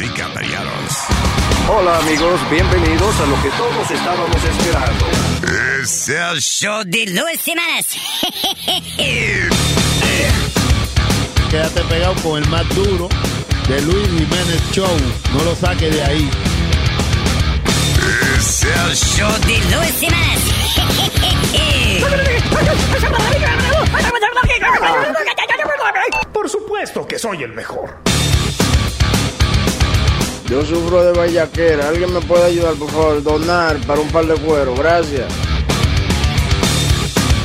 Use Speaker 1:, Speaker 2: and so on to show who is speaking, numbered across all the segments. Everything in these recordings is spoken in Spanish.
Speaker 1: y capellanos.
Speaker 2: Hola amigos, bienvenidos a lo que todos estábamos esperando.
Speaker 1: Es el show de Luis Semanas.
Speaker 3: Quédate pegado con el más duro de Luis Jiménez Show. No lo saques de ahí.
Speaker 1: Es el show
Speaker 4: De Luis Semanas.
Speaker 5: Por supuesto que soy el mejor.
Speaker 6: Yo sufro de vallaquera. ¿Alguien me puede ayudar, por favor? Donar para un par de cuero. Gracias.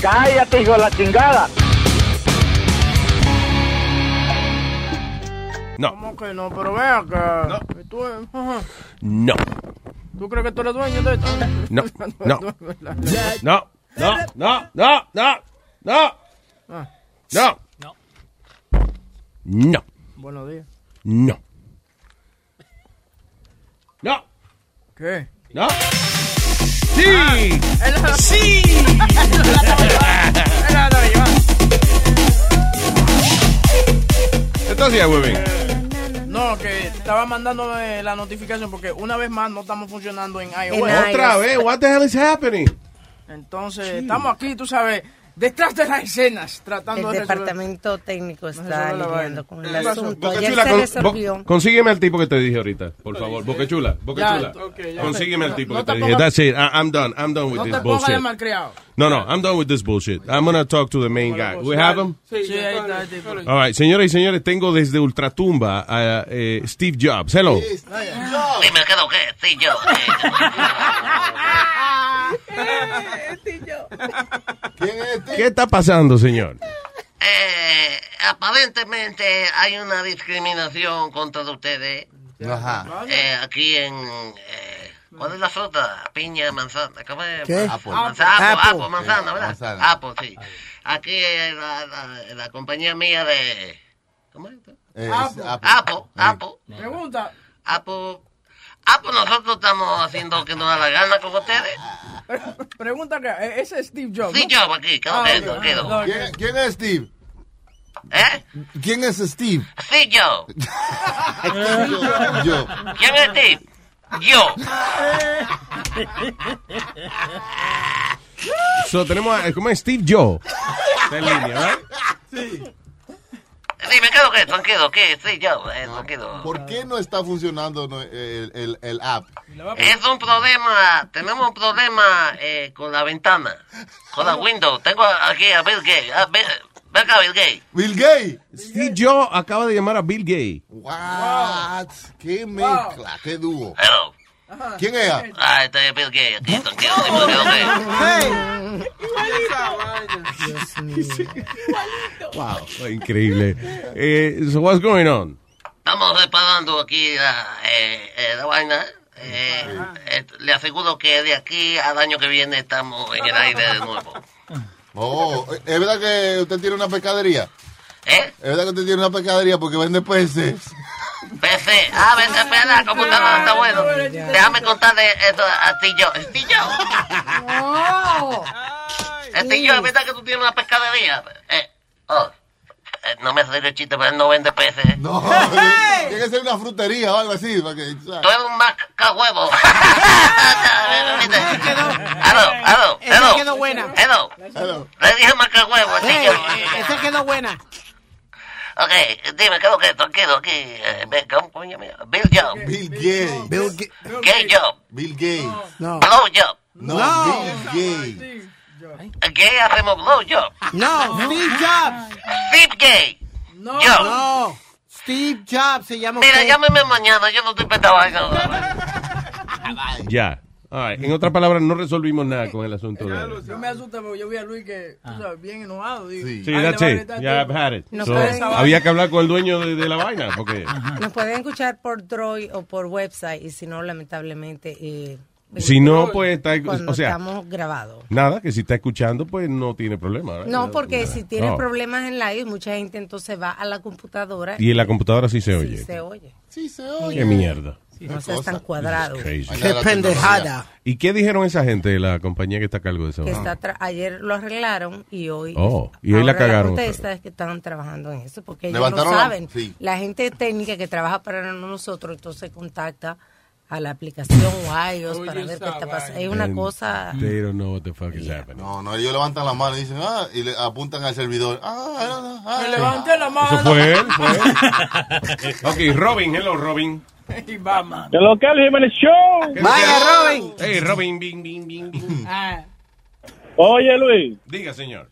Speaker 7: Cállate, hijo de la chingada.
Speaker 8: No,
Speaker 9: ¿Cómo que no? Pero ve acá. ¿Tú, eh, ajá.
Speaker 8: no,
Speaker 9: ¿Tú crees que tú eres dueño de esto?
Speaker 8: no, no, no, no, no, no, no, no,
Speaker 9: Ah,
Speaker 8: no, no,
Speaker 9: buenos días.
Speaker 8: no, no,
Speaker 9: ¿Qué?
Speaker 8: no. Sí.
Speaker 9: ¡Sí!
Speaker 10: ¿Qué estás haciendo, Webin?
Speaker 9: No, que estaba mandándome la notificación porque una vez más no estamos funcionando en iOS.
Speaker 10: Otra vez, what the hell is happening?
Speaker 9: Entonces, estamos aquí, tú sabes, detrás de las escenas,
Speaker 11: El
Speaker 9: tratando de resolver.
Speaker 11: departamento técnico está
Speaker 9: resolver la
Speaker 11: lidiando
Speaker 9: vaina.
Speaker 11: con el
Speaker 9: ¿Qué pasó?
Speaker 11: asunto.
Speaker 9: Boca
Speaker 11: Ayer
Speaker 9: Chula,
Speaker 11: se
Speaker 9: con-
Speaker 11: resolvió.
Speaker 10: Consígueme el tipo que te dije ahorita, por favor. Boquechula, Boquechula.
Speaker 9: Ya, ok, ya.
Speaker 10: Consígueme el
Speaker 9: No,
Speaker 10: tipo
Speaker 9: no
Speaker 10: que te
Speaker 9: te
Speaker 10: dije.
Speaker 9: pongas-
Speaker 10: That's it. I- I'm done. I'm done with
Speaker 9: No
Speaker 10: this
Speaker 9: te pongas de
Speaker 10: bullshit.
Speaker 9: malcriado.
Speaker 10: No, no, I'm done with this bullshit. I'm gonna talk to the main guy. We have him?
Speaker 9: Sí, ahí está el tipo.
Speaker 12: Ah.
Speaker 10: All right, señoras y señores, tengo desde Ultratumba a eh, Steve Jobs. Hello.
Speaker 4: Dime, ¿qué lo que? Sí, yo.
Speaker 12: Eh,
Speaker 10: ¿Qué está pasando, señor?
Speaker 4: Eh, aparentemente hay una discriminación contra ustedes.
Speaker 12: Ajá.
Speaker 4: Eh, aquí en... eh, ¿Cuál es la fruta? Piña, manzana. ¿Cómo es?
Speaker 12: ¿Qué?
Speaker 4: Apple.
Speaker 12: Apple.
Speaker 4: Manzana,
Speaker 12: Apple.
Speaker 4: apple, apple, manzana, ¿verdad?
Speaker 12: Manzana.
Speaker 4: Apple, sí. Aquí eh, la, la- la compañía mía de... ¿Cómo es?
Speaker 12: Es ah,
Speaker 4: Apple.
Speaker 12: Apple.
Speaker 4: Apple. Apple.
Speaker 9: Pregunta.
Speaker 4: Apple. Apple, nosotros estamos haciendo que nos da la gana con ustedes.
Speaker 9: Pregunta acá, ¿e- ese es Steve Jobs.
Speaker 4: Sí,
Speaker 9: ¿no?
Speaker 4: yo, aquí, que no
Speaker 9: Ah,
Speaker 4: te
Speaker 9: ok.
Speaker 4: desbloqueo.
Speaker 9: No,
Speaker 12: ¿Quién, quién es Steve?
Speaker 4: ¿Eh?
Speaker 12: ¿Quién es Steve?
Speaker 4: Sí, yo.
Speaker 12: pues, Yo.
Speaker 4: ¿Quién es Steve? Yo.
Speaker 10: So, tenemos a, eh, ¿cómo es Steve Jobs? Está en línea, ¿verdad?
Speaker 4: Sí, me quedo que tranquilo, que sí, yo, eh, tranquilo.
Speaker 12: ¿Por qué no está funcionando no, el, el- el app?
Speaker 4: Es un problema, tenemos un problema eh, con la ventana, con la window. Tengo aquí a Bill Gates. A Bill, ven acá, Bill Gates.
Speaker 10: Bill Gates. Steve Jobs acaba de llamar a Bill Gates.
Speaker 9: Ah.
Speaker 12: What? ¿Qué mezcla? ¿Qué dúo?
Speaker 4: Hello.
Speaker 12: ¿Quién es?
Speaker 4: Ah, este es Bill Gates, aquí, tranquilo, dime qué es lo que es.
Speaker 10: Wow, fue Oh, increíble. Eh, so, what's going on?
Speaker 4: Estamos reparando aquí la, eh, eh, la vaina. Eh, eh, le aseguro que de aquí al año que viene estamos en el aire de nuevo.
Speaker 12: Oh, ¿es verdad que usted tiene una pescadería?
Speaker 4: ¿Eh?
Speaker 12: ¿Es verdad que usted tiene una pescadería porque vende peces?
Speaker 4: PC, ah, vete, espera, como está, está bueno. Déjame contarle esto a ti yo. ¿Ti yo? Ti Este, yo, es verdad que tú tienes una pescadería. Eh, oh, eh, no me salió el chiste, pero él no vende peces.
Speaker 12: No, tiene que ser una frutería o algo así. para que-
Speaker 4: Tú eres un macahuevo. Hello, hello, hello.
Speaker 13: Esa quedó buena.
Speaker 4: Hello.
Speaker 12: Hello.
Speaker 4: Le dije macahuevo, ti
Speaker 13: Eh,
Speaker 4: yo.
Speaker 13: esa quedó buena.
Speaker 4: Ok, dime, ¿qué es lo que es? Tranquilo, aquí. eh, ve, ¿Cómo coño mío? Bill Job.
Speaker 12: Bill Gates. Bill,
Speaker 4: Gay Job.
Speaker 12: Gates. No.
Speaker 4: Blow Job.
Speaker 12: No, Bill Gates.
Speaker 4: Gay hacemos blow job.
Speaker 13: No, Steve Jobs.
Speaker 4: Steve Gay.
Speaker 13: No.
Speaker 4: Yo.
Speaker 13: Steve Jobs se llama
Speaker 4: Mira,
Speaker 13: usted.
Speaker 4: llámeme mañana, yo no estoy para esta vaina.
Speaker 10: Ya. All right. En otras palabras, no resolvimos nada con el asunto. De...
Speaker 9: Yo me asusté porque yo vi a Luis que, tú sabes, bien enojado. Digo,
Speaker 10: Sí,
Speaker 9: "Ay, le
Speaker 10: that's
Speaker 9: va a
Speaker 10: it.
Speaker 9: gritar
Speaker 10: Ya,
Speaker 9: todo".
Speaker 10: I've had it.
Speaker 11: No
Speaker 10: So,
Speaker 11: pueden-
Speaker 10: había que hablar con el dueño de, de la vaina. Porque...
Speaker 11: Nos pueden escuchar por Droid o por website y si no, lamentablemente... eh,
Speaker 10: Si no, pues, está-
Speaker 11: cuando
Speaker 10: o sea-
Speaker 11: estamos grabados.
Speaker 10: Nada, que si está escuchando, pues no tiene problema. ¿verdad?
Speaker 11: No, porque si tienes
Speaker 10: No.
Speaker 11: problemas en la I, mucha gente entonces va a la computadora
Speaker 10: Y en la computadora sí se
Speaker 11: sí
Speaker 10: oye.
Speaker 11: se oye.
Speaker 12: Sí se
Speaker 10: Qué mierda.
Speaker 11: No seas tan cuadrado.
Speaker 10: Crazy.
Speaker 13: Qué pendejada.
Speaker 10: ¿Y qué dijeron esa gente de la compañía que está a cargo de eso?
Speaker 11: Que está tra- ayer lo arreglaron y hoy.
Speaker 10: Oh, y hoy la
Speaker 11: ahora
Speaker 10: cagaron otra
Speaker 11: protesta es que estaban trabajando en eso porque ellos no
Speaker 10: Levantaron la-
Speaker 11: saben. La,
Speaker 10: sí.
Speaker 11: gente técnica que trabaja para nosotros entonces contacta a la aplicación o a ellos para ver qué está pasando. Es una
Speaker 10: And
Speaker 11: cosa.
Speaker 10: They don't know what the fuck is happening.
Speaker 12: No, no, ellos levantan la mano y dicen, ah, y le apuntan al servidor. Ah,
Speaker 9: Me levanté la mano.
Speaker 10: Eso fue él, fue él. ok, Robin, hello, Robin.
Speaker 9: y vamos.
Speaker 14: De lo que el Jiménez Show.
Speaker 10: Vaya,
Speaker 14: Robin.
Speaker 10: Hey, Robin, bing, bing, bing, bing.
Speaker 9: Ah.
Speaker 14: Oye, Luis.
Speaker 10: Diga, señor.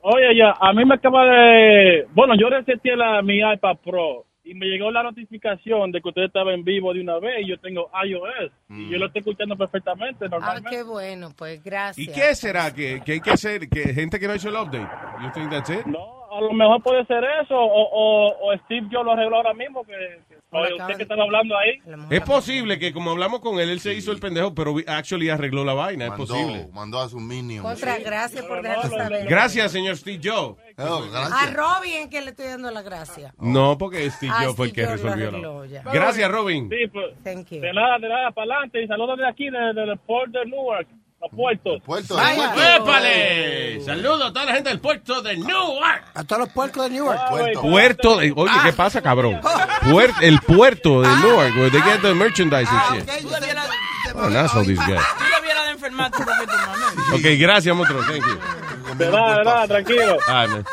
Speaker 14: Oye, ya, a mí me acaba de... Bueno, yo reseté la, mi iPad Pro y me llegó la notificación de que usted estaba en vivo de una vez y yo tengo iOS. Y yo lo estoy escuchando perfectamente,
Speaker 11: Ah,
Speaker 14: normalmente.
Speaker 11: qué bueno, pues gracias.
Speaker 10: Mm. ¿Y qué será que, que hay que hacer? Que gente que no ha hecho el update. You think that's it?
Speaker 14: No. A lo mejor puede ser eso o, o, o Steve yo lo arreglo ahora mismo, que, que- o
Speaker 11: Hola,
Speaker 14: usted
Speaker 11: cabrón.
Speaker 14: que estaba hablando ahí.
Speaker 10: Es posible que como hablamos con él, él se hizo el pendejo, pero we- actually arregló la vaina.
Speaker 12: Mandó,
Speaker 10: es posible.
Speaker 12: Mandó a su minion.
Speaker 11: Contra, gracias por dejarnos saber.
Speaker 10: Gracias, señor Steve Joe.
Speaker 12: Oh,
Speaker 11: A Robin que le estoy dando la gracia.
Speaker 10: No, porque Steve
Speaker 11: Ah,
Speaker 10: Joe fue el
Speaker 11: Steve
Speaker 10: que
Speaker 11: Jobs lo
Speaker 10: resolvió
Speaker 11: arregló,
Speaker 10: la
Speaker 11: ya.
Speaker 10: Gracias, Robin.
Speaker 14: Sí, pues,
Speaker 11: Thank you.
Speaker 14: de nada, de nada, para adelante. Y saludos de aquí, desde el puerto de Newark, los puertos.
Speaker 12: Puerto,
Speaker 10: ¡Épale! Saludos a toda la gente del puerto de Newark.
Speaker 13: A todos los puercos de Newark.
Speaker 11: Ah.
Speaker 10: Puerto de... Oye, ¿qué pasa, cabrón? Puer- el puerto de Newark, where they get the merchandise and shit. Oh,
Speaker 9: Tú debieras,
Speaker 10: What an asshole this guy.
Speaker 9: tú debieras de enfermarte porque tu mamá.
Speaker 10: Ok, gracias, monstruo. Thank you.
Speaker 14: De nada, de nada, tranquilo.
Speaker 10: Ay, man.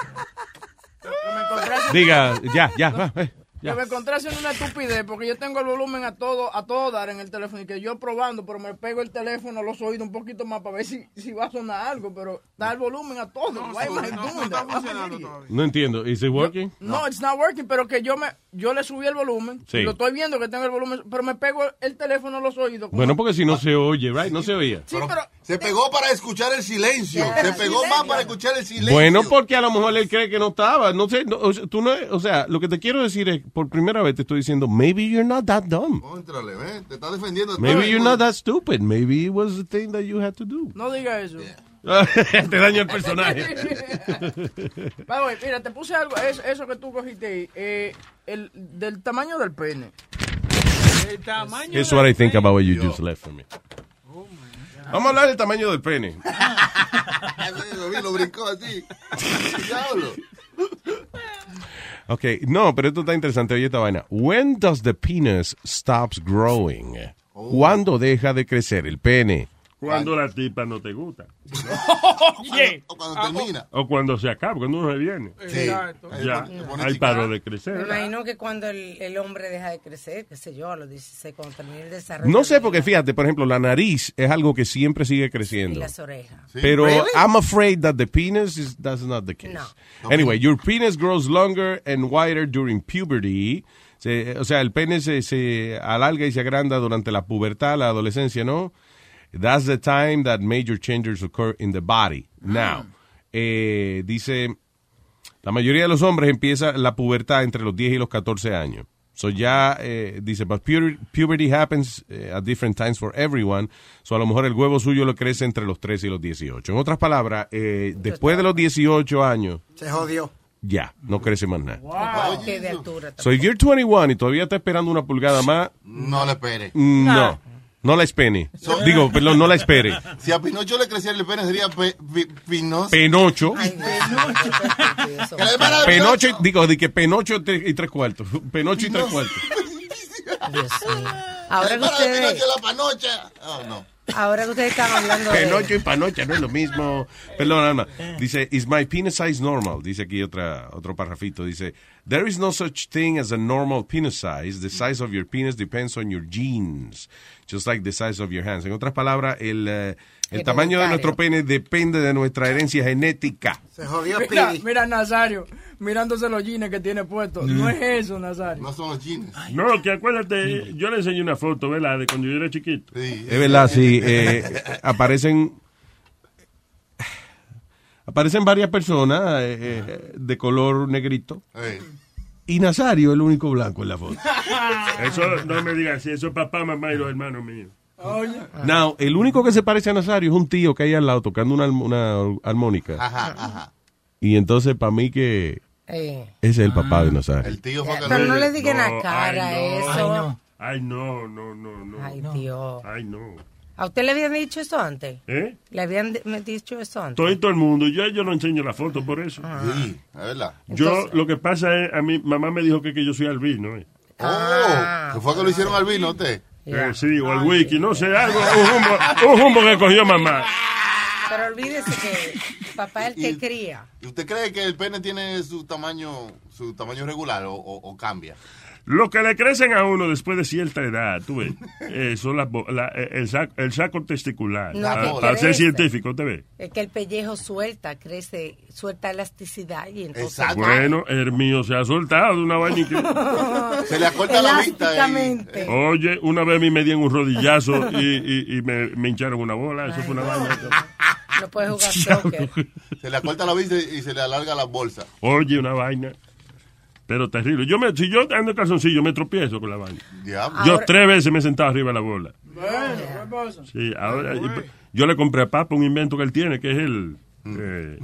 Speaker 9: Me encontré hace-
Speaker 10: Diga, ya, ya, va, eh,
Speaker 9: Que
Speaker 10: ya.
Speaker 9: me encontré haciendo una estupidez porque yo tengo el volumen a todo, a todo dar en el teléfono y que yo probando, pero me pego el teléfono a los oídos un poquito más para ver si, si va a sonar algo, pero da el volumen a todo. Why am I doing that? I'm an idiot.
Speaker 10: No entiendo. ¿Is it working?
Speaker 9: No, it's not working, pero que yo me yo le subí el volumen,
Speaker 10: Sí.
Speaker 9: lo estoy viendo que tengo el volumen, pero me pego el teléfono a los oídos. como-
Speaker 10: Bueno, porque si no se oye, right? No se oía.
Speaker 9: sí, pero
Speaker 12: Se pegó para escuchar el silencio. Se pegó más para escuchar el silencio.
Speaker 10: Bueno, porque a lo mejor él cree que no estaba. No sé, no, o sea, tú no, o sea, lo que te quiero decir es, por primera vez te estoy diciendo, maybe you're not that dumb.
Speaker 12: Contrale, ve, Eh, Te está defendiendo.
Speaker 10: Maybe you're not that stupid. Maybe it was the thing that you had to do.
Speaker 9: no diga eso.
Speaker 10: te daño el personaje.
Speaker 9: By the way, mira, te puse algo, es- eso que tú cogiste ahí, eh, el, del tamaño del pene. El tamaño
Speaker 10: Here's what I think about what you just left for me. Vamos a hablar del tamaño del pene.
Speaker 12: lo, vi, lo brincó así. Diablo.
Speaker 10: Ok, no, pero esto está interesante. Oye, esta vaina. When does the penis stops growing? ¿Cuándo deja de crecer el pene?
Speaker 1: Cuando la tipa no te gusta.
Speaker 12: Oye.
Speaker 1: Ah, oh.
Speaker 12: Cuando termina.
Speaker 1: O cuando se acaba, cuando uno se viene.
Speaker 12: Sí.
Speaker 1: Ya,
Speaker 12: Te pone
Speaker 1: ahí
Speaker 12: chica.
Speaker 1: paró de
Speaker 11: Me
Speaker 1: crecer.
Speaker 11: imagino que cuando el, el hombre deja de crecer, qué sé yo, a los 16, cuando termine el desarrollo.
Speaker 10: No sé, porque fíjate, por ejemplo, la nariz es algo que siempre sigue creciendo.
Speaker 11: Y las orejas. Sí.
Speaker 10: Pero
Speaker 11: Really?
Speaker 10: I'm afraid that the penis is that's not the case.
Speaker 11: No.
Speaker 10: Anyway, your penis grows longer and wider during puberty. Se- o sea, el pene se, se alarga y se agranda durante la pubertad, la adolescencia, ¿no? That's the time that major changes occur in the body.
Speaker 11: Ah.
Speaker 10: Now, eh, dice, la mayoría de los hombres empieza la pubertad entre los 10 y los 14 años. So ya eh, dice, but puberty, puberty happens eh, at different times for everyone. So a lo mejor el huevo suyo lo crece entre los 13 y los 18. En otras palabras, eh, después de los 18 años,
Speaker 13: Se jodió.
Speaker 10: ya, no crece más nada.
Speaker 13: Ah,
Speaker 11: Wow. Que de altura.
Speaker 10: So if you're 21 y todavía está esperando una pulgada más, mm,
Speaker 12: No le espere.
Speaker 10: no, no la espene.
Speaker 12: So-
Speaker 10: Digo, perdón, no la espere.
Speaker 12: Si a Pinocho le creciera el pene, sería pe, pi- Pinocho.
Speaker 10: Penocho.
Speaker 12: Que la hermana de
Speaker 10: Penocho, y- digo, de que Penocho y tres- y tres cuartos. Penocho y tres cuartos.
Speaker 12: La hermana
Speaker 11: Ahora que
Speaker 12: de
Speaker 11: ustedes,
Speaker 12: Pinocho es la panocha. Oh, no.
Speaker 11: ahora que ustedes están hablando de...
Speaker 10: Penocho y panocha no es lo mismo. Perdón, Alma. Dice, is my penis size normal? Dice aquí otra, otro parrafito. Dice, there is no such thing as a normal penis size. The size of your penis depends on your genes, just like the size of your hands. En otras palabras, el, eh, el tamaño de nuestro pene depende de nuestra herencia genética.
Speaker 9: Se jodió mira, mira Nazario, mirándose los jeans que tiene puesto. No es eso, Nazario.
Speaker 12: No son los jeans.
Speaker 1: No, que acuérdate, yo le enseñé una foto, ¿verdad? De cuando yo era chiquito.
Speaker 10: Es verdad, sí. eh, aparecen. Aparecen varias personas eh, eh, de color negrito. Y Nazario, el único blanco en la foto.
Speaker 1: Eso no me digas, si eso es papá, mamá y los hermanos míos.
Speaker 10: Now, el único que se parece a Nazario es un tío que hay al lado tocando una, arm- una armónica.
Speaker 11: Ah.
Speaker 12: Ajá, ajá.
Speaker 10: Y entonces, para mí, que
Speaker 11: Eh, Ah.
Speaker 10: ese es el papá de Nazario.
Speaker 12: Tío,
Speaker 11: pero no le digan la cara
Speaker 1: ay, no.
Speaker 11: eso.
Speaker 1: Ay, no, no, no, no.
Speaker 11: Ay, Dios.
Speaker 1: Ay, no.
Speaker 11: ¿A usted le habían dicho eso antes?
Speaker 1: ¿Eh?
Speaker 11: ¿Le habían de- me dicho eso antes?
Speaker 1: Todo y todo el mundo. Yo, yo no enseño la foto por eso.
Speaker 11: Ah.
Speaker 12: Sí, es verdad.
Speaker 1: Yo, lo que pasa es, a mi mamá me dijo que, que yo soy albino. ¿eh?
Speaker 11: ah,
Speaker 12: Oh, que fue que lo hicieron al vino, usted.
Speaker 1: Eh, sí, o al wiki, no sé, algo, un humbo, un humbo que cogió mamá.
Speaker 11: Pero olvídese que papá es el que cría.
Speaker 12: ¿Y ¿Usted cree que el pene tiene su tamaño, su tamaño regular o, o- o cambia?
Speaker 1: Lo que le crecen a uno después de cierta edad, tú ves, eh, son las bo- la- eh, el, saco, el saco testicular.
Speaker 11: No,
Speaker 1: para,
Speaker 11: que
Speaker 1: para ser
Speaker 11: crece.
Speaker 1: científico, te ves.
Speaker 11: Es que el pellejo suelta, crece, suelta elasticidad y entonces...
Speaker 1: Bueno, el mío se ha soltado de una vaina.
Speaker 12: Se le acorta la vista.
Speaker 11: Elásticamente.
Speaker 1: Oye, una vez a mí me dieron un rodillazo y, y- y me, me hincharon una bola. Eso fue una vaina.
Speaker 11: No puedes jugar soccer.
Speaker 12: Se le acorta la vista y se le alarga la bolsa.
Speaker 1: Oye, una vaina. Pero terrible. Yo me, si yo ando en calzoncillo, me tropiezo con la vaina.
Speaker 12: Diablo.
Speaker 1: Yo
Speaker 12: Ahora-
Speaker 1: tres veces me he sentado arriba de la bola.
Speaker 9: Bueno, ¿qué pasa?
Speaker 1: Sí, ahora y- yo le compré a Papa un invento que él tiene, que es el,
Speaker 12: Mm.
Speaker 1: eh,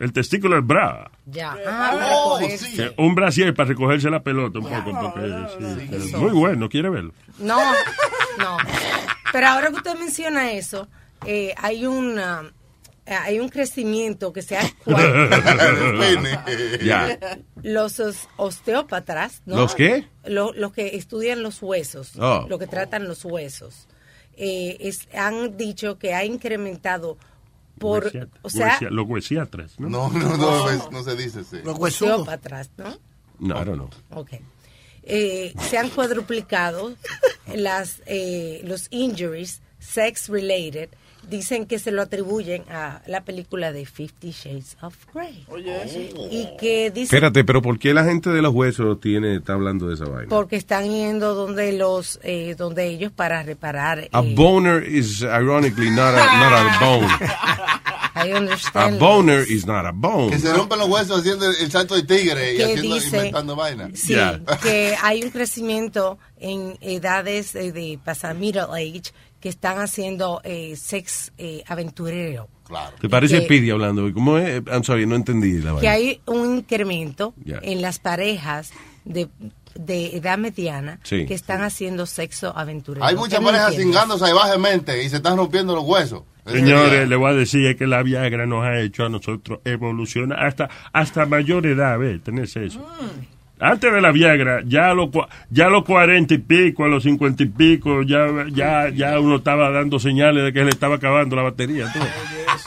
Speaker 1: el testículo del bra.
Speaker 11: Ya. Ah,
Speaker 5: Oh,
Speaker 11: recoger.
Speaker 1: Que un brasier para recogerse la pelota un poco. porque, sí, pero muy bueno, ¿quiere verlo?
Speaker 11: No, no. Pero ahora que usted menciona eso, eh, hay una... eh, Hay un crecimiento que se ha
Speaker 10: Ya.
Speaker 11: Los os- osteópatas, ¿no?
Speaker 10: ¿Los qué?
Speaker 11: Lo- Los que estudian los huesos,
Speaker 10: Oh.
Speaker 11: los que tratan los huesos, eh, es- han dicho que ha incrementado por,
Speaker 1: Huesiatra-
Speaker 11: o sea,
Speaker 1: huesia- los huesiatras, ¿no?
Speaker 12: No, no, pues, no, es- no se dice sí.
Speaker 11: osteópatas, ¿no?
Speaker 1: No, I don't know.
Speaker 11: Ok. Eh, se han cuadruplicado las, eh, los injuries sex related. Dicen que se lo atribuyen a la película de Fifty Shades of Grey. Y que dicen
Speaker 10: Espérate, pero ¿por qué la gente de los huesos tiene, está hablando de esa vaina?
Speaker 11: porque están yendo donde los eh, donde ellos para reparar
Speaker 10: A boner is ironically not a, not a bone.
Speaker 11: I
Speaker 10: A
Speaker 11: understand
Speaker 10: boner is not a bone.
Speaker 12: Que se rompen los huesos haciendo el salto de tigre y
Speaker 11: ¿Qué
Speaker 12: haciendo,
Speaker 11: dice?
Speaker 12: inventando vaina.
Speaker 11: Sí, que hay un crecimiento en edades eh, de pasar middle age que están haciendo eh, sex eh, aventurero.
Speaker 12: Claro.
Speaker 10: Te parece
Speaker 11: Que-
Speaker 10: Pidi hablando. ¿Cómo es? I'm sorry, no entendí la
Speaker 11: que
Speaker 10: vaina.
Speaker 11: hay un incremento
Speaker 10: Ya.
Speaker 11: en las parejas de, de edad mediana
Speaker 10: Sí,
Speaker 11: que están haciendo sexo aventurero.
Speaker 12: Hay muchas
Speaker 11: ¿Qué me
Speaker 12: parejas
Speaker 11: entiendes?
Speaker 12: cingando salvajemente y se están rompiendo los huesos.
Speaker 1: Señores, le voy a decir es que la Viagra nos ha hecho a nosotros evolucionar hasta, hasta mayor edad, a ver, tenés eso. Antes de la Viagra, ya a los, cua- ya a los 40 y pico, a los 50 y pico, ya, ya, ya uno estaba dando señales de que se le estaba acabando la batería. tú ves.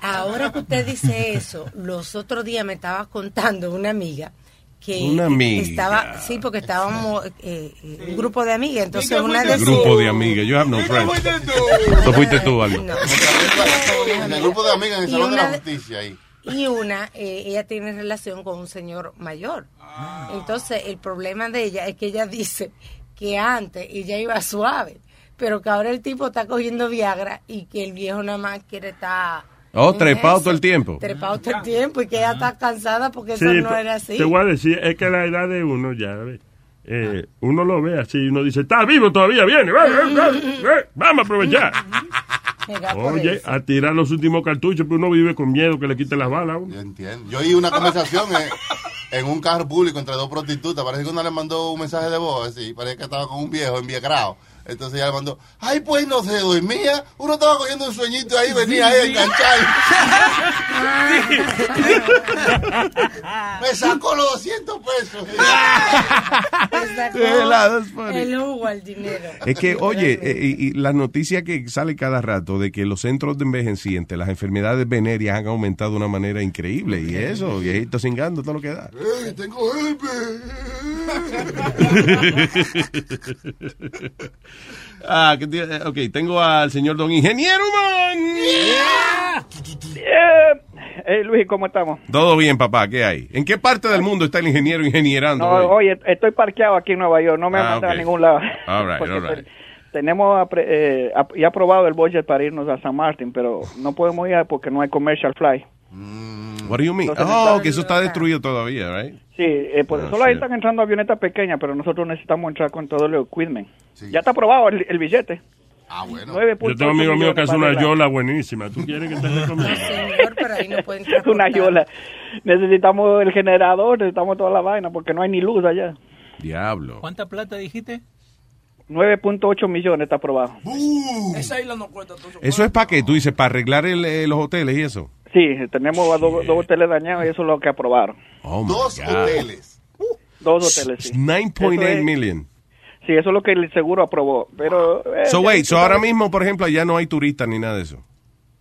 Speaker 11: Ahora que usted dice eso, los otros días me estaba contando una amiga que
Speaker 10: Una amiga.
Speaker 11: estaba, sí, porque estábamos eh, eh, un grupo de amigas, entonces
Speaker 10: Un
Speaker 11: una de
Speaker 10: grupo de amigas. Yo have no friends. Eso fuiste tú, Aldo.
Speaker 12: En el grupo de amigas en el
Speaker 11: Y
Speaker 12: Salón de
Speaker 11: una
Speaker 12: la
Speaker 11: de-
Speaker 12: Justicia ahí.
Speaker 11: y una, eh, ella tiene relación con un señor mayor. Entonces, el problema de ella es que ella dice que antes ella iba suave, pero que ahora el tipo está cogiendo Viagra y que el viejo nada más quiere estar
Speaker 10: Oh, trepado todo el tiempo.
Speaker 11: trepado todo el tiempo y que ella está cansada porque
Speaker 1: Sí,
Speaker 11: eso no
Speaker 1: pero
Speaker 11: era así.
Speaker 1: Te voy a decir, es que la edad de uno ya, a ver, eh, uno lo ve así y uno dice, está vivo todavía, viene, va, va, va, va, vamos a aprovechar.
Speaker 11: Me da por
Speaker 1: Oye,
Speaker 11: eso.
Speaker 1: a tirar los últimos cartuchos, pero uno vive con miedo que le quiten las balas. hombre.
Speaker 12: Entiendo. Yo oí una conversación eh, en, un carro público entre dos prostitutas. Parece que una le mandó un mensaje de voz así. Parece que estaba con un viejo enviacrado. Entonces ella le mandó, ay, pues no se dormía. Uno estaba cogiendo un sueñito ahí, venía ahí a enganchar. Me sacó los 200 pesos.
Speaker 11: Le sacó
Speaker 10: Yeah, that's funny.
Speaker 11: el jugo al dinero.
Speaker 10: Es que, oye, eh, y, y las noticias que sale cada rato de que los centros de envejecientes, las enfermedades venéreas han aumentado de una manera increíble. Y eso, viejito cingando, todo lo que da.
Speaker 12: Ey, tengo
Speaker 10: ah, que te- eh, ok, tengo al señor Don Ingeniero Man.
Speaker 15: Hey, Eh, Luis, ¿cómo estamos?
Speaker 10: Todo bien, papá, ¿qué hay? ¿En qué parte del mundo está el ingeniero ingenierando?
Speaker 15: No,
Speaker 10: hoy?
Speaker 15: oye, estoy parqueado aquí en Nueva York, no me han
Speaker 10: Ah,
Speaker 15: mandado
Speaker 10: ok.
Speaker 15: a ningún lado.
Speaker 10: All right,
Speaker 15: Porque
Speaker 10: all right.
Speaker 15: Tenemos apre- eh, ap- ya aprobado el budget para irnos a San Martín, pero no podemos ir porque no hay commercial fly.
Speaker 10: What do you mean?
Speaker 15: Entonces,
Speaker 10: Oh,
Speaker 15: está-
Speaker 10: que eso está destruido todavía, right?
Speaker 15: Sí, eh, por
Speaker 10: Ah,
Speaker 15: solo
Speaker 10: sí.
Speaker 15: ahí están entrando avionetas pequeñas, pero nosotros necesitamos entrar con todo el equipment. Ya está aprobado el, el billete.
Speaker 12: Ah, bueno.
Speaker 1: Yo tengo amigos míos que hacen una yola buenísima. ¿Tú quieres que te recomienda?
Speaker 15: una yola. Necesitamos el generador, necesitamos toda la vaina porque no hay ni luz allá.
Speaker 10: Diablo.
Speaker 16: ¿Cuánta plata dijiste?
Speaker 15: 9.8 millones está aprobado.
Speaker 9: Esa isla no cuenta todo.
Speaker 10: Eso es para que tú dices, para arreglar el, eh, los hoteles y eso.
Speaker 15: Sí, tenemos dos, dos hoteles dañados y eso es lo que aprobaron.
Speaker 10: Oh, my
Speaker 12: Dos
Speaker 10: God.
Speaker 12: hoteles.
Speaker 15: Dos hoteles, sí.
Speaker 10: 9.8
Speaker 15: Eso es-
Speaker 10: million.
Speaker 15: Sí, eso es lo que el seguro aprobó. Pero. eh,
Speaker 10: So,
Speaker 15: ya
Speaker 10: wait,
Speaker 15: tú
Speaker 10: so
Speaker 15: sabes-
Speaker 10: ahora mismo, por ejemplo, allá no hay turistas ni nada de eso.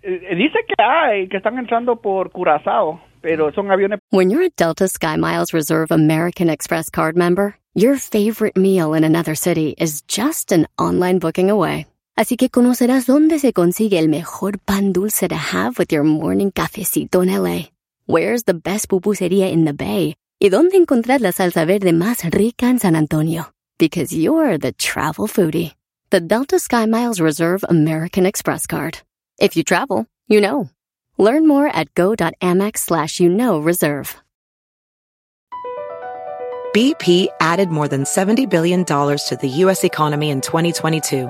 Speaker 15: Eh, Dice que hay, que están entrando por Curazao,
Speaker 10: Mm.
Speaker 15: pero son aviones
Speaker 16: When you're a Delta SkyMiles Reserve American Express card member, your favorite meal in another city is just an online booking away. Así que conocerás dónde se consigue el mejor pan dulce to have with your morning cafecito en LA. Where's the best pupusería in the Bay? Y dónde encontrar la salsa verde más rica en San Antonio. Because you're the travel foodie. The Delta SkyMiles Reserve American Express card. If you travel, you know. Learn more at go.amex slash you know reserve.
Speaker 17: BP added more than $70 billion to the U.S. economy in 2022.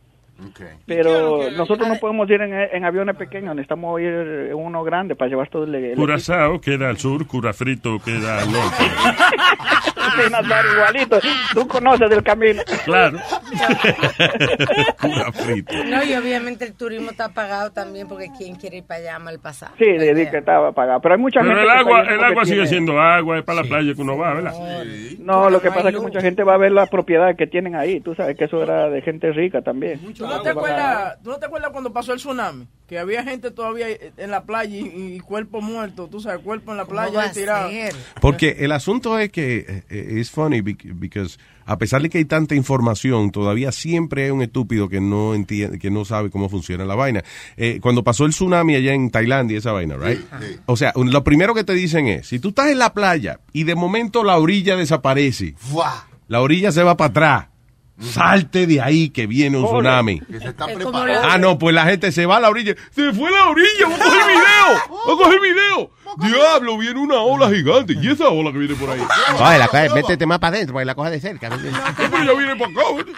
Speaker 15: Pero nosotros no podemos ir en, en aviones pequeños, necesitamos ir en uno grande para llevar todo el. el
Speaker 1: Curazao queda al sur, Curafrito queda al norte.
Speaker 15: Sí, Nazario, igualito. Tú conoces del camino.
Speaker 1: Claro. Curafrito.
Speaker 11: No, y obviamente el turismo está apagado también porque quién quiere ir para allá mal pasado.
Speaker 15: Sí,
Speaker 9: Este.
Speaker 15: de de que estaba apagado. Pero hay mucha
Speaker 1: Pero
Speaker 15: gente.
Speaker 1: el
Speaker 15: que
Speaker 1: agua,
Speaker 15: está
Speaker 1: el
Speaker 15: yendo
Speaker 1: agua
Speaker 15: porque
Speaker 1: sigue
Speaker 15: tiene-
Speaker 1: siendo agua, es para la playa que uno va, ¿verdad?
Speaker 15: No, lo que pasa es que mucha gente va a ver la propiedad que tienen ahí. Tú sabes que eso era de gente rica también.
Speaker 9: ¿Tú no, te acuerdas, ¿Tú no te acuerdas cuando pasó el tsunami? Que había gente todavía en la playa y, y cuerpo muerto, tú sabes, cuerpo en la
Speaker 11: va
Speaker 9: playa
Speaker 11: a
Speaker 9: ahí tirado.
Speaker 10: Porque el asunto es que eh, es funny bec- because a pesar de que hay tanta información, todavía siempre hay un estúpido que no entiende, que no sabe cómo funciona la vaina. Eh, cuando pasó el tsunami allá en Tailandia, esa vaina, right?
Speaker 12: Sí.
Speaker 10: O sea, un- lo primero que te dicen es, si tú estás en la playa y de momento la orilla desaparece,
Speaker 12: ¡Fua!
Speaker 10: la orilla se va para atrás, salte de ahí que viene un tsunami.
Speaker 12: Que se está
Speaker 10: Ah, no, pues la gente se va a la orilla. Se fue la orilla, voy a coger video, voy a coger video. Diablo, viene una ola gigante. ¿Y esa ola que viene por ahí?
Speaker 4: Oye, la coge, métete más para adentro, porque la coja de cerca.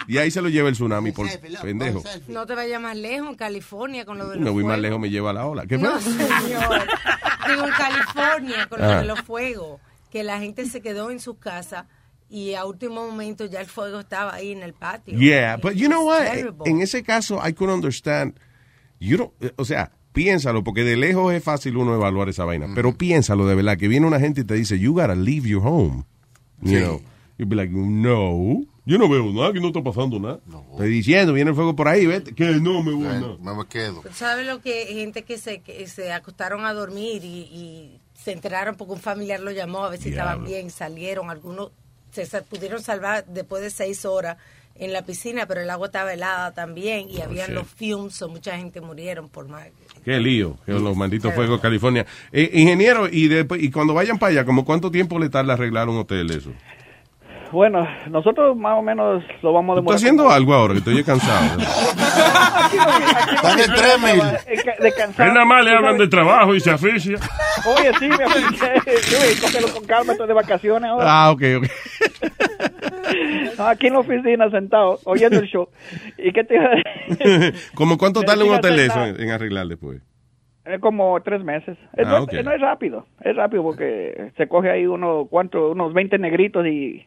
Speaker 10: Y ahí se lo lleva el tsunami por pendejo.
Speaker 11: No te vayas más lejos, en California con lo de los
Speaker 10: Me voy más
Speaker 11: fuegos.
Speaker 10: lejos, me lleva la ola. ¿Qué fue?
Speaker 11: No, señor. Digo, en California con lo
Speaker 10: Ah.
Speaker 11: de los fuegos, que la gente se quedó en su casa y a último momento ya el fuego estaba ahí en el patio.
Speaker 10: Yeah, but you know what?
Speaker 11: terrible.
Speaker 10: En ese caso, I could understand. You don't- eh, o sea, piénsalo, porque de lejos es fácil uno evaluar esa vaina.
Speaker 12: Mm.
Speaker 10: Pero piénsalo de verdad, que viene una gente y te dice, you gotta leave your home. You know, you'd be like, no. Yo no veo nada, que no está pasando nada. Estoy diciendo, viene el fuego por ahí, vete. Que no me voy nada.
Speaker 12: Me quedo.
Speaker 11: ¿Sabes lo que gente que se, que se acostaron a dormir y, y se enteraron porque un familiar lo llamó a ver si estaban
Speaker 10: Diablo.
Speaker 11: bien, salieron, algunos se sa- pudieron salvar después de seis horas en la piscina, pero el agua estaba helada también y
Speaker 10: Oh,
Speaker 11: habían
Speaker 10: shit.
Speaker 11: los fumes, o mucha gente murieron por mal.
Speaker 10: Qué lío, que los malditos fuegos de California. Eh, ingeniero, y, después- y cuando vayan para allá, ¿como cuánto tiempo le tarda arreglar un hotel eso?
Speaker 15: Bueno, nosotros más o menos lo vamos a
Speaker 10: Estoy
Speaker 15: demorar.
Speaker 10: haciendo algo ahora, que estoy ya cansado.
Speaker 12: Están en tres mil.
Speaker 1: Él nada más le hablan de trabajo y se aficia.
Speaker 15: Oye, sí, me apliqué. Luis, cógelo con calma, estoy de vacaciones ahora.
Speaker 10: Ah, ok, ok.
Speaker 15: No, aquí en la oficina, sentado, oyendo el show. ¿Y qué te iba a decir?
Speaker 10: ¿Como cuánto tarda un
Speaker 15: Fíjate,
Speaker 10: hotel eso
Speaker 15: está-
Speaker 10: en, en arreglar después?
Speaker 15: Eh, Como tres meses. Eh,
Speaker 10: Ah,
Speaker 15: no,
Speaker 10: ok.
Speaker 15: eh, no es rápido, es rápido porque se coge ahí uno, ¿cuánto? unos 20 negritos y,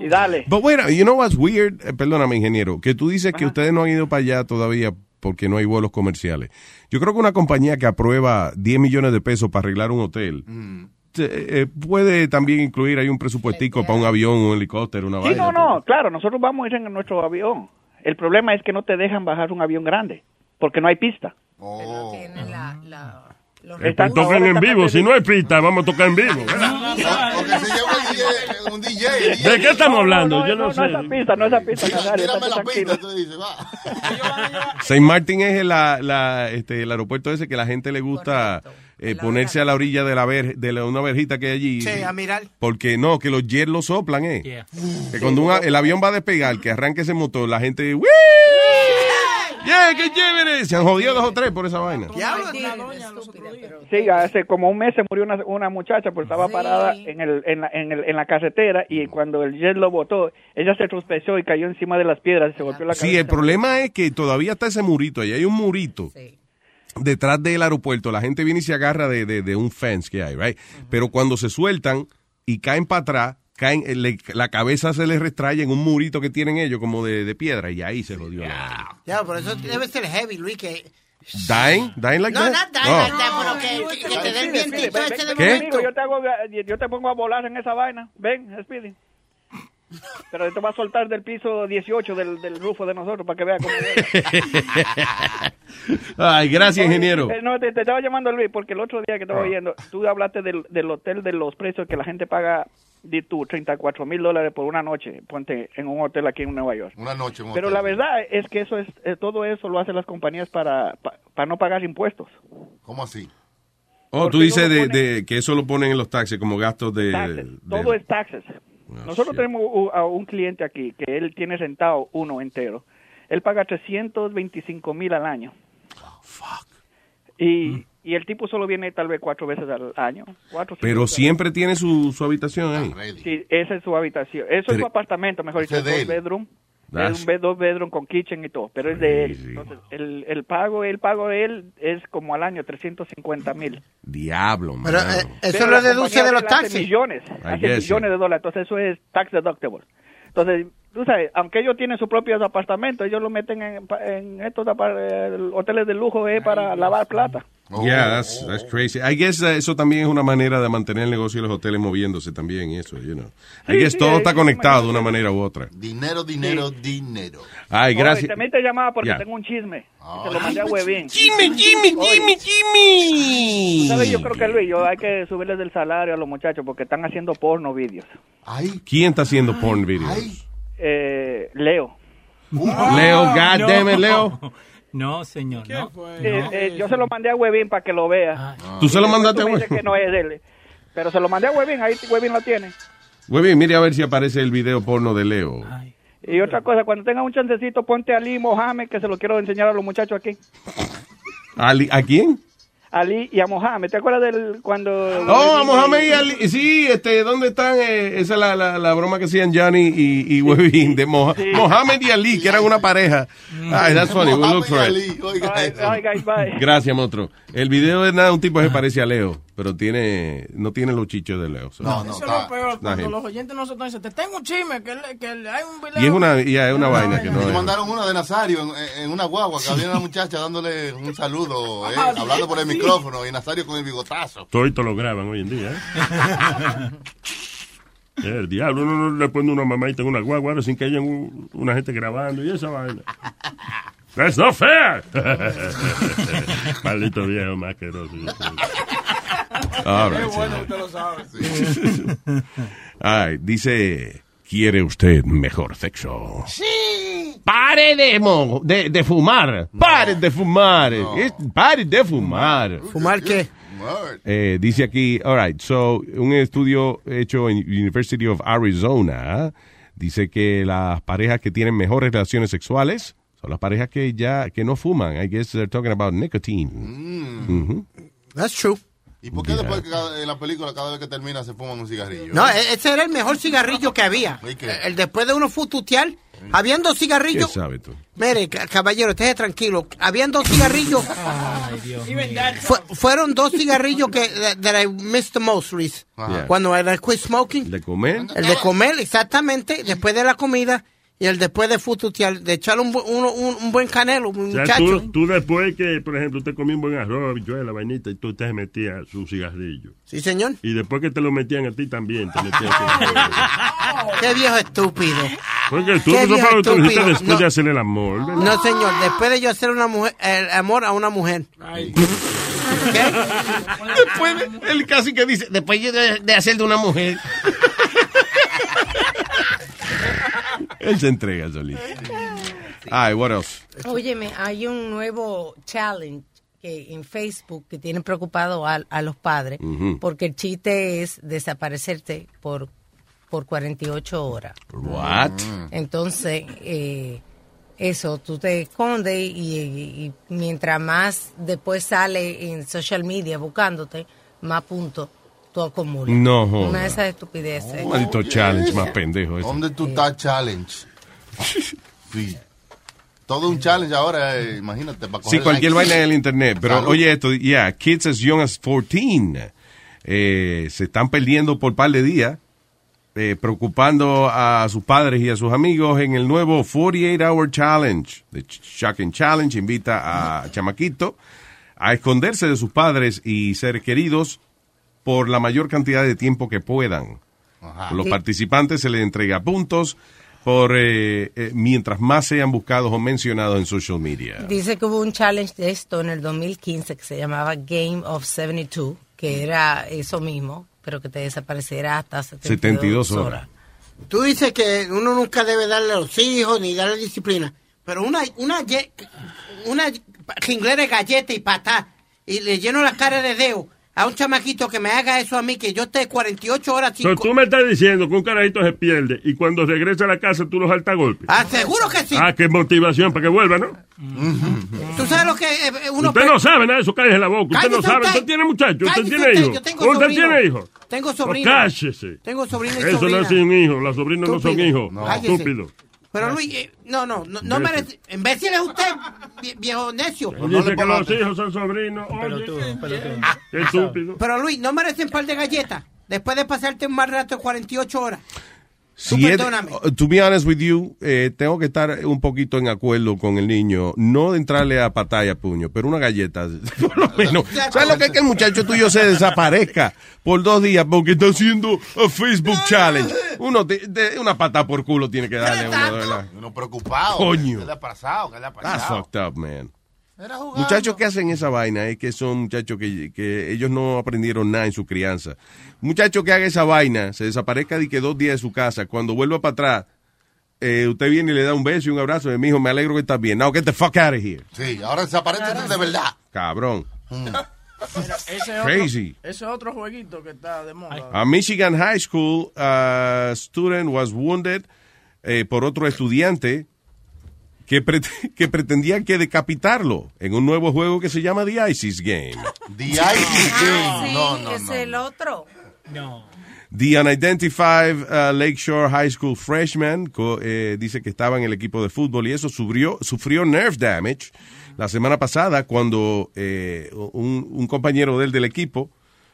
Speaker 15: y dale.
Speaker 10: Pero bueno, you know what's weird, Eh, perdóname ingeniero, que tú dices que ustedes no han ido para allá todavía porque no hay vuelos comerciales. Yo creo que una compañía que aprueba 10 millones de pesos para arreglar un hotel
Speaker 15: Mm.
Speaker 10: te- eh, puede también incluir ahí un presupuestico para un avión, un helicóptero, una
Speaker 15: Sí,
Speaker 10: vaina.
Speaker 15: no, no, claro, nosotros vamos a ir en nuestro avión. El problema es que no te dejan bajar un avión grande porque no hay pista.
Speaker 12: Oh.
Speaker 1: Eh, pues tocan en vivo, si no hay pista, vamos a tocar en vivo. ¿verdad?
Speaker 12: Un DJ.
Speaker 1: ¿De qué estamos hablando? Pues Yo no
Speaker 15: No, no,
Speaker 1: sé.
Speaker 15: esa pista, no esa pista, Nazario,
Speaker 12: Tírame
Speaker 15: estate
Speaker 12: la
Speaker 15: tranquilo.
Speaker 12: pista, tú dices, va.
Speaker 10: Saint Martin es el- la, la- este, el aeropuerto ese que la gente le gusta eh, ponerse a la orilla de la ver, de la- una verjita que hay allí.
Speaker 13: Sí, a mirar.
Speaker 10: Porque no, que los jets lo soplan, eh.
Speaker 13: Yeah.
Speaker 10: Que cuando un a- el avión va a despegar, que arranque ese motor, la gente ¡Wii! Yeah, qué chévere. Se han jodido dos o tres por esa vaina.
Speaker 15: Sí, hace como un mes se murió una, una muchacha porque estaba parada en, el, en, la, en, el- en la carretera
Speaker 10: Mm.
Speaker 15: y cuando el jet lo botó, ella se tropezó y cayó encima de las piedras
Speaker 1: Ah.
Speaker 15: y se golpeó la cabeza.
Speaker 10: Sí, el problema es que todavía está ese murito. Ahí hay un murito. Detrás del aeropuerto, la gente viene y se agarra de, de- de un fence que hay, right? Pero cuando se sueltan y caen para atrás, caen, eh, le- la cabeza se les restrae en un murito que tienen ellos, como de, de piedra, y ahí se jodió. la-
Speaker 13: Ya, pero eso debe ser heavy, Luis, que...
Speaker 10: Dying, dying like
Speaker 13: No,
Speaker 10: that.
Speaker 13: not dying
Speaker 10: Oh.
Speaker 13: like that, pero que, que- que te dé el
Speaker 15: Speedy, Speedy,
Speaker 13: vientito
Speaker 15: ven,
Speaker 13: este de
Speaker 15: ven
Speaker 10: ¿Qué?
Speaker 15: conmigo, yo te, hago, yo te pongo a volar en esa vaina. Ven, Speedy. Pero te va a soltar del piso 18 del, del rufo de nosotros para que vea cómo
Speaker 10: Ay, gracias, ingeniero.
Speaker 15: Eh, no, te, te estaba llamando Luis porque el otro día que
Speaker 12: Ah.
Speaker 15: estaba viendo, tú hablaste del, del hotel de los precios que la gente paga, di tú, 34 mil dólares por una noche, ponte en un hotel aquí en Nueva York.
Speaker 12: Una noche, un
Speaker 15: Pero
Speaker 12: hotel.
Speaker 15: la verdad es que eso es eh, todo eso lo hacen las compañías para, pa- para no pagar impuestos.
Speaker 12: ¿Cómo así?
Speaker 10: Oh, tú
Speaker 15: Porque
Speaker 10: dices
Speaker 15: uno
Speaker 10: de, de- que eso lo ponen en los taxis como gastos de...
Speaker 15: Taxes.
Speaker 10: de-
Speaker 15: Todo es taxes. Nosotros tenemos u- a un cliente aquí que él tiene rentado uno entero. Él paga 325 mil al año. Y,
Speaker 10: Mm.
Speaker 15: y el tipo solo viene tal vez cuatro veces al año. Cuatro, cinco
Speaker 10: Pero
Speaker 15: veces.
Speaker 10: siempre tiene su, su habitación ahí.
Speaker 15: Ah, Sí, esa es su habitación. Eso es
Speaker 10: Pero-
Speaker 15: su apartamento, mejor dicho,
Speaker 10: Ese de
Speaker 15: dos
Speaker 10: él.
Speaker 15: bedroom.
Speaker 10: That's-
Speaker 15: Es un bed, dos bedroom con kitchen y todo, pero es de él. Entonces, el, el pago, el pago de él es como al año 350 mil.
Speaker 10: Diablo, man.
Speaker 15: Pero eh,
Speaker 13: lo
Speaker 15: la
Speaker 13: deduce
Speaker 15: compañía
Speaker 13: de los
Speaker 15: hace
Speaker 13: taxes.
Speaker 15: millones,
Speaker 10: I
Speaker 15: hace
Speaker 10: guess,
Speaker 15: millones de dólares. Entonces eso es tax deductible. Entonces, tú sabes, aunque ellos tienen sus propios apartamentos, ellos lo meten en, pa- en estos apar- eh, hoteles de lujo eh, para lavar plata.
Speaker 10: Yeah, that's, that's crazy. I guess uh, eso también es una manera de mantener el negocio y los hoteles moviéndose también, y eso, you know. I
Speaker 15: Sí,
Speaker 10: guess
Speaker 15: sí,
Speaker 10: todo
Speaker 15: es
Speaker 10: está
Speaker 15: una
Speaker 10: conectado de una manera u otra.
Speaker 12: Dinero, dinero, dinero.
Speaker 10: Ay,
Speaker 15: Oye,
Speaker 10: gracias.
Speaker 15: también te llamaba porque
Speaker 10: Ya.
Speaker 15: tengo un chisme. Y te lo mandé a Huevín.
Speaker 5: Jimmy, Jimmy, Jimmy, Jimmy.
Speaker 15: Tú sabes, yo creo que Luis, yo hay que subirles el salario a los muchachos porque están haciendo porno vídeos.
Speaker 10: ¿Quién está haciendo porn videos?
Speaker 15: Eh, Leo.
Speaker 10: Oh, Leo, God damn it, Leo.
Speaker 18: No, señor. Pues, No.
Speaker 15: Eh, eh, yo se lo mandé a Huevín para que lo vea.
Speaker 10: ¿Tú se lo mandaste a
Speaker 15: Tú me dices
Speaker 10: Huevín?
Speaker 15: que no es de él. Pero se lo mandé a Huevín, ahí Huevín lo tiene.
Speaker 10: Muy bien, mire a ver si aparece el video porno de Leo.
Speaker 15: Y otra cosa, cuando tengas un chancecito, ponte a Ali Mohamed, que se lo quiero enseñar a los muchachos aquí.
Speaker 10: Ali- ¿A quién?
Speaker 15: Ali y a Mohamed. ¿Te acuerdas del cuando...
Speaker 10: Oh, a Mohamed y Ali. Sí, este, ¿dónde están? Eh, esa es la, la, la broma que hacían Johnny y, y Webin de Moha- Mohamed y Ali, que eran una pareja. Ay, that's funny. We'll look for it.
Speaker 15: Ay, ay, guys, bye.
Speaker 10: Gracias, monstruo. El video es nada, un tipo que se parece a Leo, pero tiene no tiene los chichos de Leo. so-
Speaker 9: Eso es lo peor,
Speaker 10: Nah,
Speaker 9: cuando
Speaker 10: him.
Speaker 9: los oyentes no se toman, dicen, te tengo un chisme, que, le- que le- hay un video.
Speaker 10: Y es una, ya, es una vaina que no
Speaker 12: Nos
Speaker 10: es.
Speaker 12: mandaron una de Nazario en, en una guagua que había una muchacha dándole un saludo, eh,
Speaker 9: Ah,
Speaker 12: hablando por el
Speaker 9: sí.
Speaker 12: micrófono y Nazario con el bigotazo.
Speaker 1: Todo esto lo graban hoy en día. ¿eh? El diablo, uno no le pone una mamadita en una guagua ahora sin que haya un- una gente grabando y esa vaina. ¡That's not fair! Maldito viejo más que
Speaker 10: All right, Qué bueno señor. usted lo sabe. Ay, dice, ¿quiere usted mejor sexo?
Speaker 5: Sí.
Speaker 10: Pare de, mo- de, de fumar. Pare de fumar. Es- Pare de fumar.
Speaker 13: ¿Fumar qué?
Speaker 10: Eh, dice aquí, all right, so, un estudio hecho en University of Arizona dice que las parejas que tienen mejores relaciones sexuales son las parejas que ya, que no fuman. I guess they're talking about nicotine. Ujú.
Speaker 13: That's true.
Speaker 12: ¿Y Mm, por qué después que cada- en la película cada vez que termina se fuman un cigarrillo?
Speaker 13: No,
Speaker 10: eh,
Speaker 13: e- ese era el mejor cigarrillo que había. El después de uno fututear, habían dos
Speaker 10: ¿Qué
Speaker 13: cigarrillos.
Speaker 10: sabe tú?
Speaker 13: Mire, ca- caballero, esté tranquilo. Habían dos cigarrillos. Fue- fueron dos cigarrillos que that- that I missed the most, Luis.
Speaker 10: Ajá.
Speaker 13: Cuando era quit smoking.
Speaker 10: ¿De comer?
Speaker 13: El de comer, exactamente, después de la comida y el después de fututear, de echar un, bu- uno- un- un buen canelo,
Speaker 1: O
Speaker 13: un
Speaker 1: sea,
Speaker 13: muchacho.
Speaker 1: tú, tú después que, por ejemplo, usted comía un buen arroz, habichuela, vainita, y tú te metías su cigarrillo.
Speaker 13: Sí, señor.
Speaker 1: Y después que te lo metían a ti también, te metías su cigarrillo.
Speaker 13: Qué viejo estúpido.
Speaker 1: Porque tú,
Speaker 13: Qué
Speaker 1: eso
Speaker 13: viejo
Speaker 1: fue lo que tú dijiste
Speaker 13: estúpido.
Speaker 1: después
Speaker 13: No.
Speaker 1: de hacer el amor, ¿verdad?
Speaker 13: No, señor, después de yo hacer una mujer, el amor a una mujer.
Speaker 4: Después, de- él casi que dice, después de, de hacer de una mujer.
Speaker 10: Él se entrega solito. Ay, what else?
Speaker 11: Óyeme, hay un nuevo challenge que en Facebook que tiene preocupado a, a los padres
Speaker 5: Ujú.
Speaker 11: porque el chiste es desaparecerte por por 48 horas.
Speaker 5: What?
Speaker 11: Entonces, eh, Eso, tú te escondes y, y- y mientras más después sale en social media buscándote, más puntos tú acumulas.
Speaker 10: No joda.
Speaker 11: Una de esas estupideces.
Speaker 10: Un maldito challenge más pendejo. ese.
Speaker 12: ¿Dónde tú estás challenge? Sí. Todo un challenge ahora, eh, imagínate. Para
Speaker 10: Sí,
Speaker 12: coger
Speaker 10: cualquier
Speaker 12: likes.
Speaker 10: vaina en el internet. Pero
Speaker 12: Salud.
Speaker 10: oye esto, yeah, kids as young as 14 eh, se están perdiendo por par de días, eh, preocupando a sus padres y a sus amigos en el nuevo 48-hour challenge. The Ch- Shocking Challenge invita a Chamaquito a esconderse de sus padres y ser queridos por la mayor cantidad de tiempo que puedan. A los
Speaker 11: Sí.
Speaker 10: participantes se les entrega puntos por eh, eh, mientras más sean buscados o mencionados en social media.
Speaker 11: Dice que hubo un challenge de esto en el 2015 que se llamaba Game of 72, que era eso mismo, pero que te desapareciera hasta 72,
Speaker 10: 72 horas.
Speaker 11: horas.
Speaker 13: Tú dices que uno nunca debe darle a los hijos ni darle disciplina, pero una una ye- una jinglera de galleta y patá y le lleno la cara de dedo a un chamaquito que me haga eso a mí que yo esté 48 horas sin
Speaker 1: So, tú me estás diciendo que un carajito se pierde y cuando regresa a la casa tú los saltas a golpes.
Speaker 13: Ah, seguro que sí.
Speaker 1: Ah, qué motivación para que vuelva, ¿no?
Speaker 13: Tú sabes lo que eh, eh, uno
Speaker 1: usted
Speaker 13: pe-
Speaker 1: no sabe nada de eso, cállese la boca. Usted
Speaker 13: Cállese
Speaker 1: no sabe.
Speaker 13: usted.
Speaker 1: Usted tiene muchachos, usted
Speaker 13: Cállese
Speaker 1: tiene
Speaker 13: usted,
Speaker 1: hijos.
Speaker 13: yo tengo
Speaker 1: Usted
Speaker 13: sobrino.
Speaker 1: tiene hijos.
Speaker 13: Tengo
Speaker 1: No,
Speaker 13: sobrino.
Speaker 1: cállese.
Speaker 13: Tengo sobrino y
Speaker 1: Eso
Speaker 13: sobrina.
Speaker 1: no es un hijo. Los sobrinos no son
Speaker 13: Estúpido.
Speaker 1: hijos.
Speaker 13: No. Cállese.
Speaker 1: Estúpido.
Speaker 13: Pero Luis, eh, no, no, no, no
Speaker 1: Imbécil.
Speaker 13: merece. Imbécil es usted, vie- viejo necio.
Speaker 10: Pues
Speaker 1: Él dice que los hijos son sobrinos. Oye, Ah, qué
Speaker 10: Ah.
Speaker 1: estúpido.
Speaker 13: Pero Luis, no merecen par de galletas. Después de pasarte un mal rato de 48 horas.
Speaker 10: Si es- Oh, to be honest with you, eh, tengo que estar un poquito en acuerdo con el niño. No de entrarle a patalla puño, pero una galleta, por lo menos. ¿Sabes lo que es que el muchacho tuyo se desaparezca por dos días porque está haciendo a Facebook Challenge? Uno te- te- una pata por culo tiene que darle a uno, de verdad.
Speaker 12: Uno preocupado.
Speaker 10: Coño. Ah,
Speaker 12: ¿Qué le ha pasado? ¿Qué le ha
Speaker 10: That's
Speaker 12: pasado?
Speaker 10: fucked up, man.
Speaker 12: Era jugando.
Speaker 10: Muchachos que hacen esa vaina es que son muchachos que, que ellos no aprendieron nada en su crianza. Muchacho que haga esa vaina, se desaparezca de que dos días de su casa, cuando vuelva para atrás, eh, usted viene y le da un beso y un abrazo de mi hijo, me alegro que estás bien. Now get the fuck out of here.
Speaker 12: Sí, ahora desaparece de verdad.
Speaker 10: Cabrón.
Speaker 9: Mira, ese
Speaker 10: Crazy.
Speaker 9: Otro, ese otro jueguito que está de moda.
Speaker 10: A Michigan High School, a student was wounded eh, por otro estudiante que, prete- que pretendía que decapitarlo en un nuevo juego que se llama The ISIS Game.
Speaker 12: The ISIS
Speaker 11: Ah, Sí,
Speaker 12: Game. No, no,
Speaker 11: es
Speaker 12: no.
Speaker 11: el otro.
Speaker 10: The unidentified uh, Lakeshore High School freshman co- eh, dice que estaba en el equipo de fútbol y eso sufrió, sufrió nerve damage la semana pasada cuando eh, un, un compañero del del equipo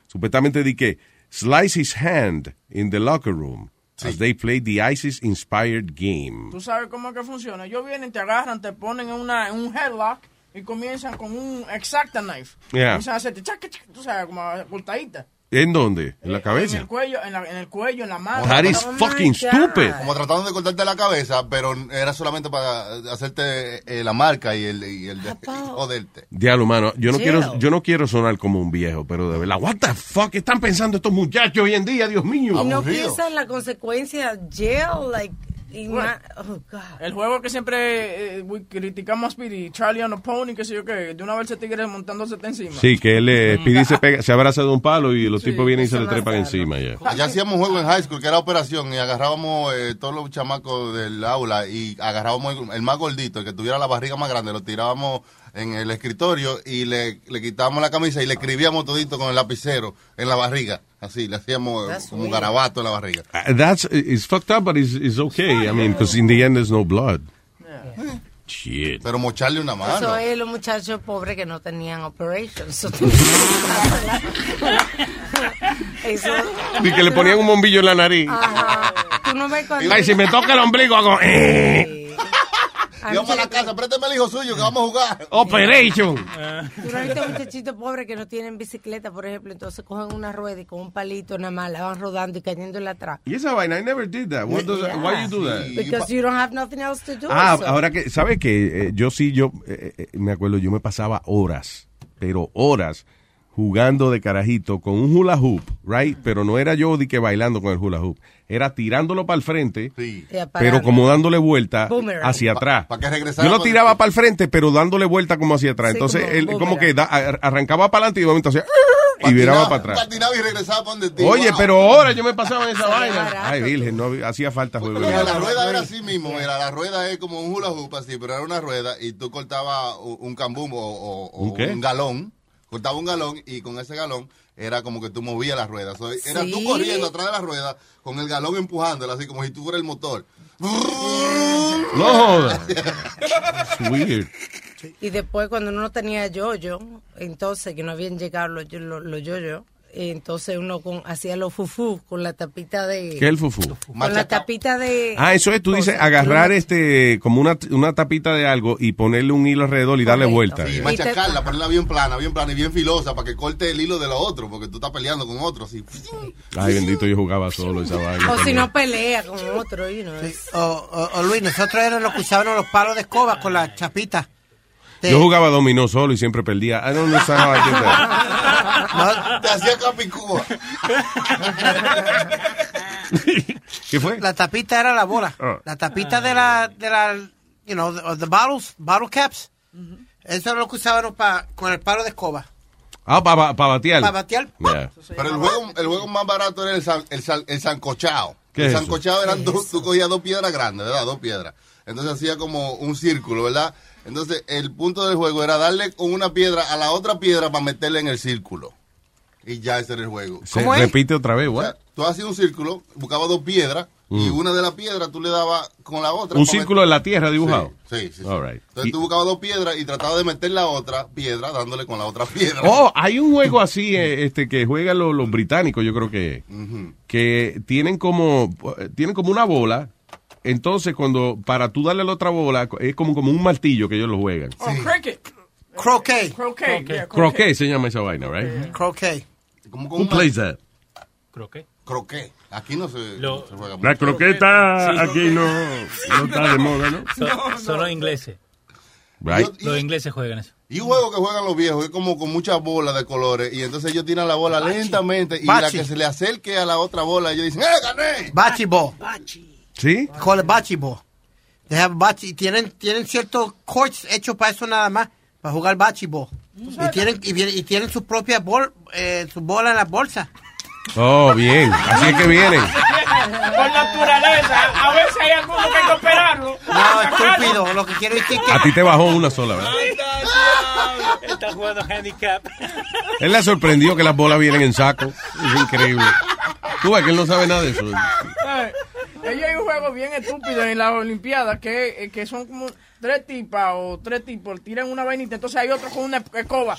Speaker 10: supuestamente di que slice his hand in the locker room as they played the ISIS inspired game.
Speaker 9: Tú sabes cómo es que funciona. Ellos vienen, te agarran, te ponen en, una, en un headlock y comienzan con un exacta knife.
Speaker 10: Yeah.
Speaker 9: Comienzan a hacerte chaca, chaca, tú sabes, como cortadita.
Speaker 10: ¿En dónde? ¿En la
Speaker 9: En el
Speaker 10: cabeza?
Speaker 9: cuello, en, la- en el cuello, en la mano. Oh
Speaker 10: That is fucking stupid.
Speaker 12: Como tratando de cortarte la cabeza, pero era solamente para hacerte eh, la marca y el, y el de, y joderte.
Speaker 10: Diablo, mano, yo no,
Speaker 12: Chill.
Speaker 10: quiero, yo no quiero sonar como un viejo, pero de verdad, what the fuck están pensando estos muchachos hoy en día, Dios mío.
Speaker 11: Y no piensa en la consecuencia, jail, like, y
Speaker 9: Bueno.
Speaker 11: ma- oh, God.
Speaker 9: El juego que siempre eh, we- criticamos a Speedy, Charlie on a Pony, que sé yo qué, de una vez el tigre montándose hasta encima.
Speaker 10: Sí, que él eh, Speedy se, pega- se abraza de un palo y los tipos vienen y se le trepan encima ya.
Speaker 12: Allá hacíamos un juego en high school que era operación y agarrábamos eh, todos los chamacos del aula y agarrábamos el, el más gordito, el que tuviera la barriga más grande, lo tirábamos en el escritorio y le, le quitábamos la camisa y le escribíamos todito con el lapicero en la barriga. Así, le hacíamos eh, como un garabato en la barriga.
Speaker 10: Uh, That's it's fucked up, but it's, it's okay. I mean, because in the end there's no blood. Shit.
Speaker 12: Pero mocharle una mano.
Speaker 11: Eso es los muchachos pobres que no tenían operations. Eso-
Speaker 10: Y que le ponían un bombillo en la nariz.
Speaker 11: Ajá. Tú no ves cuando-
Speaker 10: Ay, si me toca el ombligo hago eh,
Speaker 11: A
Speaker 12: Íbamos a
Speaker 11: mí
Speaker 12: la casa, préstame el hijo suyo que vamos a jugar.
Speaker 10: operation.
Speaker 11: Tú no has visto muchachitos pobres que no tienen bicicleta, por ejemplo, entonces cogen una rueda y con un palito nada más la van rodando y cayéndole atrás.
Speaker 10: Y esa vaina, I never did that. What does that- Why you do that?
Speaker 11: Because you don't have nothing else to do.
Speaker 10: Ah,
Speaker 11: so-
Speaker 10: ahora que, ¿sabes que Yo sí, yo eh, eh, me acuerdo, yo me pasaba horas, pero horas jugando de carajito con un hula hoop, right? Pero no era yo de que bailando con el hula hoop, era tirándolo para el frente,
Speaker 11: Y a pararlo.
Speaker 10: pero como dándole vuelta
Speaker 11: Boomerang.
Speaker 10: hacia
Speaker 12: Pa-
Speaker 10: atrás.
Speaker 12: pa' que regresara
Speaker 10: yo lo
Speaker 12: cuando-
Speaker 10: tiraba para el frente, pero dándole vuelta como hacia atrás.
Speaker 12: Sí,
Speaker 10: Entonces
Speaker 12: como
Speaker 10: él como
Speaker 12: boomerang.
Speaker 10: que da- ar- arrancaba para adelante y de momento hacía y viraba para atrás.
Speaker 12: Patinaba y regresaba para donde ti.
Speaker 10: Oye,
Speaker 12: Wow.
Speaker 10: pero ahora yo me pasaba en esa vaina. Ay, virgen, no había- hacía falta juego. de
Speaker 12: Porque la
Speaker 10: bola.
Speaker 12: rueda era así mismo, era la rueda es como un hula hoop así, pero era una rueda y tú cortabas u- un cambumbo o, o- o
Speaker 10: ¿Un qué?
Speaker 12: un galón, cortabas un galón y con ese galón era como que tú movías las ruedas. So, era tú
Speaker 19: Sí.
Speaker 12: corriendo atrás de la rueda con el galón empujándola así como si tú fueras el motor.
Speaker 10: No jodas. It's weird.
Speaker 11: Y después cuando uno no tenía yo-yo, entonces que no habían llegado los yo- los los yo-yo, entonces uno con, hacía los fufú con la tapita de...
Speaker 10: ¿Qué es el fufú?
Speaker 11: Con la tapita de...
Speaker 10: Ah, eso es, tú
Speaker 12: Pues,
Speaker 10: dices agarrar este como una, una tapita de algo y ponerle un hilo alrededor y darle vuelta.
Speaker 12: Y
Speaker 10: Ya.
Speaker 12: machacarla, ponerla bien plana, bien plana y bien filosa para que corte el hilo de lo otro, porque tú estás peleando con otro así.
Speaker 10: Ay, bendito, yo jugaba solo esa vaina.
Speaker 11: O si no pelea con otro, you know.
Speaker 13: O, o- o, Luis, nosotros éramos los que usábamos los palos de escoba con las chapitas.
Speaker 10: Yo jugaba dominó solo y siempre perdía. Ah, I don't know how I did that.
Speaker 12: Te hacía capicúa.
Speaker 10: ¿Qué fue?
Speaker 13: La tapita era la bola.
Speaker 10: Ah.
Speaker 13: La tapita de la, de la, you know, the, of the bottles, bottle caps.
Speaker 19: Mm-hmm.
Speaker 13: Eso era lo que usábamos pa- con el palo de escoba.
Speaker 10: Ah, para batear.
Speaker 13: Para batear.
Speaker 10: Yeah.
Speaker 12: Pero el juego, el juego más barato era el, san- el, san- el sancochao.
Speaker 10: ¿Qué
Speaker 12: el
Speaker 10: es eso?
Speaker 12: sancochao eran dos, tú cogías dos piedras grandes, ¿verdad? Dos piedras. Entonces hacía como un círculo, ¿verdad? Entonces el punto del juego era darle con una piedra a la otra piedra para meterla en el círculo. Y ya ese era el juego.
Speaker 10: Se repite otra vez, what?
Speaker 12: Tú hacías un círculo, buscabas dos piedras y
Speaker 10: Mm.
Speaker 12: una de las piedras tú le dabas con la otra.
Speaker 10: Un
Speaker 12: para
Speaker 10: círculo en la tierra dibujado.
Speaker 12: Sí, sí, sí.
Speaker 10: All right.
Speaker 12: Entonces tú buscabas dos piedras y tratabas de meter la otra piedra dándole con la otra piedra.
Speaker 10: Oh, hay un juego así eh, este que juegan los, los británicos, yo creo que
Speaker 12: Ujú.
Speaker 10: que tienen como tienen como una bola. Entonces, cuando para tú darle la otra bola es como como un martillo que ellos lo juegan.
Speaker 5: Oh,
Speaker 9: Cricket.
Speaker 13: Croquet.
Speaker 9: Croquet. yeah,
Speaker 10: Croquet se llama esa vaina, right?
Speaker 13: Croquet.
Speaker 10: Who plays that?
Speaker 12: Croquet. Croquet. Aquí no se, no se
Speaker 1: La
Speaker 12: juega mucho.
Speaker 1: croqueta
Speaker 12: Sí.
Speaker 1: aquí no, no está de moda, ¿no?
Speaker 18: So- son los ingleses.
Speaker 12: Right.
Speaker 18: Los ingleses juegan eso.
Speaker 12: Y un juego que juegan los viejos es como con muchas bolas de colores y entonces ellos tiran la bola lentamente y la
Speaker 13: Bachi.
Speaker 12: que se le acerque a la otra bola ellos dicen ¡Eh, gané!
Speaker 13: Bachi ball.
Speaker 10: ¿Sí?
Speaker 13: Call it bachi ball. They have bachi. Tienen, tienen ciertos courts hechos para eso nada más, para jugar bachi ball.
Speaker 19: Mm.
Speaker 13: Y tienen, y, viene- y tienen sus propias bol, eh, sus bolas en las bolsas.
Speaker 10: Oh, bien. Así es que vienen.
Speaker 19: Por naturaleza, a veces hay algunos que hay que operarlo.
Speaker 13: No, estúpido. Lo que quiero decir es que...
Speaker 10: A ti te bajó una sola, ¿verdad?
Speaker 18: Está jugando handicap.
Speaker 10: Él le sorprendió que las bolas vienen en saco. Es increíble. Tú ves que él no sabe nada de eso.
Speaker 9: ¿Sabes? Ellos hay un juego bien estúpido en las Olimpiadas que, eh, que son como tres tipas o tres tipos, tiran una vainita, entonces hay otro con una escoba.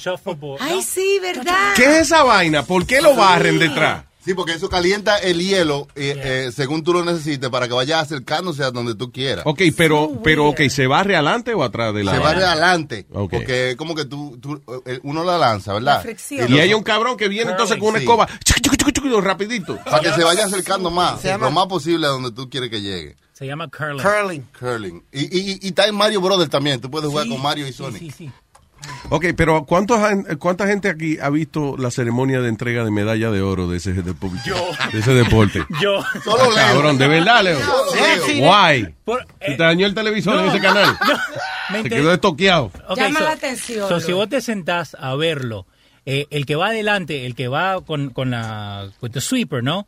Speaker 11: Ay, sí, ¿verdad?
Speaker 10: ¿Qué es esa vaina? ¿Por qué lo barren detrás?
Speaker 12: Sí, porque eso calienta el hielo eh, eh, según tú lo necesites para que vayas acercándose a donde tú quieras.
Speaker 10: Ok, pero, pero, ok, ¿se barre adelante o atrás de la
Speaker 12: Se va de adelante.
Speaker 10: Ok.
Speaker 12: Porque es como que tú, tú, eh, uno la lanza, ¿verdad?
Speaker 10: Y hay un cabrón que viene entonces con una
Speaker 12: Sí.
Speaker 10: escoba, chuc, chuc, chuc, chuc, rapidito.
Speaker 12: Para que se vaya acercando más,
Speaker 10: Se llama-
Speaker 12: lo más posible a donde tú quieres que llegue.
Speaker 18: Se llama curling.
Speaker 13: Curling.
Speaker 12: Curling. Y, y, y está en Mario Brothers también. Tú puedes jugar con Mario y Sonic.
Speaker 10: Ok, pero ¿cuántos han- ¿cuánta gente aquí ha visto la ceremonia de entrega de medalla de oro de ese, depo- de ese deporte?
Speaker 18: Yo.
Speaker 10: Ah, Cabrón, de verdad, Leo.
Speaker 18: Solo Leo.
Speaker 10: Guay.
Speaker 18: Por-
Speaker 10: Se
Speaker 18: eh,
Speaker 10: te dañó el televisor en ese canal. Se
Speaker 18: me enter-
Speaker 10: quedó estoqueado.
Speaker 18: Ok,
Speaker 11: Llama
Speaker 18: so-
Speaker 11: la atención.
Speaker 18: so, si vos te sentás a verlo, eh, el que va adelante, el que va con, con la con the sweeper, ¿no?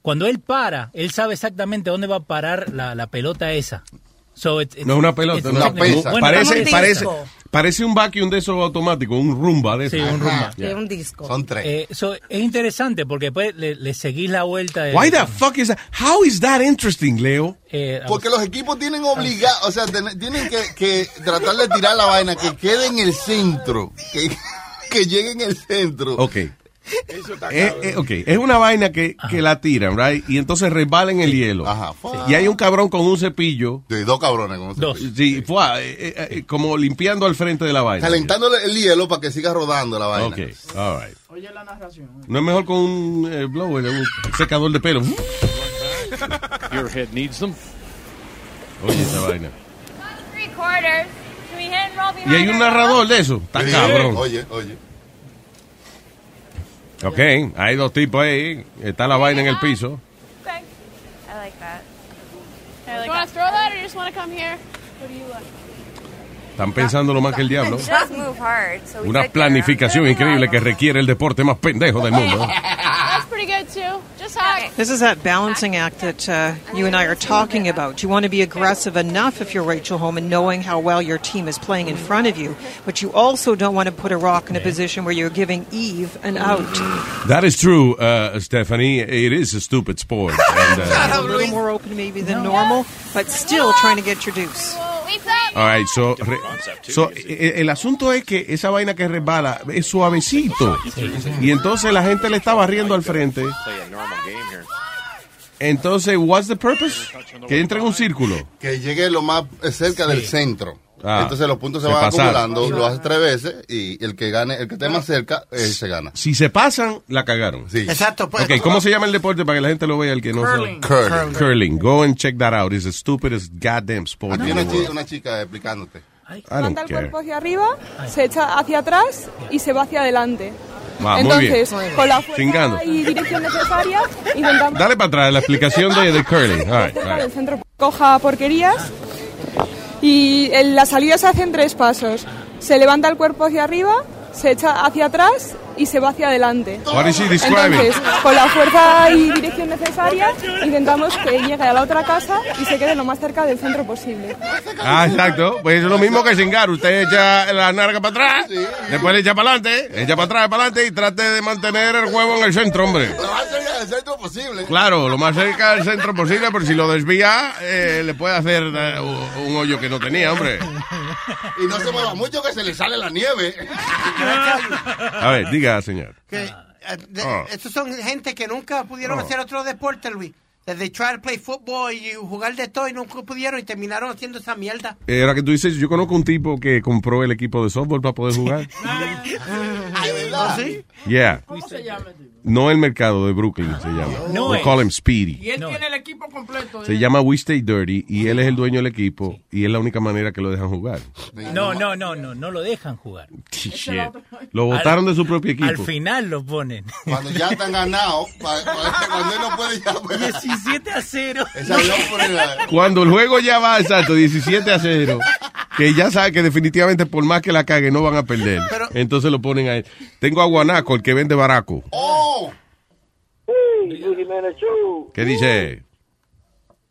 Speaker 18: Cuando él para, él sabe exactamente dónde va a parar la, la pelota esa. So, it's- it's-
Speaker 10: No es una pelota,
Speaker 18: it's
Speaker 10: no.
Speaker 18: technical. Bueno,
Speaker 10: parece,
Speaker 18: no,
Speaker 10: parece,
Speaker 18: disco.
Speaker 10: parece un vacuum de esos automáticos, un rumba de
Speaker 18: Sí,
Speaker 10: esos.
Speaker 18: un rumba.
Speaker 10: Yeah.
Speaker 11: disco.
Speaker 12: Son tres.
Speaker 18: Eh, so, es interesante porque después le, le seguís la vuelta. de-
Speaker 10: Why the fuck is that? How is that interesting, Leo?
Speaker 18: eh,
Speaker 12: Porque los equipos tienen obligado, o sea, ten- tienen que, que tratar de tirar la vaina que quede en el centro. Que, que llegue en el centro.
Speaker 10: Ok. Eh, eh, ok, es una vaina que, que la tiran, right? Y entonces resbalen el hielo. Y hay un cabrón con un cepillo.
Speaker 12: dos cabrones con un
Speaker 10: cepillo. Sí, fuá, eh, eh, eh, como limpiando al frente de la vaina.
Speaker 12: Calentándole el hielo para que siga rodando la vaina.
Speaker 10: Ok, all right. Oye la narración. No es mejor con un eh, blower, un secador de pelo.
Speaker 20: Your head needs them.
Speaker 10: Oye, esa vaina.
Speaker 21: Three quarters. Can we hand roll behind
Speaker 10: Y hay un
Speaker 21: our-
Speaker 10: narrador de eso. Está
Speaker 12: Sí.
Speaker 10: cabrón.
Speaker 12: Oye, oye.
Speaker 10: Ok, hay dos tipos ahí. Está la vaina en el piso.
Speaker 21: Okay. I like that. I like you want to throw that or you just want to come here? What do you like?
Speaker 10: Están pensando lo más que el diablo.
Speaker 21: Just move hard. So we
Speaker 10: Una
Speaker 21: get there.
Speaker 10: planificación increíble que requiere el deporte más pendejo del mundo.
Speaker 21: That's pretty good too. Just hug.
Speaker 22: This is that balancing act that uh, you and I are talking about. You want to be aggressive enough if you're Rachel Holman, knowing how well your team is playing in front of you, but you also don't want to put a rock in a position where you're giving Eve an out.
Speaker 10: That is true, uh, Stephanie. It is a stupid sport. And, uh,
Speaker 22: a little more open maybe than normal, but still trying to get your deuce.
Speaker 10: uh, all right, so, re- so, e- el asunto es que esa vaina que resbala es suavecito. Y entonces la gente le está barriendo al frente.
Speaker 20: Play a normal game here.
Speaker 10: Entonces, what's the purpose? Que entra en un círculo.
Speaker 12: Que llegue lo más cerca del centro.
Speaker 10: Ah.
Speaker 12: Entonces los puntos se
Speaker 10: Se
Speaker 12: van
Speaker 10: pasaron.
Speaker 12: acumulando, lo haces tres veces y el que gane, el que esté más cerca, eh, se gana.
Speaker 10: Si se pasan, la cagaron.
Speaker 12: Exacto, pues.
Speaker 10: Ok, ¿cómo se llama el deporte para que la gente lo vea? El que no
Speaker 12: Curling.
Speaker 10: sabe?
Speaker 12: Curling.
Speaker 10: Curling. Curling. Go and check that out. It's the stupidest goddamn sport. in
Speaker 12: Aquí
Speaker 10: the
Speaker 12: una
Speaker 10: world.
Speaker 12: chica, una chica explicándote.
Speaker 10: I don't
Speaker 21: Manda el
Speaker 10: care.
Speaker 21: cuerpo hacia arriba, se echa hacia atrás y se va hacia adelante.
Speaker 10: Va, muy
Speaker 21: Entonces,
Speaker 10: bien.
Speaker 21: con la fuerza
Speaker 10: Chingando.
Speaker 21: y dirección necesaria, intentamos
Speaker 10: Dale para atrás la explicación de, de curling. All right, all
Speaker 21: cerca
Speaker 10: right.
Speaker 21: del centro coja porquerías y en la salida se hace en tres pasos. Se levanta el cuerpo hacia arriba, se echa hacia atrás y se va hacia adelante.
Speaker 10: What is he describing?
Speaker 21: Entonces, con la fuerza y dirección necesaria, intentamos que llegue a la otra casa y se quede lo más cerca del centro posible.
Speaker 10: Ah, exacto. Pues es lo mismo que cingar. Usted echa la narga para atrás, después le echa para adelante, echa para atrás, para adelante y trate de mantener el huevo en el centro, hombre.
Speaker 12: Lo más cerca del centro posible.
Speaker 10: Claro, lo más cerca del centro posible, por si lo desvía, eh, le puede hacer eh, u- un hoyo que no tenía, hombre.
Speaker 12: Y no se mueva mucho que se le sale la nieve.
Speaker 10: A ver, diga, señor.
Speaker 13: Que, eh, de-
Speaker 10: Ah.
Speaker 13: Estos son gente que nunca pudieron
Speaker 10: Ah.
Speaker 13: hacer otro deporte, Luis. Desde try to play football y jugar de todo y nunca pudieron y terminaron haciendo esa mierda.
Speaker 10: Eh, Ahora que tú dices, yo conozco un tipo que compró el equipo de softball para poder jugar.
Speaker 13: ¿Ah, sí?
Speaker 10: Yeah.
Speaker 9: ¿Cómo se llama? tío?
Speaker 10: No el mercado de Brooklyn se llama.
Speaker 9: No
Speaker 10: We
Speaker 9: es.
Speaker 10: call him Speedy.
Speaker 9: Y él tiene el equipo completo.
Speaker 5: ¿eh?
Speaker 10: Se llama We Stay Dirty y él es el dueño del equipo y es la única manera que lo dejan jugar.
Speaker 18: No, no, no, no, no lo dejan jugar.
Speaker 10: Shit. Lo votaron de su propio equipo.
Speaker 18: Al final lo ponen.
Speaker 12: Cuando ya están ganados, pa- pa- cuando él no puede ya.
Speaker 18: 17 a 0.
Speaker 12: Esa yo por el-
Speaker 10: Cuando el juego ya va, exacto, 17 a 0, que ya sabe que definitivamente por más que la cague no van a perder. Entonces lo ponen ahí. Tengo a Guanaco, el que vende baraco.
Speaker 12: ¡Oh!
Speaker 23: Luis Jiménez Chu.
Speaker 10: ¿Qué dice?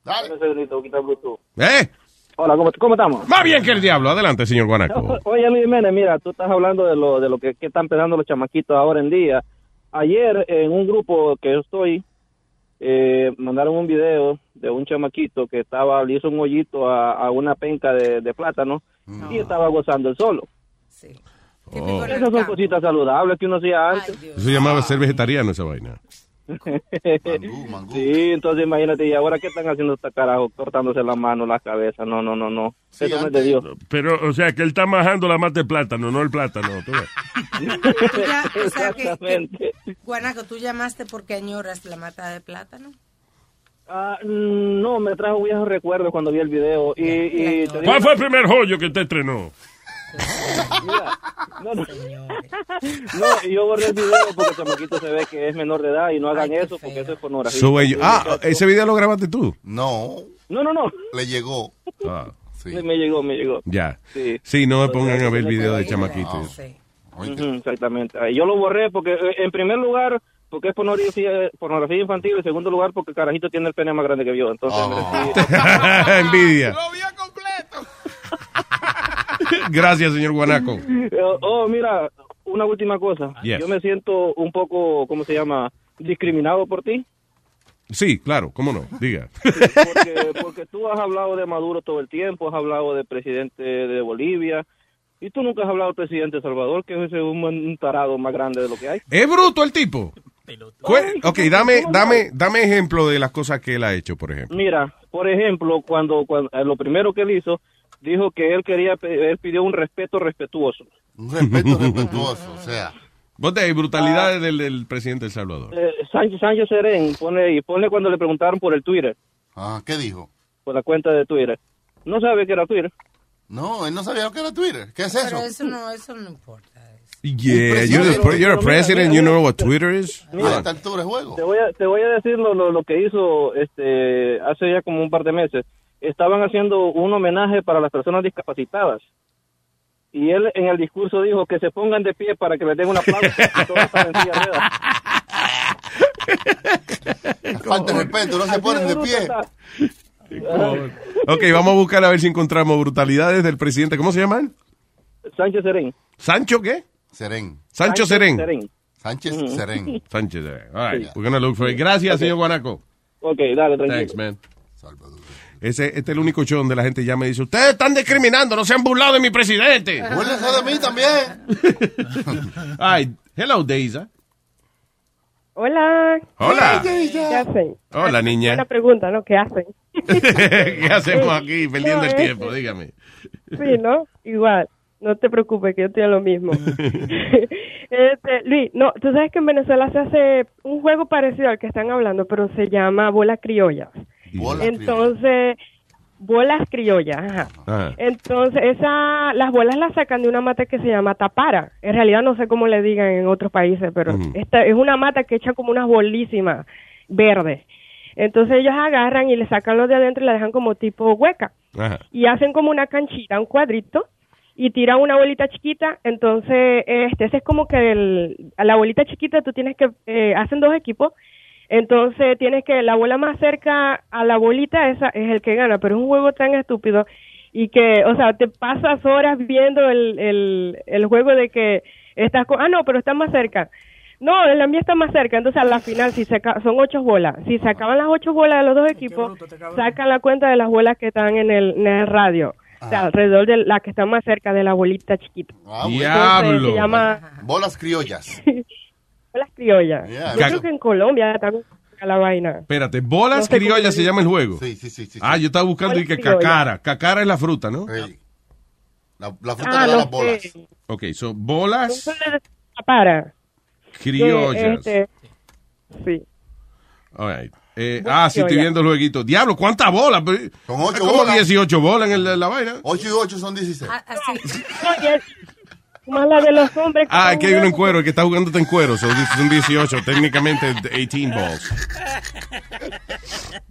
Speaker 23: Dale. Un segundito, quita el Bluetooth.
Speaker 10: ¿Eh?
Speaker 23: Hola, ¿cómo, estamos?
Speaker 10: Más bien que el diablo. Adelante, señor Guanaco.
Speaker 23: Oye, Luis Jiménez, mira, tú estás hablando de lo, de lo que, que están pensando los chamaquitos ahora en día. Ayer, en un grupo que yo estoy, eh, mandaron un video de un chamaquito que estaba, le hizo un hoyito a, a una penca de, de plátano y estaba gozando el solo.
Speaker 10: Oh.
Speaker 23: Esas son cositas saludables que uno hacía antes.
Speaker 10: Eso se llamaba ser vegetariano esa vaina.
Speaker 23: Sí, entonces imagínate, ¿y ahora qué están haciendo esta carajo? Cortándose las manos, las cabezas. No, no, no, no. Eso no es de Dios.
Speaker 1: Pero, o sea, que él está majando la mata de plátano, no el plátano. tú ves.
Speaker 11: Tú ya- o sea que- Guanaco, ¿tú llamaste porque añoras la mata de plátano?
Speaker 23: Ah, mm, no, me trajo viejos recuerdos cuando vi el video. Y, y te digo-
Speaker 1: ¿Cuál fue el primer joyo que usted estrenó?
Speaker 23: No, no. No, y yo borré el video porque el chamaquito se ve que es menor de edad y no hagan eso porque eso es pornografía.
Speaker 10: So, ellos- ah, ese video lo grabaste tú.
Speaker 12: eh, No.
Speaker 23: No, no, no.
Speaker 12: Le llegó.
Speaker 10: Ah,
Speaker 23: Me llegó, me llegó.
Speaker 10: ya.
Speaker 23: Sí.
Speaker 10: Sí, no me pongan a ver
Speaker 23: Entonces,
Speaker 10: video de
Speaker 23: ahí-
Speaker 10: chamaquitos.
Speaker 23: Ujú, exactamente. Ah, Yo lo borré porque, eh, en primer lugar, porque es pornografía, pornografía infantil. y En segundo lugar, porque el carajito tiene el pene más grande que yo. Entonces,
Speaker 12: Ah.
Speaker 10: Envidia. Gracias, señor Guanaco.
Speaker 23: merecí- Eh, oh, mira, una última cosa.
Speaker 10: Yes.
Speaker 23: Yo me siento un poco, ¿cómo se llama? Discriminado por ti.
Speaker 10: Sí, claro, cómo no. Diga.
Speaker 23: porque, porque tú has hablado de Maduro todo el tiempo, has hablado del presidente de Bolivia, y tú nunca has hablado del presidente de Salvador, que es un, un tarado más grande de lo que hay.
Speaker 10: Es bruto el tipo. Cue- Ok, dame, dame, dame ejemplo de las cosas que él ha hecho, por ejemplo.
Speaker 23: Mira, por ejemplo, cuando, cuando eh, lo primero que él hizo, dijo que él quería, pe- él pidió un respeto respetuoso.
Speaker 12: Un respeto respetuoso, o sea.
Speaker 10: Vos te brutalidades del, del presidente de El Salvador.
Speaker 23: Eh, Sánchez, Sánchez Serén, pone ahí, ponle cuando le preguntaron por el Twitter.
Speaker 12: Ah, ¿qué dijo?
Speaker 23: Por la cuenta de Twitter. No sabe que era Twitter.
Speaker 12: No, él no sabía que era Twitter. ¿Qué es eso?
Speaker 11: Pero eso no, eso no importa.
Speaker 10: Yeah, you're the, pre- you're a president, you know what Twitter is?
Speaker 23: Mira,
Speaker 10: Ah,
Speaker 23: Te voy a, te voy a decir lo, lo, lo que hizo este, hace ya como un par de meses. Estaban haciendo un homenaje para las personas discapacitadas. y él en el discurso dijo que se pongan de pie para que le den un aplauso. y todos estaban en silla de ruedas.
Speaker 12: Falta de respeto, no se ponen de pie.
Speaker 10: Ok, vamos a buscar a ver si encontramos brutalidades del presidente. ¿Cómo se llama él?
Speaker 23: Sánchez Serén.
Speaker 10: ¿Sancho qué?
Speaker 12: Serén.
Speaker 10: Sancho Serén.
Speaker 12: Sánchez
Speaker 23: Ujú.
Speaker 12: Serén.
Speaker 10: Sánchez Serén. All right, we're gonna look for it. Gracias,
Speaker 12: Ok.
Speaker 10: señor Guanaco.
Speaker 23: Ok, dale, tranquilo.
Speaker 10: Thanks, man. Ese, este es el único show donde la gente llama y dice, ustedes están discriminando, no se han burlado de mi presidente.
Speaker 12: Vuélvense de mí también.
Speaker 10: Ay, hello, Deisa.
Speaker 24: Hola.
Speaker 10: Hola.
Speaker 24: ¿Qué hacen?
Speaker 10: Hola, niña.
Speaker 24: Buena pregunta, ¿no? ¿Qué hacen?
Speaker 10: ¿Qué hacemos aquí perdiendo el
Speaker 24: No,
Speaker 10: tiempo?
Speaker 24: ese.
Speaker 10: Dígame.
Speaker 24: Sí, ¿no? Igual. No te preocupes, que yo estoy a lo mismo. Este, Luis, no, tú sabes que en Venezuela se hace un juego parecido al que están hablando, pero se llama bolas criollas. Entonces, bolas criollas, ajá.
Speaker 25: Ah.
Speaker 24: Entonces, esa, las bolas las sacan de una mata que se llama tapara. En realidad no sé cómo le digan en otros países, pero
Speaker 25: Ujú.
Speaker 24: esta es una mata que echa como unas bolísimas verdes. Entonces ellos agarran y le sacan los de adentro y la dejan como tipo hueca.
Speaker 10: Ajá.
Speaker 24: Y hacen como una canchita, un cuadrito, y tiran una bolita chiquita. Entonces, este, ese es como que el, a la bolita chiquita tú tienes que, eh, hacen dos equipos. Entonces tienes que la bola más cerca a la bolita esa es el que gana, pero es un juego tan estúpido y que, o sea, te pasas horas viendo el, el, el juego de que estás con, ah, no, pero está más cerca. No, la mía está más cerca, entonces a la final si se aca- son ocho bolas, si se acaban las ocho bolas de los dos equipos, sacan la cuenta de las bolas que están en el, en el radio, o sea, alrededor de la que está más cerca de la bolita chiquita.
Speaker 12: Ah,
Speaker 24: Entonces,
Speaker 12: Diablo.
Speaker 24: se llama
Speaker 12: Bolas criollas.
Speaker 24: bolas criollas.
Speaker 12: Yeah.
Speaker 24: Yo creo que en Colombia también se saca la vaina.
Speaker 10: Espérate, bolas
Speaker 24: No sé cómo
Speaker 10: criollas
Speaker 24: se
Speaker 10: se llama el juego.
Speaker 12: Sí, sí, sí. sí.
Speaker 10: Ah, yo estaba buscando y que
Speaker 12: criollas.
Speaker 10: cacara. Cacara es la fruta, ¿no?
Speaker 12: La, la fruta
Speaker 24: Ah,
Speaker 12: que da
Speaker 24: no
Speaker 12: las bolas.
Speaker 24: sé.
Speaker 10: Ok, so bolas
Speaker 24: Para.
Speaker 10: criollas.
Speaker 24: Que, este, sí.
Speaker 10: All right. Eh,
Speaker 24: Bolas
Speaker 10: ah, sí, estoy
Speaker 24: criollas.
Speaker 10: viendo el jueguito. Diablo, ¿cuántas bolas? Pero-
Speaker 12: ocho
Speaker 10: como
Speaker 12: bolas.
Speaker 10: 18 bolas en el- la vaina.
Speaker 12: 8 y 8 son 16.
Speaker 5: Ah,
Speaker 24: No, y es más la de los hombres. que
Speaker 10: Ah,
Speaker 24: son
Speaker 10: aquí hay uno en
Speaker 24: blancos.
Speaker 10: cuero, el que está jugándote en cuero. So, this- son 18, técnicamente 18 balls.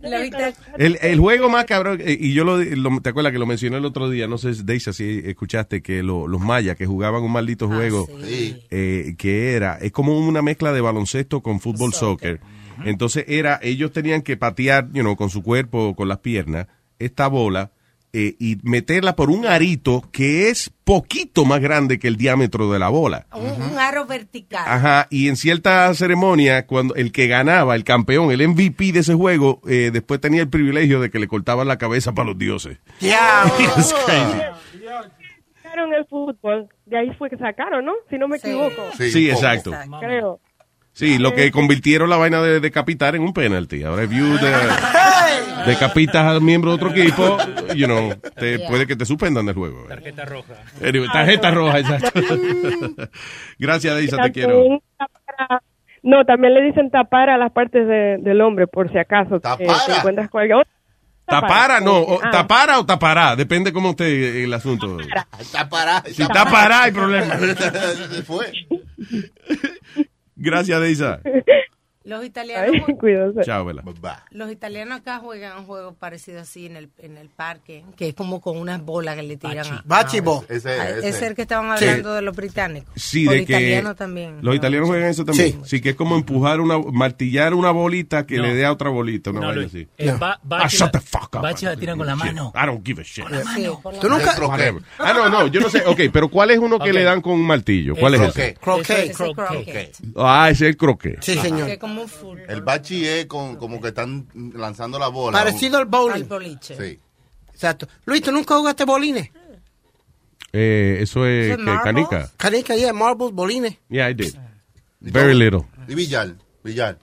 Speaker 11: La mitad-
Speaker 10: El, el juego más cabrón, eh, y yo lo, lo- te acuerdas que lo mencioné el otro día, no sé, Deisa, si escuchaste que lo- los mayas que jugaban un maldito juego eh, que era, es como una mezcla de baloncesto con fútbol soccer. Entonces era, ellos tenían que patear, you know, con su cuerpo, con las piernas, esta bola eh, y meterla por un arito que es poquito más grande que el diámetro de la bola.
Speaker 11: un, un aro vertical.
Speaker 10: Ajá, y en cierta ceremonia, cuando el que ganaba, el campeón, el MVP de ese juego, eh, después tenía el privilegio de que le cortaban la cabeza para los dioses. It's crazy.
Speaker 24: Ah, Sacaron el fútbol. De ahí fue que sacaron, ¿no? Si no me equivoco.
Speaker 10: Sí, Sí, exacto.
Speaker 24: Creo.
Speaker 10: Sí, lo que convirtieron la vaina de decapitar en un penalty. Ahora, if you de- decapitas al miembro de otro equipo, you know, te, puede que te suspendan del juego.
Speaker 18: Tarjeta roja.
Speaker 10: Anyway, tarjeta roja, exacto. Gracias, Deisa, te quiero.
Speaker 24: También tapar- no, también le dicen tapar a las partes de- del hombre, por si acaso. eh, te encuentras con alguien.
Speaker 10: Tapara, no. o-
Speaker 24: Ah.
Speaker 10: Tapara o tapará, depende cómo esté el asunto.
Speaker 12: Tapará.
Speaker 10: Si tapará, hay problema. Gracias, Deisa.
Speaker 11: Los italianos,
Speaker 10: Chao, Vela.
Speaker 11: los italianos acá juegan un juego parecido así en el, en el parque, que es como con unas bolas que le tiran. a- Ah,
Speaker 13: Bachibo.
Speaker 12: Ah, Ese
Speaker 11: a-
Speaker 12: es.
Speaker 11: es el que estaban
Speaker 10: Sí.
Speaker 11: hablando de los británicos.
Speaker 10: Sí,
Speaker 11: O
Speaker 10: de
Speaker 11: los
Speaker 10: que
Speaker 11: italianos también.
Speaker 10: los italianos juegan eso también. Sí. que es como empujar una, martillar una bolita que
Speaker 18: No.
Speaker 10: le dé a otra bolita, una
Speaker 18: No,
Speaker 10: vaina
Speaker 18: Luis, eh,
Speaker 10: así.
Speaker 18: el ba-
Speaker 10: Ah,
Speaker 18: bachi
Speaker 10: shut
Speaker 18: la-
Speaker 10: the fuck up.
Speaker 18: bachi la tiran con la
Speaker 10: Shit.
Speaker 18: mano.
Speaker 10: I don't give a shit.
Speaker 18: la Sí, mano. con la
Speaker 10: Tú nunca-
Speaker 18: mano.
Speaker 10: Whatever. Ah, no, no, yo no sé. Ok, pero ¿cuál es uno que
Speaker 18: Ok.
Speaker 10: le dan con un martillo? ¿Cuál es ese?
Speaker 12: Croquet.
Speaker 11: Ese croquet.
Speaker 10: Ah, ese es el croquet.
Speaker 12: Sí, señor.
Speaker 11: Que es como un fútbol.
Speaker 12: El bachi es con, como que están lanzando la bola.
Speaker 13: Parecido al bowling.
Speaker 11: Al boliche.
Speaker 12: Sí.
Speaker 13: Exacto. Luis, ¿tú nunca jugaste bolines?
Speaker 10: Eh, eso es
Speaker 13: ¿Eso es
Speaker 10: ¿qué,
Speaker 13: marbles?
Speaker 10: canica.
Speaker 13: Canica, yeah, marbles, bolines.
Speaker 10: Yeah, I did. Very little.
Speaker 12: Y Villar. Villar.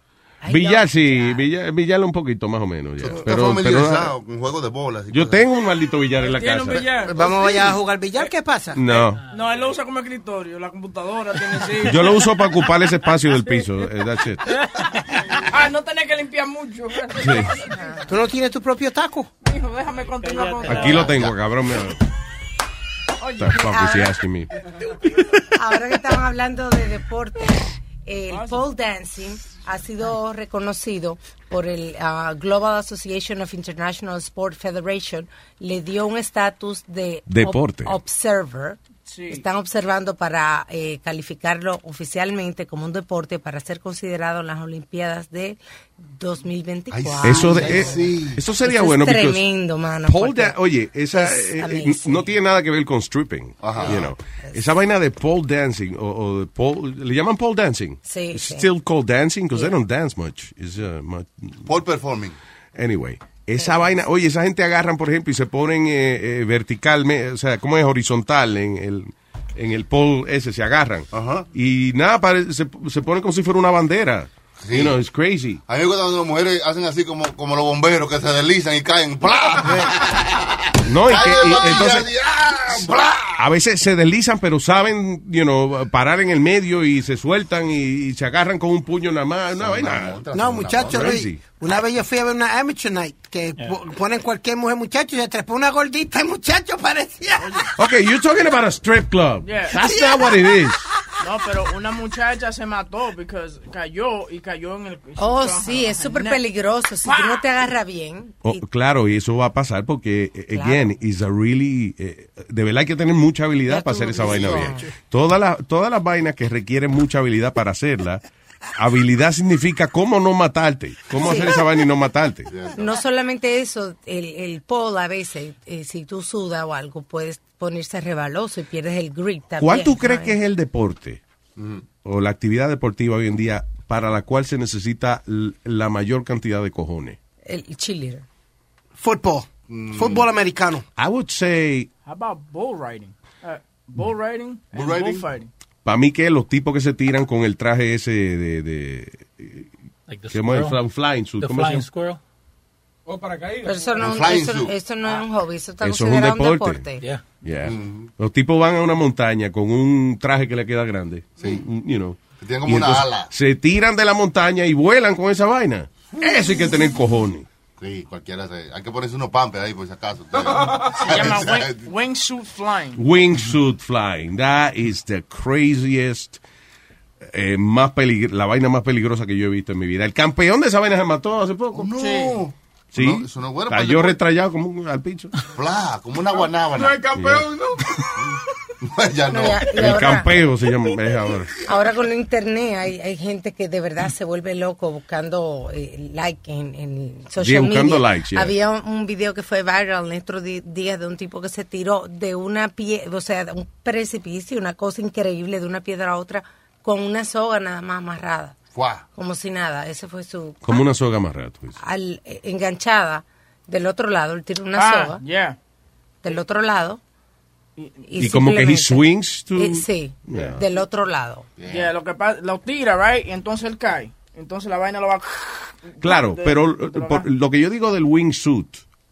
Speaker 10: Villar, sí, Villar, Villar un poquito más o menos. ya. Pero, pero- ah,
Speaker 12: familiarizado con juegos de bolas. y
Speaker 10: yo tengo un maldito billar en la
Speaker 9: Tiene un
Speaker 10: casa.
Speaker 9: billar.
Speaker 13: Vamos
Speaker 9: Sí.
Speaker 13: allá a jugar billar, ¿qué pasa?
Speaker 10: No.
Speaker 9: No, él lo usa como escritorio, la computadora tiene sí.
Speaker 10: Yo lo uso para ocupar ese espacio del piso. eh, That's it.
Speaker 9: Ah, no tenés que limpiar mucho.
Speaker 10: Sí.
Speaker 13: ¿Tú no tienes tu propio taco?
Speaker 9: Hijo, déjame continuar con
Speaker 10: Aquí lo tengo, cabrón. mira. What the fuck is he asking me?
Speaker 11: Ahora que estamos hablando de deporte, el pole dancing ha sido reconocido por el ah, Global Association of International Sport Federation, le dio un estatus de ob-
Speaker 10: Deporte.
Speaker 11: observer, están observando para eh, calificarlo oficialmente como un deporte para ser considerado en las Olimpiadas de 2024.
Speaker 10: Eso, de- eh, eso sería
Speaker 11: Eso es
Speaker 10: bueno. because
Speaker 11: tremendo, mano.
Speaker 10: pole
Speaker 11: porque-
Speaker 10: da- oye, esa
Speaker 11: Es
Speaker 10: eh, eh,
Speaker 11: amazing.
Speaker 10: no tiene nada que ver con stripping. you know. Esa vaina de pole dancing, o, o de pole, le llaman pole dancing.
Speaker 11: Sí,
Speaker 10: It's
Speaker 11: sí.
Speaker 10: still called dancing because they don't dance much. It's, uh, much.
Speaker 12: Pole performing.
Speaker 10: Anyway. Esa vaina, oye, esa gente agarran, por ejemplo, y se ponen eh, eh, verticalmente, o sea, ¿cómo es horizontal en el, en el pole ese? Se agarran. Y nada, pare- se, se ponen como si fuera una bandera. You know, it's crazy.
Speaker 12: A mí me gusta cuando las mujeres hacen así como, como los bomberos que se deslizan y caen. ¡Pla!
Speaker 10: No, y que,
Speaker 12: Caen de
Speaker 10: y
Speaker 12: rodillas
Speaker 10: entonces,
Speaker 12: y ¡ah! ¡Pla!
Speaker 10: A veces se deslizan, pero saben, you know, parar en el medio y se sueltan y, y se agarran con un puño nada más. Una vaina.
Speaker 13: No, muchachos,
Speaker 10: Crazy.
Speaker 13: Luis, una vez yo fui a ver una amateur night que po- ponen cualquier mujer, muchacho, y se trepó una gordita, y muchacho, parecía.
Speaker 10: Okay, you're talking about a strip club.
Speaker 13: Yeah.
Speaker 10: That's not what it is.
Speaker 9: No, pero una muchacha se mató porque cayó y cayó en el.
Speaker 11: Oh, sí, es súper peligroso. Si tú no te agarras bien,
Speaker 10: Oh, claro, y eso va a pasar porque, eh, again, is a really. eh, de verdad hay que tener mucha habilidad para hacer esa vaina bien. Todas las todas las vainas que requieren mucha habilidad para hacerla, habilidad significa cómo no matarte. Cómo
Speaker 11: Sí.
Speaker 10: hacer esa vaina y no matarte.
Speaker 11: no solamente eso, el, el polo a veces, eh, si tú sudas o algo, puedes ponerse rebaloso y pierdes el grip también.
Speaker 10: ¿Cuál tú crees
Speaker 11: ¿no?
Speaker 10: que es el deporte o la actividad deportiva hoy en día para la cual se necesita l- la mayor cantidad de cojones?
Speaker 11: El cheerleader.
Speaker 13: Fútbol.
Speaker 10: Mm.
Speaker 13: Fútbol americano.
Speaker 10: I would say,
Speaker 9: How about bull riding? Uh, bull riding and
Speaker 13: Bull riding?
Speaker 9: bullfighting.
Speaker 10: para mí que los tipos que se tiran con el traje ese de... de
Speaker 18: Like the
Speaker 10: ¿Cómo es? Fly-
Speaker 18: squirrel.
Speaker 10: Flying suit.
Speaker 18: The
Speaker 10: ¿Cómo se
Speaker 18: flying
Speaker 10: llama?
Speaker 18: squirrel.
Speaker 11: Pero eso no,
Speaker 10: flying
Speaker 11: eso,
Speaker 10: suit.
Speaker 11: eso no es un hobby, eso está
Speaker 10: Eso es un
Speaker 11: considerado un
Speaker 10: deporte.
Speaker 11: deporte.
Speaker 18: Yeah. Mm.
Speaker 10: Yeah. Los tipos van a una montaña con un traje que le queda grande. Un- You know.
Speaker 12: tienen como
Speaker 10: Y
Speaker 12: una
Speaker 10: entonces
Speaker 12: ala.
Speaker 10: Se tiran de la montaña y vuelan con esa vaina. Eso hay que tener cojones.
Speaker 12: Sí, cualquiera. se- Hay que ponerse unos pampers ahí por si acaso.
Speaker 9: Se llama wing- wingsuit flying.
Speaker 10: Wingsuit flying. That is the craziest, eh, más pelig- la vaina más peligrosa que yo he visto en mi vida. El campeón de esa vaina se mató hace poco.
Speaker 12: no.
Speaker 10: Sí.
Speaker 12: No, eso no es bueno para el
Speaker 10: Cayó
Speaker 12: deporte.
Speaker 10: retrayado como un, al picho.
Speaker 12: Pla, como una guanábana. No es
Speaker 10: campeón,
Speaker 12: no. ya no.
Speaker 11: No, ya- ya
Speaker 10: El
Speaker 11: ahora-
Speaker 10: campeo se llama es ahora.
Speaker 11: Ahora con el internet hay, hay gente que de verdad se vuelve loco buscando eh, like en, en social
Speaker 10: Yeah,
Speaker 11: media.
Speaker 10: buscando likes, yeah.
Speaker 11: Había un, un video que fue viral en estos di- días de un tipo que se tiró de una piedra, o sea, de un precipicio, una cosa increíble de una piedra a otra con una soga nada más amarrada,
Speaker 12: Guau.
Speaker 11: como si nada. Ese fue su
Speaker 10: Como una soga más rato.
Speaker 11: al, eh, enganchada del otro lado, él tiró una
Speaker 9: Ah,
Speaker 11: soga
Speaker 9: yeah.
Speaker 11: del otro lado.
Speaker 10: Y como que he
Speaker 11: simplemente-
Speaker 10: swings to-
Speaker 11: Eh, sí,
Speaker 10: Yeah.
Speaker 11: del otro lado.
Speaker 9: Yeah, lo que pasa, lo tira, right? Y entonces él cae. Entonces la vaina lo va.
Speaker 10: Claro,
Speaker 9: de-
Speaker 10: pero
Speaker 9: de-
Speaker 10: eh, por- lo que yo digo del wingsuit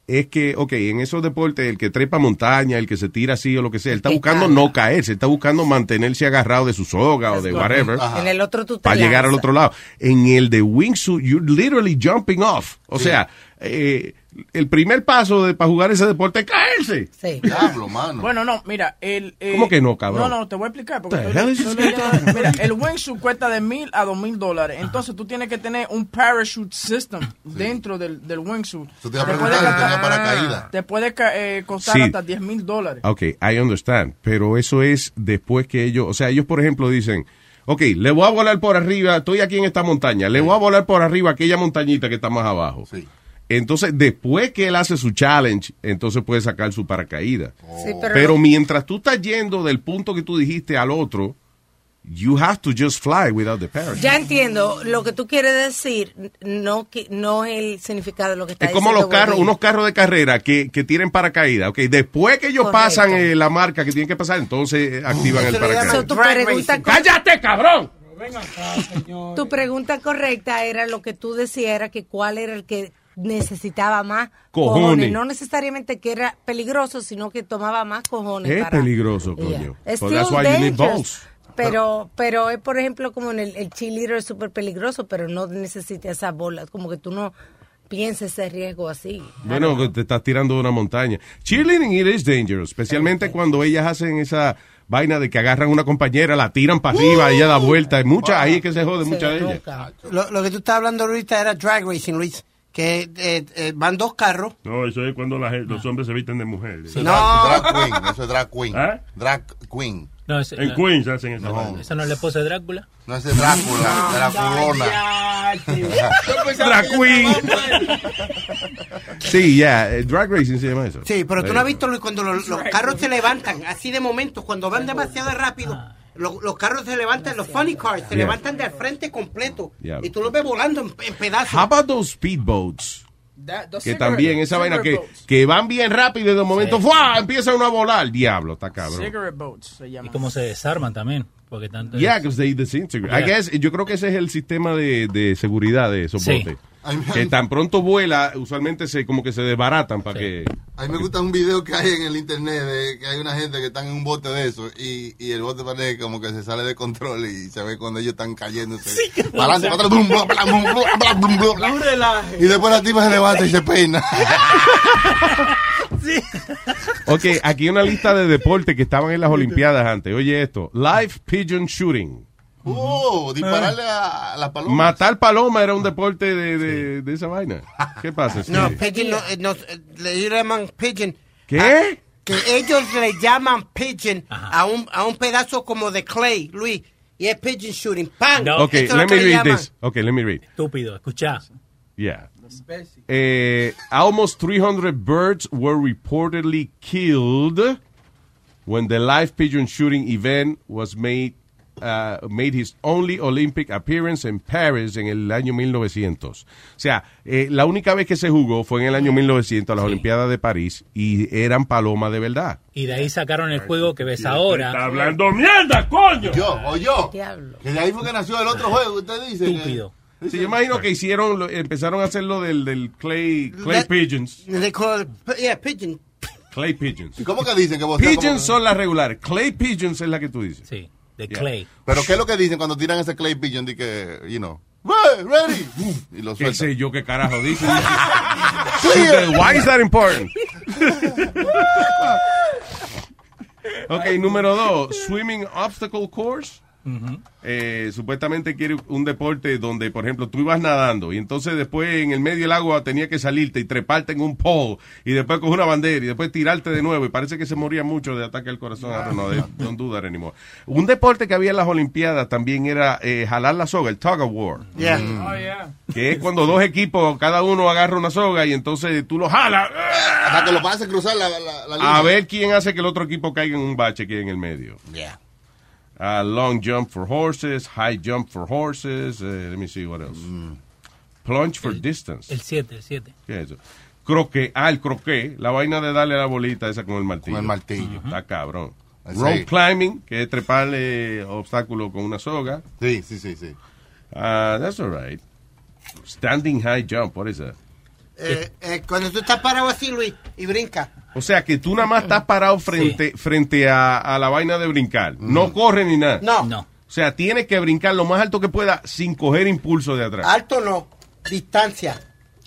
Speaker 10: es que, ok, en esos deportes, el que trepa montaña, el que se tira así o lo que sea, él está buscando no caerse, está buscando mantenerse agarrado de su soga o de whatever.
Speaker 11: En el otro tú te
Speaker 10: para llegar al
Speaker 11: lanzas.
Speaker 10: otro lado. En el de wingsuit, you're literally jumping off. O sea, eh, el primer paso de, para jugar ese deporte es caerse.
Speaker 11: Sí.
Speaker 12: Diablo, mano.
Speaker 9: Bueno, no, mira, el. eh,
Speaker 10: ¿Cómo que no, cabrón?
Speaker 9: No, no, te voy a explicar. Porque
Speaker 10: The
Speaker 9: estoy-
Speaker 10: hell is this
Speaker 9: estoy
Speaker 10: guy
Speaker 9: leyendo-
Speaker 10: talking
Speaker 9: mira, el wingsuit cuesta de mil a dos mil dólares. Entonces tú tienes que tener un parachute system dentro del, del wingsuit.
Speaker 12: Tú te vas a
Speaker 9: Te puede
Speaker 12: preguntar si tenía
Speaker 9: costar-
Speaker 12: paracaídas.
Speaker 9: Te puede ca- eh, costar
Speaker 10: Sí.
Speaker 9: hasta diez mil dólares.
Speaker 10: Ok, I understand. Pero eso es después que ellos, o sea, ellos por ejemplo dicen, ok, le voy a volar por arriba, estoy aquí en esta montaña, le voy a volar por arriba a aquella montañita que está más abajo. Entonces, después que él hace su challenge, entonces puede sacar su paracaídas.
Speaker 11: Sí,
Speaker 10: pero,
Speaker 11: pero-
Speaker 10: mientras tú estás yendo del punto que tú dijiste al otro, you have to just fly without the parachute.
Speaker 11: Ya entiendo, lo que tú quieres decir no que- no es el significado de lo que está
Speaker 10: Es como los
Speaker 11: diciendo
Speaker 10: carros,
Speaker 11: Bobby.
Speaker 10: unos carros de carrera que, que tienen paracaídas. Ok, después que ellos
Speaker 11: Correcto.
Speaker 10: pasan eh, la marca que tienen que pasar, entonces eh, activan el paracaídas.
Speaker 11: So, tu, pregunta,
Speaker 10: ¡Cállate, cabrón!
Speaker 11: tu pregunta correcta era lo que tú decías, era que cuál era el que necesitaba más
Speaker 10: Cojones.
Speaker 11: cojones. No necesariamente que era peligroso, sino que tomaba más cojones.
Speaker 10: Es
Speaker 11: para-
Speaker 10: peligroso,
Speaker 11: Yeah.
Speaker 10: coño.
Speaker 11: It's
Speaker 10: So that's
Speaker 11: still
Speaker 10: why you need
Speaker 11: dangerous.
Speaker 10: balls.
Speaker 11: Pero, pero es por ejemplo como en el, el cheerleader es súper peligroso, pero no necesita esas bolas, como que tú no pienses ese riesgo así.
Speaker 10: Bueno, que te estás tirando de una montaña. Cheerleading it is dangerous, especialmente cuando ellas hacen esa vaina de que agarran una compañera, la tiran para arriba, ella da vuelta, hay muchas ahí que se jode, muchas de ellas.
Speaker 13: Lo, lo que tú estás hablando ahorita era drag racing, Luis. que eh, eh, van dos carros.
Speaker 1: No, eso es cuando la gen- los hombres se visten de mujeres.
Speaker 12: No. Drag queen, eso es drag queen.
Speaker 1: ¿Ah?
Speaker 12: Drag queen.
Speaker 18: No, es-
Speaker 1: En Queens hacen eso.
Speaker 12: No.
Speaker 18: ¿Esa no es la esposa de Drácula?
Speaker 12: No, ese es Drácula, de la
Speaker 1: Drag queen.
Speaker 10: Sí, ya. eh, Drag racing se llama eso.
Speaker 13: Sí, pero tú
Speaker 10: Eh,
Speaker 13: no has visto Luis, cuando los, los carros se levantan así de momento, cuando van demasiado rápido, los, los carros se levantan, los funny cars se
Speaker 10: Yeah.
Speaker 13: levantan del frente completo
Speaker 10: Yeah.
Speaker 13: y tú los ves volando en, en pedazos.
Speaker 10: How about those speedboats?
Speaker 13: That-
Speaker 10: Que
Speaker 13: Ah, those cigarette-
Speaker 10: también, esa vaina que,
Speaker 13: cigarette
Speaker 10: que van bien rápido y de momento
Speaker 18: Sí.
Speaker 10: ¡fua! empieza uno a volar. Diablo, está cabrón.
Speaker 18: Cigarette boats se llaman. Y cómo se desarman también. Porque tanto
Speaker 10: Yeah, because they disintegrate. I
Speaker 18: Yeah.
Speaker 10: guess, yo creo que ese es el sistema de, de seguridad de esos
Speaker 18: Sí.
Speaker 10: botes.
Speaker 12: Ay, me-
Speaker 10: Que tan pronto vuela, usualmente se como que se desbaratan para que...
Speaker 12: A mí me gusta un video que hay en el internet de que hay una gente que están en un bote de eso y, y el bote parece como que se sale de control y se ve cuando ellos están cayéndose. para adelante, para atrás, blum, blum, blum, blum, blum, blum, blum, blum. Y después la tipa se levanta y se peina.
Speaker 10: Ok, aquí una lista de deportes que estaban en las Olimpiadas antes. Oye esto, live pigeon shooting.
Speaker 11: Uh,
Speaker 12: Oh, dispararle a, a la paloma. Ah.
Speaker 10: Matar paloma era un deporte de, de- de esa vaina. ¿Qué pasa?
Speaker 13: No,
Speaker 10: Steve?
Speaker 13: pigeon, no, eh, no, eh, le llaman pigeon.
Speaker 10: ¿Qué?
Speaker 13: Ah, que ellos le llaman pigeon a un, a un pedazo como de clay, Luis, y es pigeon shooting. ¡Pam!
Speaker 10: ok,
Speaker 13: Esto es lo
Speaker 10: let
Speaker 13: que
Speaker 10: me
Speaker 13: le
Speaker 10: read
Speaker 13: llaman.
Speaker 10: this. Ok, let me read.
Speaker 18: Estúpido, escuchá.
Speaker 10: Yeah. Eh, almost 300 birds were reportedly killed when the live pigeon shooting event was made uh, made his only Olympic appearance in Paris en el año 1900. O sea, eh, la única vez que se jugó fue en el año 1900 a las Olimpiadas de París y eran palomas de verdad.
Speaker 18: Y de ahí sacaron el juego que ves ahora.
Speaker 1: Está hablando mierda, coño.
Speaker 12: Yo, o yo. Que de ahí fue que nació el otro juego, usted dice. Estúpido.
Speaker 10: Sí, yo imagino que hicieron, lo- empezaron a hacer lo del, del clay, clay
Speaker 12: That-
Speaker 10: pigeons.
Speaker 13: They call it, yeah, pigeon.
Speaker 10: Clay pigeons.
Speaker 12: ¿Cómo que dicen que vos
Speaker 10: Pigeons son las regulares. Clay pigeons es la que tú dices.
Speaker 18: Sí, de
Speaker 12: clay. Pero ¿qué es lo que dicen cuando tiran ese clay pigeon? De que, you know, "Re- ready. Y lo
Speaker 10: ¿Qué sé yo qué carajo dicen?
Speaker 12: Clear.
Speaker 10: eh. Why is that important? Ok, número dos, swimming obstacle course. Eh, supuestamente quiere un deporte donde, por ejemplo, tú ibas nadando y entonces después en el medio del agua tenía que salirte y treparte en un pole y después coger una bandera y después tirarte de nuevo y parece que se moría mucho de ataque al corazón. I don't know, they don't do that anymore. Un deporte que había en las Olimpiadas también era eh, jalar la soga, el tug of war.
Speaker 13: Yeah.
Speaker 10: Mm.
Speaker 19: Oh, yeah.
Speaker 10: Que es cuando dos equipos, cada uno agarra una soga y entonces tú lo jalas
Speaker 12: Hasta que lo pases a cruzar la, la, la línea.
Speaker 10: a ver quién hace que el otro equipo caiga en un bache que hay en el medio.
Speaker 12: Yeah.
Speaker 10: Uh, long jump for horses, high jump for horses. eh, let me see what else.
Speaker 12: Mm.
Speaker 10: Plunge for distance.
Speaker 18: El 7, el 7.
Speaker 10: ¿Qué es eso? Croquet. Ah, el croquet. La vaina de darle a la bolita esa con el martillo.
Speaker 12: Con el martillo.
Speaker 10: Está cabrón.
Speaker 12: Ese-
Speaker 10: Rope climbing, que es treparle obstáculo con una soga.
Speaker 12: Sí, sí, sí, sí.
Speaker 10: Uh, that's all right. Standing high jump, what is that?
Speaker 13: Eh, eh, cuando tú estás parado así, Luis, y brinca.
Speaker 10: O sea que tú nada más estás parado frente, frente a, a la vaina de brincar. No corre ni nada.
Speaker 13: Mm. No.
Speaker 10: O sea, tienes que brincar lo más alto que pueda sin coger impulso de atrás.
Speaker 13: Alto no, distancia.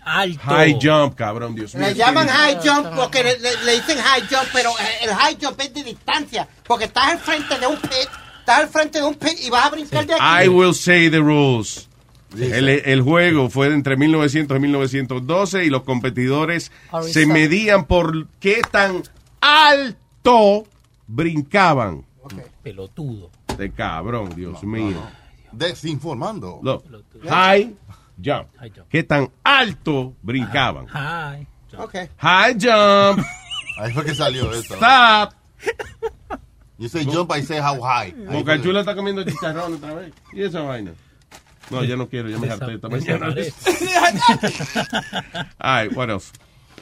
Speaker 18: Alto.
Speaker 10: High jump, cabrón, Dios mío.
Speaker 13: Le llaman high jump porque le, le- le dicen high jump, pero eh, el high jump es de distancia, porque estás al frente de un pit, estás al frente de un pit y vas a brincar de aquí.
Speaker 10: I will say the rules. El, el juego fue entre 1900 y 1912 y los competidores
Speaker 13: Horizontal.
Speaker 10: se medían por qué tan alto brincaban.
Speaker 18: Pelotudo.
Speaker 10: De cabrón, Dios mío.
Speaker 12: Desinformando.
Speaker 10: Look, high jump. ¿Qué tan alto brincaban?
Speaker 18: Hi.
Speaker 13: Okay.
Speaker 10: High jump.
Speaker 12: Ahí fue que salió eso.
Speaker 10: Stop.
Speaker 12: You say jump, I say how high. Ahí fue.
Speaker 10: Boca Chula está comiendo chicharrón otra vez. ¿Y esa vaina? No, ya no quiero, ya me harté esta mañana. All right, what else?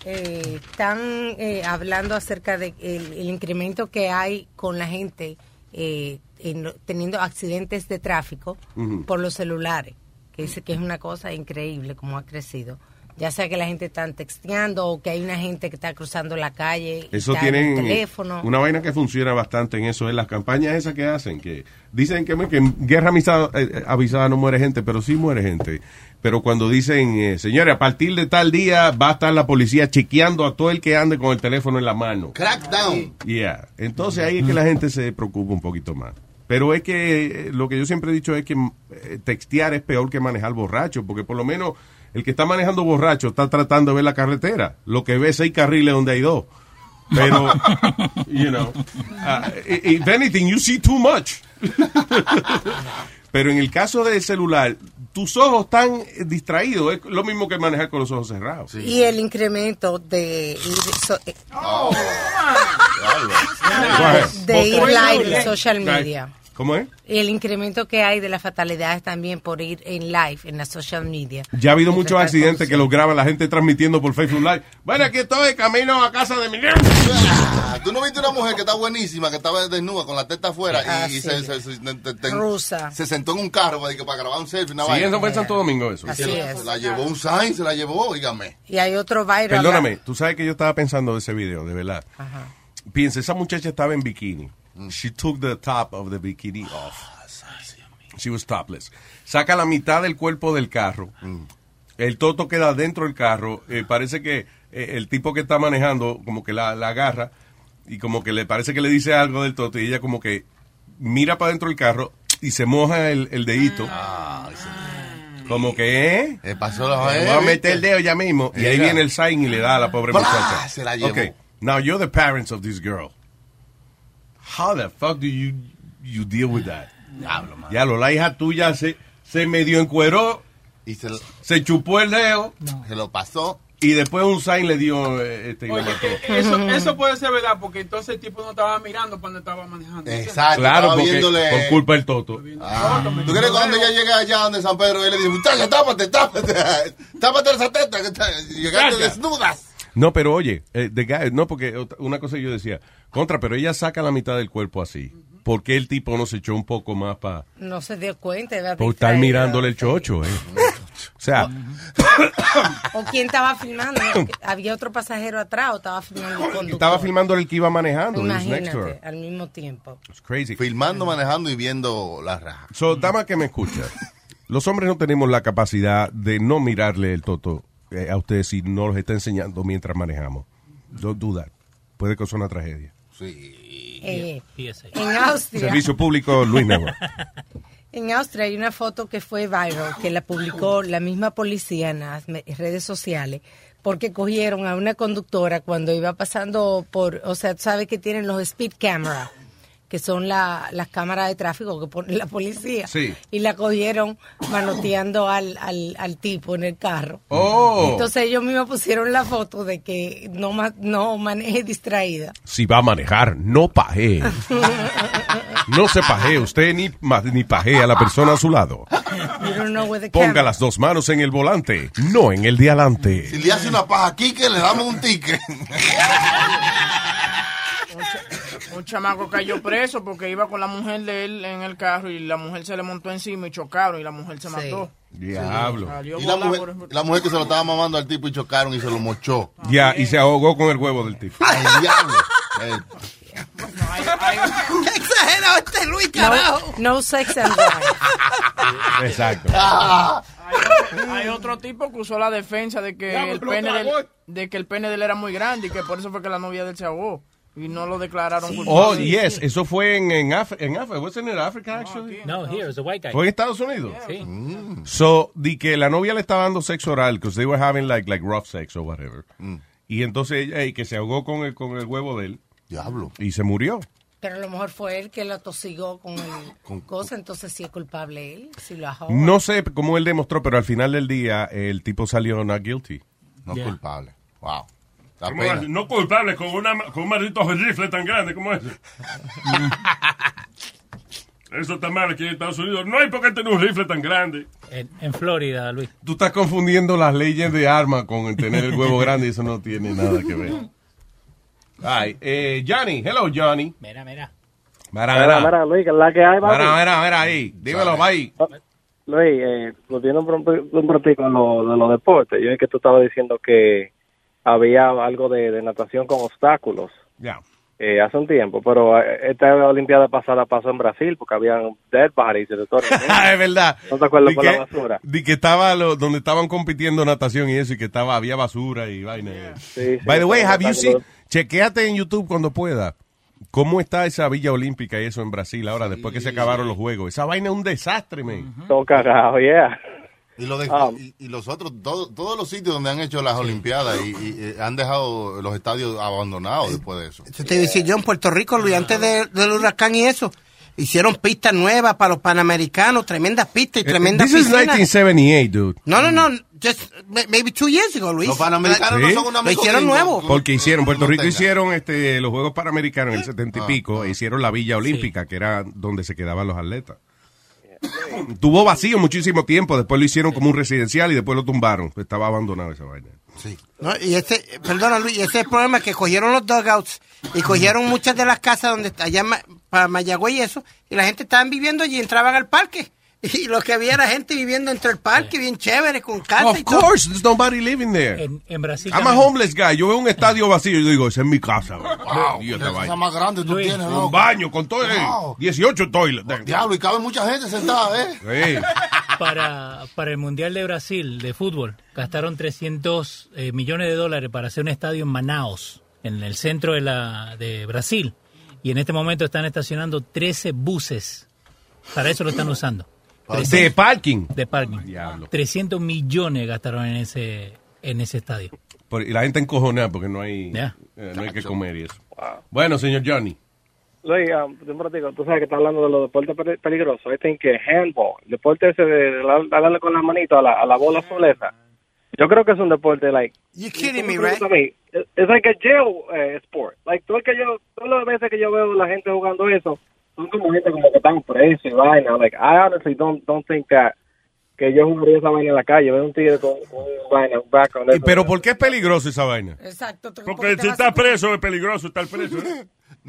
Speaker 11: Eh, están eh, hablando acerca del de el- el incremento que hay con la gente eh, en lo- teniendo accidentes de tráfico
Speaker 25: Ujú.
Speaker 11: por los celulares, que dice que es una cosa increíble como ha crecido. Ya sea que la gente está texteando o que hay una gente que está cruzando la calle y
Speaker 10: Eso
Speaker 11: está en el
Speaker 10: tienen
Speaker 11: teléfono.
Speaker 10: una vaina que funciona bastante en eso, es las campañas esas que hacen, que dicen que, que en guerra avisada, avisada no muere gente, pero sí muere gente. Pero cuando dicen, eh, señores, a partir de tal día va a estar la policía chequeando a todo el que ande con el teléfono en la mano.
Speaker 12: Crackdown.
Speaker 10: Yeah. Entonces ahí es que la gente se preocupa un poquito más. Pero es que eh, lo que yo siempre he dicho es que mm, eh, textear es peor que manejar borracho, porque por lo menos El que está manejando borracho está tratando de ver la carretera. Lo que ve es seis carriles donde hay dos. Pero, you know, ah, i- if anything, you see too much. Pero en el caso del celular, tus ojos están distraídos. Es lo mismo que manejar con los ojos cerrados.
Speaker 11: Y el incremento de ir, so- eh,
Speaker 12: Oh.
Speaker 11: de ir live en social media.
Speaker 10: ¿Cómo es?
Speaker 11: Y el incremento que hay de las fatalidades también por ir en live, en la social media.
Speaker 10: Ya ha habido
Speaker 11: Entre
Speaker 10: muchos
Speaker 11: otras
Speaker 10: accidentes que los graba la gente transmitiendo por Facebook Live. Bueno, aquí estoy, camino a casa de mi
Speaker 12: Ah, ¿Tú no viste una mujer que está buenísima, que estaba desnuda con la teta afuera y- y, se, se- se- te- te-
Speaker 11: Ah, Rusa.
Speaker 12: se sentó en un carro para, para grabar un selfie? Una
Speaker 10: Sí,
Speaker 12: vaina.
Speaker 10: eso fue en Santo Domingo, eso.
Speaker 12: Se
Speaker 11: Así
Speaker 12: la-
Speaker 11: es.
Speaker 12: se la llevó un Sainz, se la llevó, dígame.
Speaker 11: cosas. Y hay otro viral.
Speaker 10: Perdóname, tú sabes que yo estaba pensando de ese video, de verdad.
Speaker 11: Ajá.
Speaker 10: Piensa, esa muchacha estaba en bikini. She took the top of the bikini off. She was topless. Saca la mitad del cuerpo del carro. El toto queda dentro del carro. Eh, parece que eh, el tipo que está manejando como que la, la agarra y como que le parece que le dice algo del toto y ella como que mira para dentro del carro y se moja el, el dedito. Como que, ¿eh?
Speaker 12: pasó la
Speaker 10: Voy a meter el dedo ya mismo. Y ahí
Speaker 12: Mira.
Speaker 10: viene el sign y le da a la pobre
Speaker 12: Bla,
Speaker 10: muchacha.
Speaker 12: se la llevó.
Speaker 10: Okay, now you're the parents of this girl. How the fuck do you, you deal with that?
Speaker 4: Diablo,
Speaker 10: Ya lo, la hija tuya se, se medio encueró,
Speaker 12: y se,
Speaker 10: chupó el dedo,
Speaker 12: se lo pasó.
Speaker 10: Y después un sign le dio eh, este y lo
Speaker 19: Oye,
Speaker 10: mató.
Speaker 19: eh, eso, eso puede ser verdad, porque entonces el tipo no estaba mirando cuando estaba manejando.
Speaker 12: Exacto,
Speaker 10: Claro,
Speaker 12: estaba
Speaker 10: porque
Speaker 12: viéndole- Ah.
Speaker 10: por culpa del toto.
Speaker 12: ¿Tú crees que cuando ella llega allá donde San Pedro, él le dice, muchacha, tápate, tápate, tápate esa teta, que está- llegaste
Speaker 4: Muchacha.
Speaker 12: desnudas?
Speaker 10: No, pero oye, eh, the guy- no, porque ot- una cosa que yo decía, contra, pero ella saca la mitad del cuerpo así. ¿Por qué el tipo no se echó un poco más para
Speaker 11: No se dio cuenta. era
Speaker 10: estar
Speaker 11: distraído.
Speaker 10: mirándole el chocho? eh? O sea,
Speaker 11: O quién estaba filmando. Había otro pasajero atrás o estaba filmando el conductor.
Speaker 10: Estaba filmando el que iba manejando. it was next to
Speaker 11: Imagínate,
Speaker 10: her.
Speaker 11: al mismo tiempo.
Speaker 10: It's crazy.
Speaker 12: Filmando, manejando y viendo la raja.
Speaker 10: So, dama que me escucha, los hombres no tenemos la capacidad de no mirarle el toto eh, a ustedes si no los está enseñando mientras manejamos. Don't do that. Puede causar una tragedia.
Speaker 11: Eh, en Austria.
Speaker 10: Servicio público, Luis Nebo.
Speaker 11: En Austria hay una foto que fue viral, que la publicó la misma policía en las me- redes sociales, porque cogieron a una conductora cuando iba pasando por, o sea, tú sabes que tienen los speed camera, que son la- las cámaras de tráfico que pone la policía,
Speaker 4: Sí.
Speaker 11: y la cogieron manoteando al, al, al tipo en el carro.
Speaker 10: Oh.
Speaker 11: Entonces ellos mismos pusieron la foto de que no, ma- no maneje distraída.
Speaker 10: Si va a manejar, no paje. No se paje. Usted ni, ma- ni paje a la persona a su lado.
Speaker 11: You don't know where the
Speaker 10: Ponga
Speaker 11: camera-
Speaker 10: las dos manos en el volante, no en el de adelante.
Speaker 12: Si le hace una paja aquí, que le damos un ticket.
Speaker 9: Un chamaco cayó preso porque iba con la mujer de él en el carro y la mujer se le montó encima y chocaron y la mujer se mató.
Speaker 10: Diablo.
Speaker 9: Salió
Speaker 12: Y la
Speaker 9: volando
Speaker 12: mujer, la mujer que se lo estaba mamando al tipo y chocaron y se lo mochó.
Speaker 10: Ya, y se ahogó con el huevo del tipo.
Speaker 12: ¡Ay, diablo! Eh,
Speaker 13: ¡Qué exagerado este Luis, carajo!
Speaker 11: No, no sex and drive.
Speaker 10: Exacto.
Speaker 12: Ah.
Speaker 19: Ah.
Speaker 9: Hay, hay otro tipo que usó la defensa de que,
Speaker 19: Ya, me
Speaker 9: el
Speaker 19: lo
Speaker 9: pene del-
Speaker 19: tragó.
Speaker 9: de que el pene de él era muy grande y que por eso fue que la novia de él se ahogó. Y no lo declararon
Speaker 10: Oh,
Speaker 9: culpable.
Speaker 10: yes, eso fue en, en África. En África. ¿Wasn't it Africa, actually?
Speaker 18: No, here is a white guy.
Speaker 10: ¿Fue en Estados Unidos? Mm.
Speaker 18: Sí.
Speaker 10: So, di que la novia le estaba dando sexo oral, because they were having like, like rough sex or whatever.
Speaker 12: Mm.
Speaker 10: Y entonces ella, y que se ahogó con el, con el huevo de él.
Speaker 12: Diablo.
Speaker 10: Y se murió.
Speaker 11: Pero a lo mejor fue él que lo tosigó con el cosa, entonces sí es culpable él, si lo ajó.
Speaker 10: No sé cómo él demostró, pero al final del día el tipo salió not guilty.
Speaker 12: No
Speaker 10: Yeah.
Speaker 12: culpable. Wow. Da
Speaker 1: ¿Cómo
Speaker 12: pena.
Speaker 1: va a ser? No culpable con, una, ma- con un maldito rifle tan grande como ese. Eso está mal aquí en Estados Unidos. No hay por qué tener un rifle tan grande.
Speaker 18: En, en Florida, Luis.
Speaker 10: Tú estás confundiendo las leyes de armas con el tener el huevo grande y eso no tiene nada que ver. Ay, eh, Johnny, hello Johnny.
Speaker 18: Mira, mira.
Speaker 10: Mara, mara.
Speaker 25: Luis, que es la que hay, papi.
Speaker 10: Mira, mira, mira ahí. Dímelo, bye.
Speaker 25: Luis, eh, lo tiene un pr- un platico lo, de los deportes. Yo vi que tú estabas diciendo que había algo de, de natación con obstáculos
Speaker 10: Ya.
Speaker 25: eh, hace un tiempo, pero eh, esta Olimpiada pasada pasó en Brasil porque habían dead bodies de todo.
Speaker 10: Ah, es verdad.
Speaker 25: ¿No te acuerdas
Speaker 10: Di
Speaker 25: con
Speaker 10: que-
Speaker 25: la basura?
Speaker 10: Di que estaba lo- donde estaban compitiendo natación y eso, y que estaba, había basura y vaina. By the way, have you seen, chequéate en YouTube cuando pueda, cómo está esa Villa Olímpica y eso Eh, en Brasil ahora, después que se acabaron los Juegos. Esa vaina es un desastre, man.
Speaker 25: Todo cagado, yeah.
Speaker 12: Y, lo de-
Speaker 25: Ah.
Speaker 12: y, y los otros, todo- todos los sitios donde han hecho las Olimpiadas y, y, eh, han dejado los estadios abandonados después de eso.
Speaker 13: Yo te decía yo en Puerto Rico, Luis, antes de- del huracán y eso, hicieron pistas nuevas para los panamericanos, tremendas pistas y tremendas
Speaker 10: Eh, This is
Speaker 13: piscinas.
Speaker 10: 1978, dude.
Speaker 13: No, no, no, just may- maybe two years ago, Luis.
Speaker 10: Los Panamericanos no Ah, Sí. son un
Speaker 13: Lo
Speaker 10: amigo
Speaker 13: hicieron
Speaker 10: gringo.
Speaker 13: nuevo.
Speaker 10: Porque hicieron, Puerto Rico hicieron este, los Juegos Panamericanos en el 70 y
Speaker 12: Ah,
Speaker 10: pico, e hicieron la Villa Olímpica, que era donde se quedaban los atletas. Tuvo vacío muchísimo tiempo, después lo hicieron como un residencial y después lo tumbaron. Estaba abandonado esa vaina.
Speaker 13: No, y ese, perdona Luis, y ese es el problema que cogieron los dugouts y cogieron muchas de las casas donde está- allá en Ma- para Mayagüez y eso, y la gente estaban viviendo allí, entraban al parque. Y lo que había era gente viviendo entre el parque, bien chévere, con casa
Speaker 10: Of
Speaker 13: y todo.
Speaker 10: course, there's nobody living there.
Speaker 18: En, en Brasil.
Speaker 10: I'm a homeless guy. Yo veo un estadio vacío y digo, esa es mi casa. güey. Dios, esta vaina.
Speaker 12: más grande tú
Speaker 10: Luis,
Speaker 12: tienes,
Speaker 10: un
Speaker 12: loco.
Speaker 10: baño con todo, eh,
Speaker 12: Wow.
Speaker 10: 18 toilets.
Speaker 12: Diablo, y cabe mucha gente sentada, ¿eh?
Speaker 10: Sí.
Speaker 18: Para, para el Mundial de Brasil de fútbol, gastaron 300 eh, millones de dólares para hacer un estadio en Manaus, en el centro de, la, de Brasil. Y en este momento están estacionando 13 buses. Para eso lo están usando.
Speaker 12: Ah,
Speaker 10: De parking.
Speaker 18: De parking. 300 millones gastaron en ese, en ese estadio.
Speaker 10: Por- y la gente encojonada porque no hay,
Speaker 18: Ya.
Speaker 10: eh, no hay que comer y eso. Bueno, señor Johnny.
Speaker 25: Luis, um, un ratito, tú sabes que está hablando de los deportes pe- peligrosos. Este en que handball, el deporte ese de la- darle con la manito a la, a la bola azul esa. Yo creo que es un deporte, like...
Speaker 13: You kidding
Speaker 25: me,
Speaker 13: right?
Speaker 25: Es es like a jail eh, sport. Like, todo el que yo, todas las veces que yo veo la gente jugando eso, son como gente como que están presos y vaina. Like, I honestly don't, don't think that que yo jugaría esa vaina en la calle. Veo un tigre con, con un vaina, un background.
Speaker 10: Eh, Pero ¿por qué es peligroso esa vaina?
Speaker 13: Exacto.
Speaker 1: Porque si está preso es peligroso estar preso. ¿eh?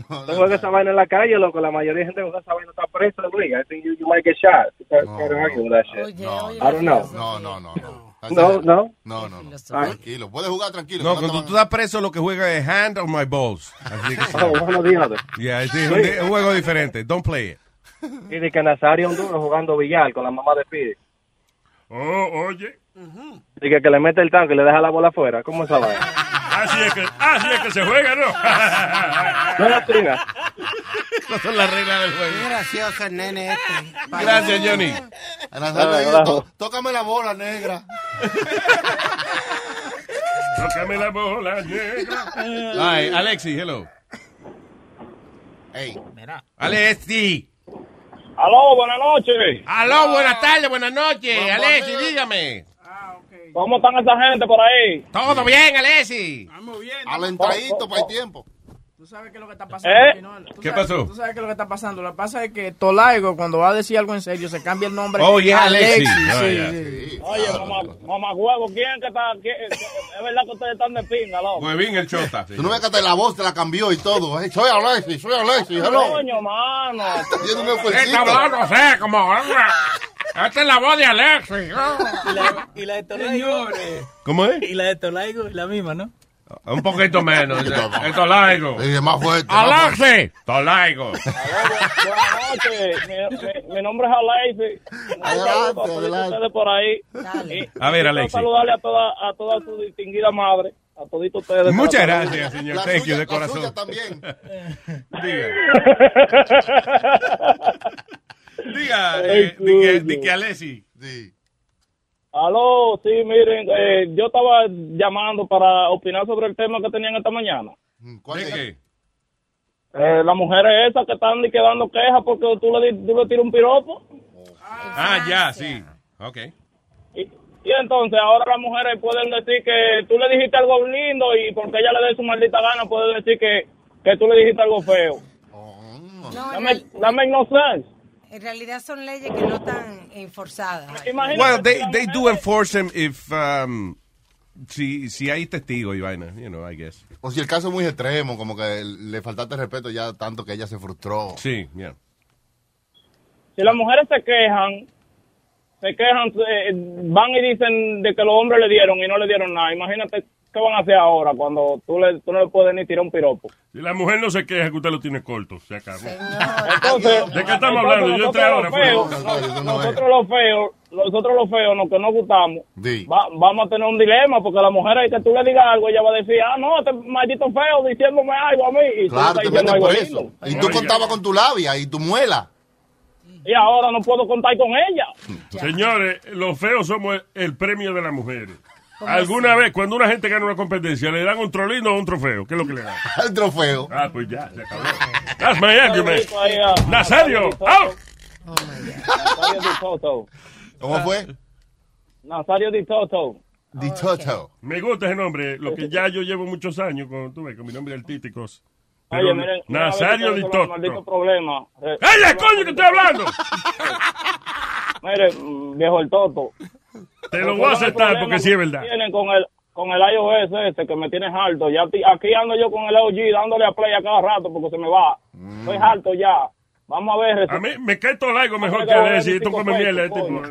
Speaker 25: No juegas esa vaina en la calle, loco. La mayoría de gente que juega esa vaina está presa, Luis. I think you, you might get shot. You can't, can't argue with that shit. I don't know.
Speaker 12: No, no, no, no.
Speaker 25: No, no.
Speaker 12: No, no, no.
Speaker 25: Ah.
Speaker 12: Tranquilo, pues. puedes jugar tranquilo.
Speaker 10: No,
Speaker 12: que
Speaker 10: cuando tú estás preso lo que juega es hand on my balls. Así que sí.
Speaker 25: Oh, one or the other.
Speaker 10: Yeah, es un, es un juego diferente. Don't play it.
Speaker 25: Y de que Nazario Honduras jugando billar con la mamá de Pide.
Speaker 1: Oh, oye.
Speaker 25: Y que, que le mete el tanque y le deja la bola afuera. ¿Cómo esa vaina?
Speaker 1: Así es que, así es que se juega, ¿no?
Speaker 25: No la tina.
Speaker 10: No son las reglas del juego.
Speaker 13: Qué gracioso el nene este.
Speaker 10: Gracias, Johnny.
Speaker 12: Nazario, to- tócame la bola negra.
Speaker 1: Tócame la bola negra.
Speaker 10: Ay, Alexi, hello.
Speaker 12: Hey.
Speaker 10: Alexi.
Speaker 26: Aló, buenas noches.
Speaker 10: Aló, buenas tardes, buenas noches. Alexi, dígame.
Speaker 18: Ah,
Speaker 26: ¿Cómo están esa gente por ahí?
Speaker 10: Todo bien, Alexi.
Speaker 12: Alentadito para el tiempo.
Speaker 9: Tú sabes qué es lo que está pasando.
Speaker 26: ¿Eh?
Speaker 9: Chinola. Tú
Speaker 10: ¿Qué
Speaker 9: sabes-
Speaker 10: pasó?
Speaker 9: Tú sabes qué es lo que está pasando. Lo que pasa es que Tolaigo, cuando va a decir algo en serio, se cambia el nombre.
Speaker 10: Oh, yeah, Alexis. Oh,
Speaker 9: sí,
Speaker 10: yeah.
Speaker 9: sí.
Speaker 26: Oye, mamá, mamá huevo, ¿quién que está? quién- es verdad que ustedes están de pinga, loco.
Speaker 10: Huevín el chota.
Speaker 12: Tú no ves que hasta la voz te la cambió y todo. eh. Soy Alexis, soy Alexis. hello.
Speaker 26: Coño, mano.
Speaker 12: Yo no me ofrecí.
Speaker 1: Está hablando, sé, como... Esta es la voz de Alexi.
Speaker 18: Y la, y la de Tolaigo.
Speaker 10: ¿Cómo es?
Speaker 18: Y la de Tolaigo es la misma, ¿no?
Speaker 10: Un poquito menos. dice, El tolaigo.
Speaker 12: más fuerte.
Speaker 10: Alexi. Tolaigo.
Speaker 26: Buenas noches. Mi, mi- mi nombre es Alexis. Adelante, ustedes por ahí. Y-
Speaker 10: A ver,
Speaker 26: quiero
Speaker 10: Alexis.
Speaker 26: saludarle a toda, a toda su distinguida madre, a toditos ustedes.
Speaker 10: Muchas
Speaker 26: Para-
Speaker 10: gracias, señor. Thank you, de corazón.
Speaker 12: también.
Speaker 10: Diga,
Speaker 26: Ay,
Speaker 10: eh, di que- di
Speaker 26: coño.
Speaker 10: que Alexi.
Speaker 26: Aló, sí, miren, eh, yo estaba llamando para opinar sobre el tema que tenían esta mañana.
Speaker 12: Mm, ¿Cuál es?
Speaker 26: Eh, las mujeres esas que están ni quedando quejas porque tú le, di- tú le tiras un piropo.
Speaker 10: Ah, ya, sí. Ok.
Speaker 26: Y entonces ahora las mujeres pueden decir que tú le dijiste algo lindo y porque ella le dé su maldita gana puede decir que, que tú le dijiste algo feo.
Speaker 11: No, en,
Speaker 26: Dame,
Speaker 11: real-
Speaker 26: dame inocencia.
Speaker 11: en realidad son leyes que no están enforzadas.
Speaker 10: Well, they, they do enforce him if, um, si, si hay testigo y vaina, you know, I guess.
Speaker 12: O si el caso es muy extremo, como que le faltaste respeto ya tanto que ella se frustró.
Speaker 10: Sí, yeah.
Speaker 26: Si las mujeres se quejan, se quejan, eh, van y dicen de que los hombres le dieron y no le dieron nada. Imagínate qué van a hacer ahora cuando tú, le, tú no le puedes ni tirar un piropo.
Speaker 1: Si la mujer no se queja que usted lo tiene corto, se acabó.
Speaker 26: Entonces,
Speaker 1: ¿De qué estamos hablando? Yo entré ahora. pues.
Speaker 26: Nosotros los feos, nosotros los feos, nosotros los feos, los que no gustamos,
Speaker 12: Sí.
Speaker 26: va- vamos a tener un dilema porque la mujer es que tú le digas algo, ella va a decir, ah, no, este maldito feo diciéndome algo a mí. Y tú
Speaker 12: Claro,
Speaker 26: estás
Speaker 12: te
Speaker 26: diciendo
Speaker 12: metes por
Speaker 26: algo
Speaker 12: eso.
Speaker 26: lindo.
Speaker 12: Y tú contabas con tu labia y tu muela.
Speaker 26: Y ahora no puedo contar con ella.
Speaker 1: Señores, los feos somos el premio de las mujeres. Alguna vez, cuando una gente gana una competencia, le dan un trolino o un trofeo. ¿Qué es lo que le dan?
Speaker 12: El trofeo.
Speaker 1: Ah, pues ya, se acabó. That's my argument. Nazario, out.
Speaker 26: Nazario Di Toto.
Speaker 12: ¿Cómo fue?
Speaker 26: Nazario Di Toto.
Speaker 12: Di Toto.
Speaker 1: Me gusta ese nombre, lo que ya yo llevo muchos años con, tú ves, con mi nombre del Títicos.
Speaker 26: Oye, miren, una vez
Speaker 1: Nazario
Speaker 26: que
Speaker 1: Di
Speaker 26: resuelvan el maldito
Speaker 1: Toto.
Speaker 26: problema.
Speaker 1: ¡Calla, coño, que estoy hablando!
Speaker 26: Mire, mm, viejo el Toto.
Speaker 1: Te lo voy a aceptar porque sí es verdad.
Speaker 26: Tienen con el con el iOS ese que me tienes harto. Ya ti- aquí ando yo con el OG dándole a play a cada rato porque se me va.
Speaker 1: Mm.
Speaker 26: Estoy harto ya. Vamos a ver.
Speaker 1: A mí me cae todo largo mejor que Alexi. Esto come miel a este tipo.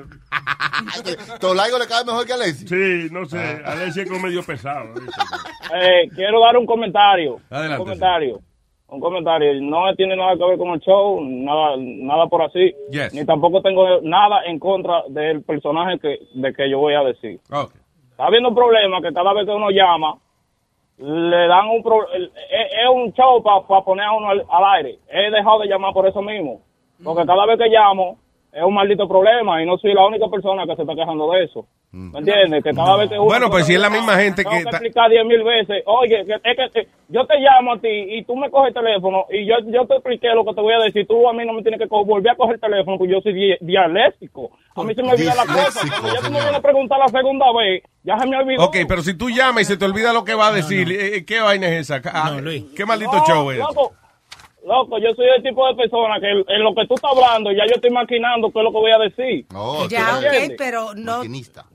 Speaker 12: ¿Tolaigo le cae mejor que Ah. Alexi?
Speaker 1: Sí, no sé. Alexi es como medio pesado. ¿viste?
Speaker 12: Oh
Speaker 26: Eh, quiero dar un comentario.
Speaker 1: Adelante,
Speaker 26: Un comentario. Un comentario. No tiene nada que ver con el show, nada, nada por así.
Speaker 14: Yes.
Speaker 26: Ni tampoco tengo nada en contra del personaje que, de que yo voy a decir. Está habiendo un problema que cada vez que uno llama, le dan un pro- el- es, es un show para poner a uno al, al aire. He dejado de llamar por eso mismo. Porque cada vez que llamo, es un maldito problema y no soy la única persona que se está quejando de eso.
Speaker 12: Mm.
Speaker 26: ¿Me entiendes? Que cada vez que uno-
Speaker 10: Bueno, pues si es la misma gente
Speaker 26: tengo que
Speaker 10: que está-
Speaker 26: explicar diez mil veces. Oye, que- es que te- yo te llamo a ti y tú me coges el teléfono y yo, yo te expliqué lo que te voy a decir. Tú a mí no me tienes que co- volver a coger el teléfono porque yo soy di- dialéctico. A mí se me olvida la cosa. Cuando ya tú me vienes a preguntar la segunda vez, ya se me olvidó.
Speaker 10: Ok, pero si tú llamas y se te olvida lo que va a decir, eh, eh, ¿qué vaina es esa? Ah, ¿Qué maldito
Speaker 26: No,
Speaker 10: show es?
Speaker 26: Loco, loco, yo soy el tipo de persona que en lo que tú estás hablando ya yo estoy maquinando qué es lo que voy a decir.
Speaker 11: ya,
Speaker 26: ¿Me
Speaker 11: ok,
Speaker 26: entiendes?
Speaker 11: pero no.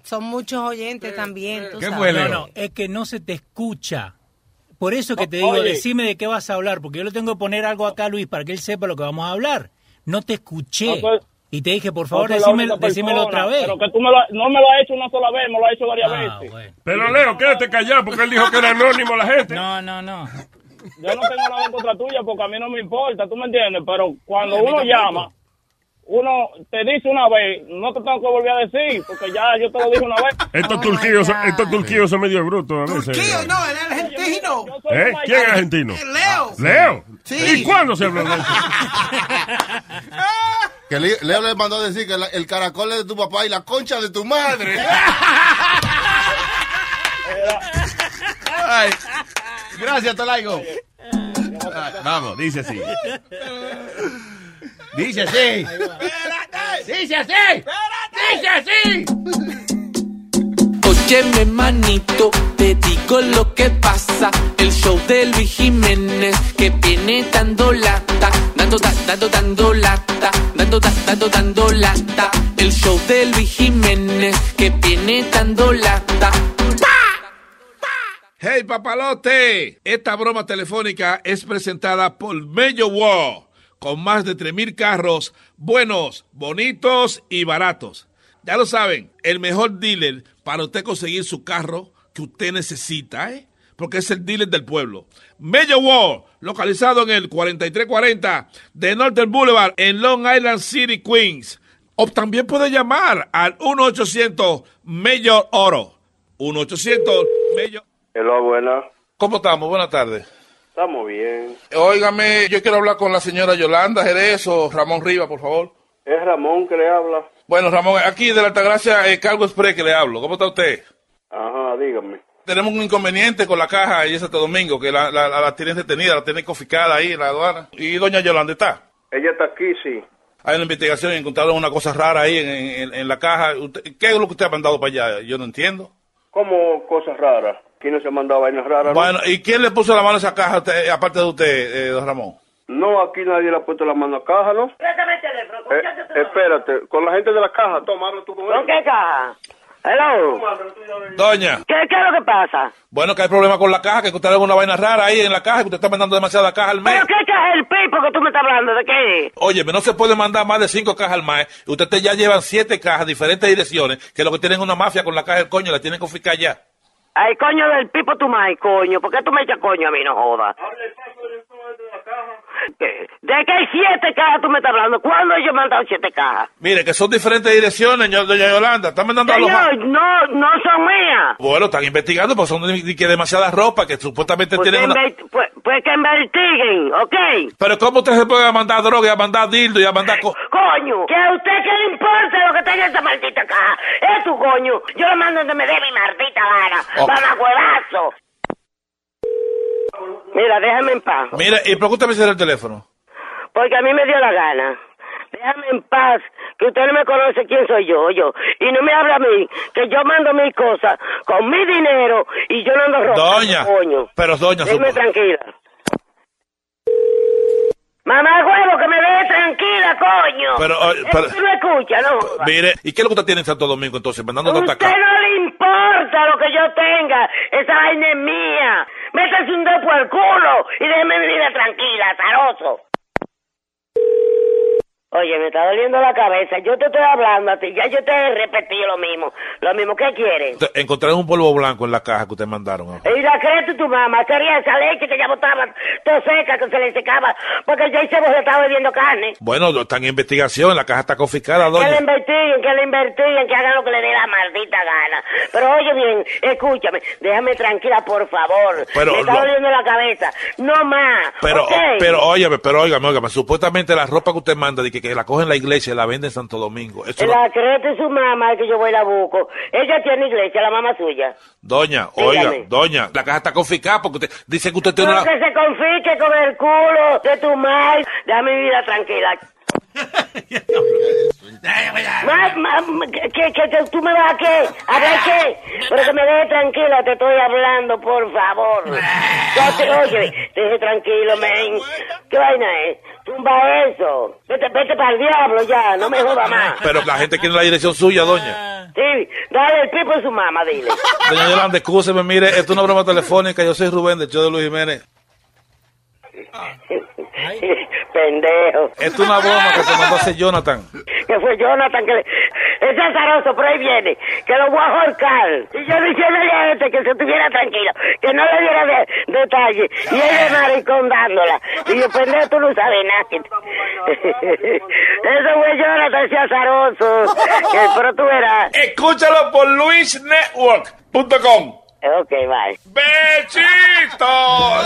Speaker 11: Son muchos oyentes también. tú
Speaker 10: ¿Qué
Speaker 11: sabes.
Speaker 10: fue, Leo?
Speaker 18: No, no, es que no se te escucha. Por eso que te
Speaker 11: O-
Speaker 18: digo,
Speaker 11: oye.
Speaker 18: decime de qué vas a hablar, porque yo le tengo que poner algo acá a Luis para que él sepa lo que vamos a hablar. No te escuché.
Speaker 26: No soy-
Speaker 18: y te dije, por favor,
Speaker 26: No soy la
Speaker 18: decime-
Speaker 26: única
Speaker 18: decímelo
Speaker 26: persona,
Speaker 18: otra vez. Ah,
Speaker 26: Pero que tú me lo, no me lo has hecho una sola vez, me lo has hecho
Speaker 11: Ah.
Speaker 26: varias veces.
Speaker 1: Pero Leo, quédate callado porque él dijo que era anónimo la gente.
Speaker 18: No, no, no.
Speaker 26: Yo no tengo nada en contra tuya porque a mí no me importa, ¿tú me entiendes? Pero cuando
Speaker 18: Sí, a mí
Speaker 26: uno
Speaker 18: tampoco.
Speaker 26: llama, uno te dice una vez, no te tengo que volver a decir, porque ya yo te lo dije una vez.
Speaker 1: Estos turquíos, son, estos turquíos son medio brutos a veces.
Speaker 13: No, el argentino.
Speaker 1: ¿Eh? ¿Quién es argentino?
Speaker 13: Leo.
Speaker 1: Leo.
Speaker 13: Sí.
Speaker 1: ¿Y cuándo se habló de eso?
Speaker 12: Que Le- Leo le mandó a decir que la- el caracol es de tu papá y la concha de tu madre.
Speaker 10: Ay, gracias, Tolaigo. Ay, vamos, dice así. Dice así.
Speaker 4: ¡Dice así! ¡Dice así!
Speaker 8: Óyeme manito, te digo lo que pasa El show de Luis Jiménez que viene dando lata Dando, da- dando, dando lata Dando, da- dando, dando lata El show de Luis Jiménez que viene dando lata
Speaker 14: Hey papalote, esta broma telefónica es presentada por Mello Wow, con más de 3.000 carros buenos, bonitos y baratos. Ya lo saben, el mejor dealer para usted conseguir su carro que usted necesita, ¿eh? porque es el dealer del pueblo. Mello Wow, localizado en el 4340 de Northern Boulevard en Long Island City, Queens. O también puede llamar al 1-800 Mello Oro. 1-800 Mello
Speaker 27: Hola, buena.
Speaker 14: ¿Cómo estamos? Buenas tardes.
Speaker 27: Estamos bien.
Speaker 14: Óigame, yo quiero hablar con la señora Yolanda Jerez o Ramón Riva, por favor.
Speaker 27: Es Ramón que le habla.
Speaker 14: Bueno, Ramón, aquí de la Altagracia eh, Cargo Express que le hablo. ¿Cómo está usted?
Speaker 27: Ajá, dígame.
Speaker 14: Tenemos un inconveniente con la caja ahí en Santo Domingo, que la, la, la- la tienen detenida, la tienen confiscada ahí en la aduana. ¿Y doña Yolanda está?
Speaker 27: Ella está aquí, sí.
Speaker 14: Hay una investigación y encontraron una cosa rara ahí en, en- en la caja. Usted- ¿Qué es lo que usted ha mandado para allá? Yo no entiendo.
Speaker 27: Como cosas raras. Aquí no se mandaba vainas raras. ¿no?
Speaker 14: Bueno, ¿y quién le puso la mano a esa caja, a usted, aparte de usted, eh, don Ramón?
Speaker 27: No, aquí nadie le ha puesto la mano a caja, ¿no? Eh, espérate, con la gente de la caja, tomarlo tú con
Speaker 28: ¿Con qué caja? Hello.
Speaker 14: Doña.
Speaker 28: ¿Qué, qué es lo que pasa?
Speaker 14: Bueno, que hay problema con la caja, que usted una vaina rara ahí en la caja, que usted está mandando demasiada caja al mes.
Speaker 28: ¿Pero qué caja es el pipo que tú me estás hablando? ¿De qué?
Speaker 14: Óyeme, no se puede mandar más de cinco cajas al mes. Ustedes ya llevan siete cajas, diferentes direcciones, que lo que tienen es una mafia con la caja del coño, la tienen confiscada ya.
Speaker 28: Ay, coño del pipo tu mai, coño. ¿Por qué tú me echas coño a mí? No jodas. ¿Qué? ¿De qué siete cajas tú me estás hablando? ¿Cuándo yo he mandado siete cajas?
Speaker 14: Mire, que son diferentes direcciones, ño- doña Yolanda. Están mandando a los...
Speaker 28: Señor, no, no son mías.
Speaker 14: Bueno, están investigando, porque son de- de- que demasiada ropa, que supuestamente
Speaker 28: Pues que,
Speaker 14: tienen una...
Speaker 28: inve- pues, pues que investiguen, ¿ok?
Speaker 14: Pero ¿cómo usted se puede mandar droga y a mandar dildo y a mandar... co-
Speaker 28: Coño, que a usted qué le importa lo que está en esa maldita caja. Es tu coño. Yo lo mando donde me dé mi maldita gana.
Speaker 14: Ok.
Speaker 28: Mamagüevazo. Mira, déjame en paz.
Speaker 14: Mira, y pregúntame si era el teléfono.
Speaker 28: Porque a mí me dio la gana. Déjame en paz, que usted no me conoce quién soy yo, yo. Y no me habla a mí, que yo mando mis cosas con mi dinero y yo no ando robando,
Speaker 14: Doña.
Speaker 28: coño.
Speaker 14: Pero, doña,
Speaker 28: Déjeme
Speaker 14: supo.
Speaker 28: tranquila. Mamá huevo, que me deje tranquila, coño.
Speaker 14: Pero, oh,
Speaker 28: Eso
Speaker 14: pero-
Speaker 28: usted no escucha, ¿no?
Speaker 14: Mire, ¿y qué es lo que usted tiene en Santo Domingo entonces? Mandando
Speaker 28: usted
Speaker 14: hasta acá.
Speaker 28: no le importa lo que yo tenga. Esa vaina es mía. Métase un dedo por el culo y déjeme mi vida tranquila, taroso. Oye, me está doliendo la cabeza. Yo te estoy hablando a ti. Ya yo te he repetido lo mismo. Lo mismo que quieres.
Speaker 14: Te- Encontraron un polvo blanco en la caja que ustedes mandaron. ah.
Speaker 28: Y la creta de tu mamá quería esa leche que ya botaba, todo seca, que se le secaba, porque ya se vos estaba bebiendo carne.
Speaker 14: Bueno, lo- están en investigación, la caja está confiscada,
Speaker 28: Que le
Speaker 14: doña.
Speaker 28: investiguen, que le investiguen, que hagan lo que le dé la maldita gana. Pero oye bien, escúchame, déjame tranquila, por favor.
Speaker 14: Pero
Speaker 28: Me está
Speaker 14: lo-
Speaker 28: doliendo la cabeza. No más.
Speaker 14: Pero,
Speaker 28: ¿ok?
Speaker 14: pero, óyame, pero, óigame, óigame, supuestamente la ropa que usted manda, de que, que la cogen en la iglesia y la venden en Santo Domingo. Eso no-
Speaker 28: La creta de su mamá que yo voy a la busco. Ella tiene iglesia, la mamá suya.
Speaker 14: Doña, oiga, doña, la caja está confiscada porque usted dice que usted tiene
Speaker 28: Pero
Speaker 14: una...
Speaker 28: que se confisque con el culo de tu madre. Déjame mi vida tranquila. Ma- ma- ma- que, que, que tú me vas a qué? ¿A ver qué? Pero que me deje tranquila, te estoy hablando, por favor. Ya te- oye, te deje tranquilo, men. ¿Qué vaina es? Tumba eso. Vete, vete para el diablo ya, no me joda más.
Speaker 14: Pero la gente quiere la dirección suya, doña.
Speaker 28: Sí, dale el pipo a su mamá, dile.
Speaker 14: Doña Yolanda, escúcheme, mire, esto es una broma telefónica, yo soy Rubén, del show de Luis Jiménez.
Speaker 28: Pendejo.
Speaker 14: Esto es una broma que te mandó hacer Jonathan.
Speaker 28: que fue Jonathan que le... Es azaroso, pero ahí viene, que lo voy a ahorcar. Y yo diciéndole a este que se estuviera tranquilo, que no le diera de- detalle. Y él de maricón dándola. Y yo, pendejo, tú no sabes nada. Eso fue Jonathan, ese azaroso. Que, pero tú verás.
Speaker 14: Escúchalo por luisnetwork.com.
Speaker 28: Ok, bye.
Speaker 14: ¡Besitos!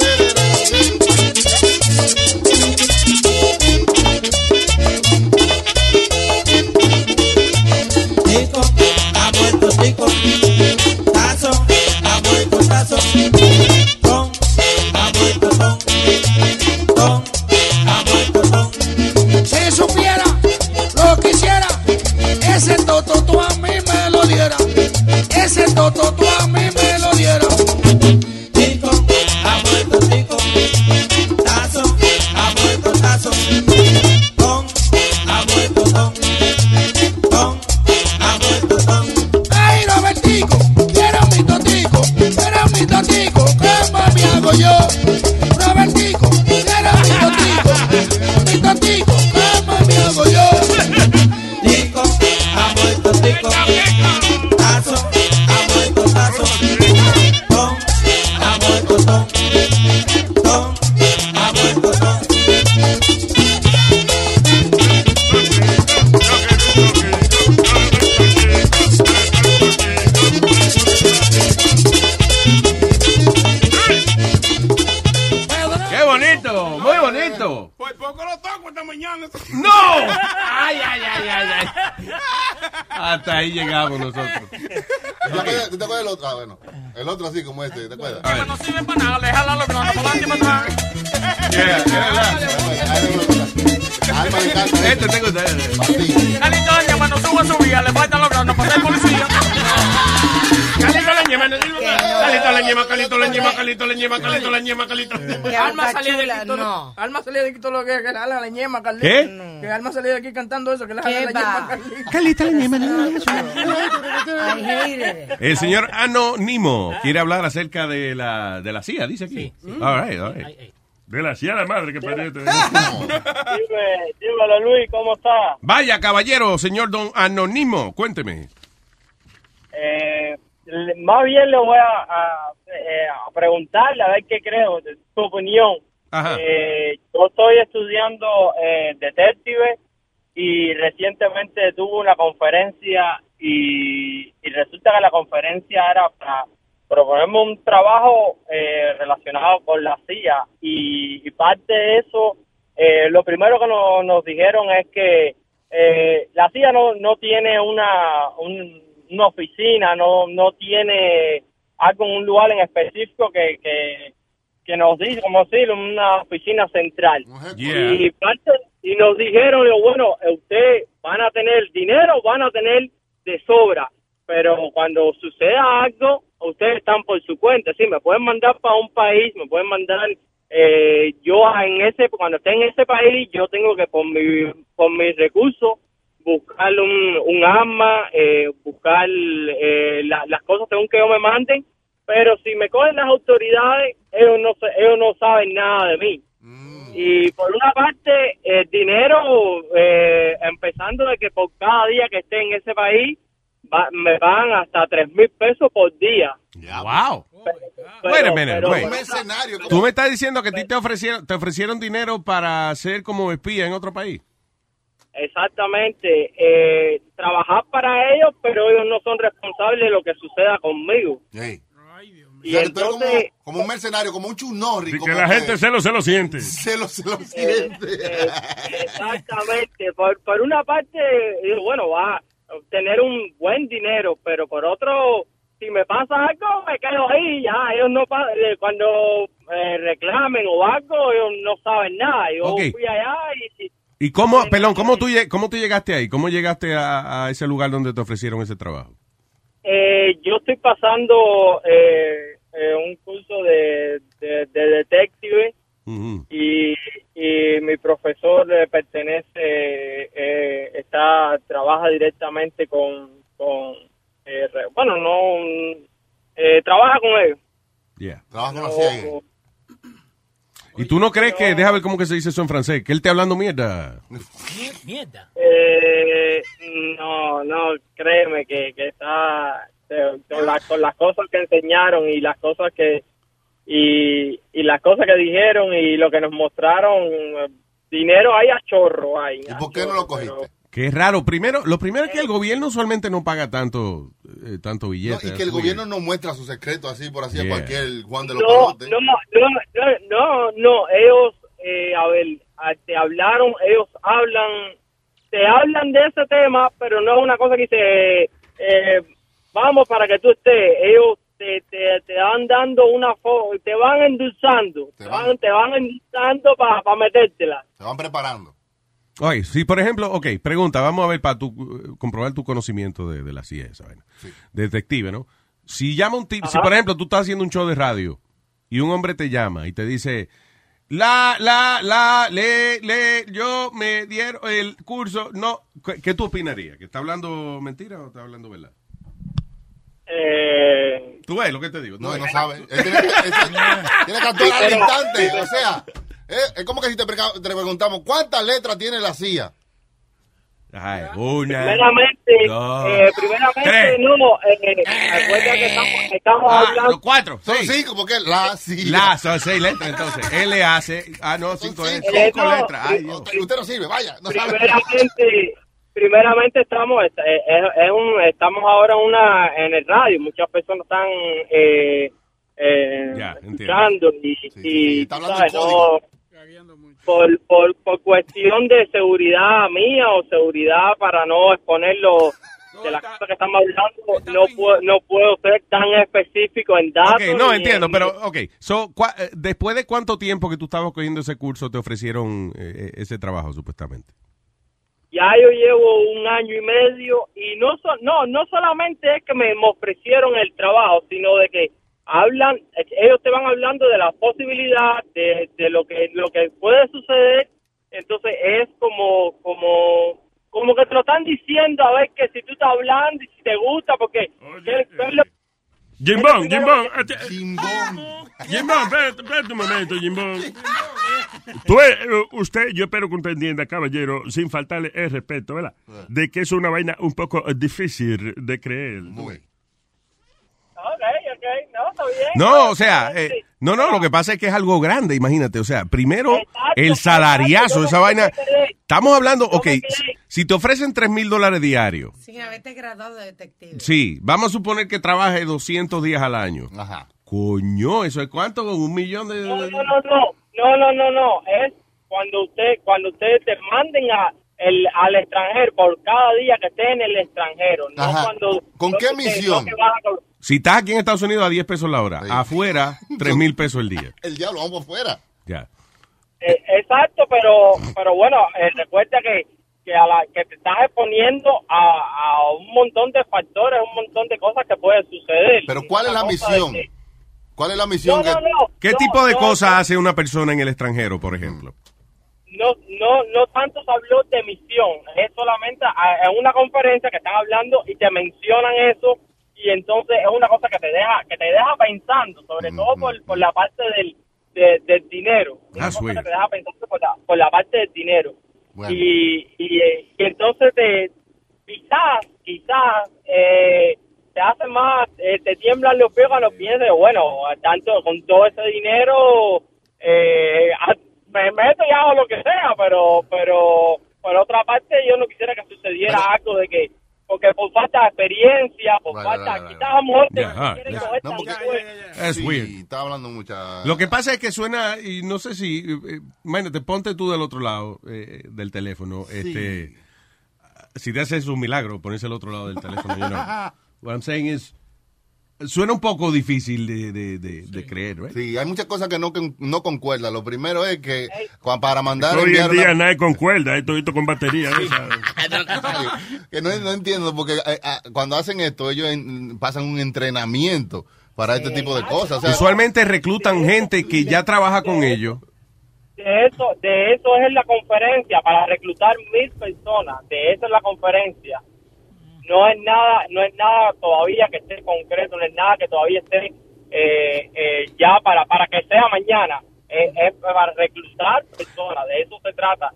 Speaker 5: Tico, ha vuelto tico. Tazo, ha vuelto tazo. Con, ha vuelto con. Con, ha vuelto con. Si supiera lo que hiciera, ese toto tú a mí me lo diera. Ese toto tú a mí me lo diera. Tico, ha vuelto tico. Tazo, ha vuelto tazo. Con, ha vuelto con. Con. Ay, Robertico, quiero mi totico, quiero mi totico, ¿cómo me hago yo? Robertico, quiero mi totico, mi totico, ¿cómo me hago yo? Tico, ha vuelto tico, tazo, ha vuelto tazo, ton, ha vuelto ton, ton, ha vuelto ton.
Speaker 4: ¡Qué bonito! ¡Muy bonito!
Speaker 19: Por Pues poco lo toco esta mañana.
Speaker 4: ¡No!
Speaker 19: ¡Ay, ay, ay, ay, ay!
Speaker 4: Hasta ahí llegamos nosotros.
Speaker 12: ¿Tú te acuerdas- tú te acuerdas del otro? Ah, bueno. El otro así como este, ¿te acuerdas?
Speaker 19: No sirve para nada, déjala lo que no para adelante y para atrás.
Speaker 12: Yeah,
Speaker 4: Este tengo ustedes.
Speaker 19: Calidonia, cuando suba su vía, le falta los granos para ser policía. Calito la ñema, calito la ñema, calito la ñema, calito la ñema, calito la ñema, calito la ñema.
Speaker 9: Alma salía de
Speaker 19: chula,
Speaker 9: aquí todo lo-
Speaker 19: no.
Speaker 9: Alma salía de aquí todo lo que que le jala la ñema, Carlito.
Speaker 4: ¿Qué?
Speaker 9: Que Alma salía de aquí cantando eso, que le jala
Speaker 11: ¿Qué
Speaker 9: la
Speaker 11: va?
Speaker 9: ñema, Carlito.
Speaker 4: Calita la ñema,
Speaker 11: I hate it.
Speaker 10: El señor
Speaker 22: Ah,
Speaker 10: Anónimo quiere hablar acerca de la, de la CIA, dice aquí.
Speaker 22: Mm.
Speaker 10: All right, all right.
Speaker 1: De la CIA la madre que parió. este
Speaker 15: Dime, dímelo, Luis, ¿cómo está?
Speaker 10: Vaya, caballero, señor don Anónimo, cuénteme.
Speaker 22: Eh, le- más bien le voy a, a, eh, a preguntarle a ver qué creo, de su opinión.
Speaker 10: Ajá.
Speaker 22: Eh, yo estoy estudiando eh, detective y recientemente tuve una conferencia y, y resulta que la conferencia era para proponerme un trabajo eh, relacionado con la CIA y, y parte de eso, eh, lo primero que no- nos dijeron es que eh, la CIA no, no tiene una, un- una oficina, no, no tiene algo en un lugar en específico que, que, que nos dice, como decir, una oficina central.
Speaker 5: Yeah.
Speaker 22: Y, parte- y nos dijeron, digo, bueno, eh, ustedes van a tener dinero, van a tener de sobra, pero cuando suceda algo, ustedes están por su cuenta. Sí, me pueden mandar para un país, me pueden mandar eh, yo en ese cuando esté en ese país yo tengo que por mi por mis recursos buscar un, un arma eh, buscar eh, la- las cosas según que yo me manden pero si me cogen las autoridades ellos no se- ellos no saben nada de mí y por una parte el dinero eh, empezando de que por cada día que esté en ese país va- me van hasta tres mil pesos por día
Speaker 1: pues.
Speaker 10: Wow.
Speaker 22: Oh Pero-
Speaker 10: Wait a minute,
Speaker 22: pero-
Speaker 10: wait. Tú me estás diciendo que a ti te ofrecieron, te ofrecieron dinero para ser como espía en otro país.
Speaker 22: Exactamente. Eh, trabajar para ellos, pero ellos no son responsables de lo que suceda conmigo.
Speaker 12: O sea, que tú eres como, como un mercenario, como un chunorri.
Speaker 1: Y
Speaker 12: como
Speaker 1: que la gente se lo, se lo siente.
Speaker 12: Se lo, se lo
Speaker 22: Eh, eh, exactamente. Por, por una parte, digo, bueno, va a obtener un buen dinero, pero por otro, si me pasa algo, me quedo ahí. Ya, ellos no pa- eh, cuando eh, reclamen o algo, ellos no saben nada. Yo
Speaker 10: Ok.
Speaker 22: fui allá y, y-
Speaker 10: ¿Y cómo, perdón, cómo tú, lle- cómo tú llegaste ahí? ¿Cómo llegaste a, a ese lugar donde te ofrecieron ese trabajo?
Speaker 22: Eh, yo estoy pasando eh, eh, un curso de, de, de detective y, y mi profesor eh, pertenece, eh, está, trabaja directamente con, con eh, re- bueno, no, mm, eh, trabaja con ellos.
Speaker 10: Yeah.
Speaker 22: No,
Speaker 10: ¿Y tú no crees que, deja ver cómo que se dice eso en francés, que él te hablando mierda?
Speaker 22: eh, no, no, créeme que, que está eh, con, la- con las cosas que enseñaron y las cosas que y, y las cosas que dijeron y lo que nos mostraron eh, dinero hay a chorro hay ¿Y por qué no lo cogiste?
Speaker 10: Que es raro. Primero, lo primero es que el gobierno usualmente no paga tanto, eh, tanto billete.
Speaker 12: Eh. Y que el
Speaker 10: Así.
Speaker 12: gobierno no muestra sus secretos así por así
Speaker 10: Yeah.
Speaker 12: a cualquier Juan de los
Speaker 22: no,
Speaker 12: Palotes.
Speaker 22: no, no, no, no, no, ellos, eh, a ver, a- te hablaron, ellos hablan, te hablan de ese tema, pero no es una cosa que dice, eh, vamos para que tú estés, ellos te, te, te van dando una fo- te van endulzando, te van, te van endulzando para metértela.
Speaker 12: Te van preparando.
Speaker 10: Oye, si por ejemplo, ok, pregunta, vamos a ver para tu, eh, comprobar tu conocimiento de, de la CIA, esa vaina. Detective, ¿no? Si llama un tipo, si por ejemplo tú estás haciendo un show de radio y un hombre te llama y te dice, la, la, la, le, le, yo me dieron el curso, no, ¿qué, qué tú opinarías? ¿Que está hablando mentira o está hablando verdad?
Speaker 22: Eh,
Speaker 10: Tú ves lo que te digo.
Speaker 12: No,
Speaker 10: tú
Speaker 12: él no
Speaker 10: ves.
Speaker 12: sabe. Él tiene, que- él tiene- tiene que actuar al instante. O sea, eh, es, es como que si te, preca- te preguntamos cuántas letras tiene la CIA.
Speaker 10: Ay, una,
Speaker 22: Primeramente,
Speaker 10: dos,
Speaker 22: eh, primeramente,
Speaker 10: tres.
Speaker 22: no, eh, acuérdate que estamos, estamos
Speaker 10: Ah,
Speaker 22: hablando...
Speaker 10: los cuatro.
Speaker 12: Son
Speaker 10: seis.
Speaker 12: cinco, porque la CIA.
Speaker 10: La, son seis letras entonces. L hace, ah no, cinco, letras,
Speaker 22: Eh,
Speaker 10: cinco
Speaker 22: no,
Speaker 10: letras. Ay,
Speaker 22: eh,
Speaker 10: Dios.
Speaker 12: Usted no sirve, vaya. No sabe.
Speaker 22: primeramente, primeramente estamos es- es- es un- estamos ahora en una en el radio muchas personas están eh, eh,
Speaker 5: Ya, entiendo.
Speaker 22: escuchando y, y,
Speaker 5: está
Speaker 22: tú
Speaker 5: hablando en
Speaker 22: sabes, no,
Speaker 5: código.
Speaker 22: por, por, por cuestión de seguridad mía o seguridad para no exponerlo de las cosas que estamos hablando no puedo, no puedo ser tan específico en datos
Speaker 10: Ok, no
Speaker 22: ni
Speaker 10: entiendo,
Speaker 22: en-
Speaker 10: pero ok. So, cua- eh, ¿Después de cuánto tiempo que tú estabas cogiendo ese curso te ofrecieron eh, eh, ese trabajo, supuestamente?
Speaker 22: Ya yo llevo un año y medio y no so- no no solamente es que me me ofrecieron el trabajo, sino de que hablan ellos te van hablando de la posibilidad de, de lo que lo que puede suceder, entonces es como como como que te lo están diciendo a ver que si tú estás hablando y si te gusta porque
Speaker 1: Jimbón, Jimbón. este- Jimbón, espérate, espérate un momento, Jimbón. Tú, eh, usted, yo espero que usted entienda, caballero, sin faltarle el respeto, ¿verdad? De que es una vaina un poco eh, difícil de creer.
Speaker 15: está bien.
Speaker 10: No, o sea, eh, no, no, lo que pasa es que es algo grande, imagínate. O sea, primero, el
Speaker 15: exacto, yo
Speaker 10: salariazo,
Speaker 15: me
Speaker 10: esa vaina.
Speaker 15: quedé.
Speaker 10: Estamos hablando, ok,
Speaker 15: quedé.
Speaker 10: si te ofrecen 3 mil dólares diarios,
Speaker 11: Sin haberte graduado de detective.
Speaker 10: sí, vamos a suponer que trabajes 200 días al año.
Speaker 12: Ajá.
Speaker 10: Coño, ¿eso es cuánto? Con un millón de...
Speaker 22: No, no, no, no, no, no, no, no. Es cuando usted, cuando ustedes te manden a el, al extranjero por cada día que esté en el extranjero. No
Speaker 10: Ajá.
Speaker 22: cuando,
Speaker 10: ¿Con
Speaker 22: no
Speaker 10: qué
Speaker 22: que usted-
Speaker 10: misión?
Speaker 22: no que vas a col-
Speaker 10: Si estás aquí en Estados Unidos a 10 pesos la hora, afuera 3 mil pesos el día.
Speaker 12: El diablo, vamos afuera.
Speaker 10: Ya.
Speaker 22: eh, exacto, pero, pero bueno, eh, recuerda que que, a la, que te estás exponiendo a, a un montón de factores, un montón de cosas que pueden suceder.
Speaker 10: Pero ¿cuál es la
Speaker 22: cosa de
Speaker 10: misión?
Speaker 22: que-
Speaker 12: ¿Cuál es la misión?
Speaker 22: No, no,
Speaker 12: que-
Speaker 22: no.
Speaker 10: ¿Qué
Speaker 22: No,
Speaker 10: tipo de
Speaker 22: no,
Speaker 10: cosas hace una persona en el extranjero, por ejemplo?
Speaker 22: no, no, no tanto se habló de misión, es solamente a- en una conferencia que están hablando y te mencionan eso y entonces es una cosa que te deja, que te deja pensando, sobre todo por, por la parte del, de- del dinero, una
Speaker 10: That's
Speaker 22: cosa
Speaker 10: weird.
Speaker 22: que te deja pensando por la, por la parte del dinero.
Speaker 10: Bueno.
Speaker 22: Y, y, eh, y entonces te, quizás, quizás eh, te hace más, eh, te tiemblan los pies cuando piensas, bueno, tanto con todo ese dinero eh, ha- me meto y hago lo que sea, pero, pero por otra parte yo no quisiera que sucediera algo de que, porque por falta de experiencia, por falta, quizás a lo mejor te
Speaker 10: Ya, ah,
Speaker 22: quieren
Speaker 10: ya.
Speaker 22: coger tan fuerte.
Speaker 10: Es weird.
Speaker 12: Está hablando mucha.
Speaker 10: Lo que pasa es que suena, y no sé si, eh, eh, imagínate, ponte tú del otro lado eh, del teléfono. Este, si te haces un milagro, ponerse al otro lado del teléfono. you know. What I'm saying is, suena un poco difícil de, de- de- de creer, ¿eh? ¿right?
Speaker 12: Sí, hay muchas cosas que no, que no concuerdan. Lo primero es que cua- para mandar
Speaker 1: Hoy en
Speaker 12: enviar una- Ah,
Speaker 1: día nadie con cuerda, esto con batería. ¿eh?
Speaker 12: que no, no entiendo porque eh, ah, cuando hacen esto ellos en- pasan un entrenamiento para este tipo de cosas. O sea,
Speaker 10: Usualmente reclutan gente que ya trabaja con ellos.
Speaker 22: De eso, de eso es la conferencia, para reclutar mil personas, de eso es la conferencia. No es nada, no es nada todavía que esté concreto, no es nada que todavía esté eh, eh, ya para, para que sea mañana. Es, es para reclutar personas, de eso se trata.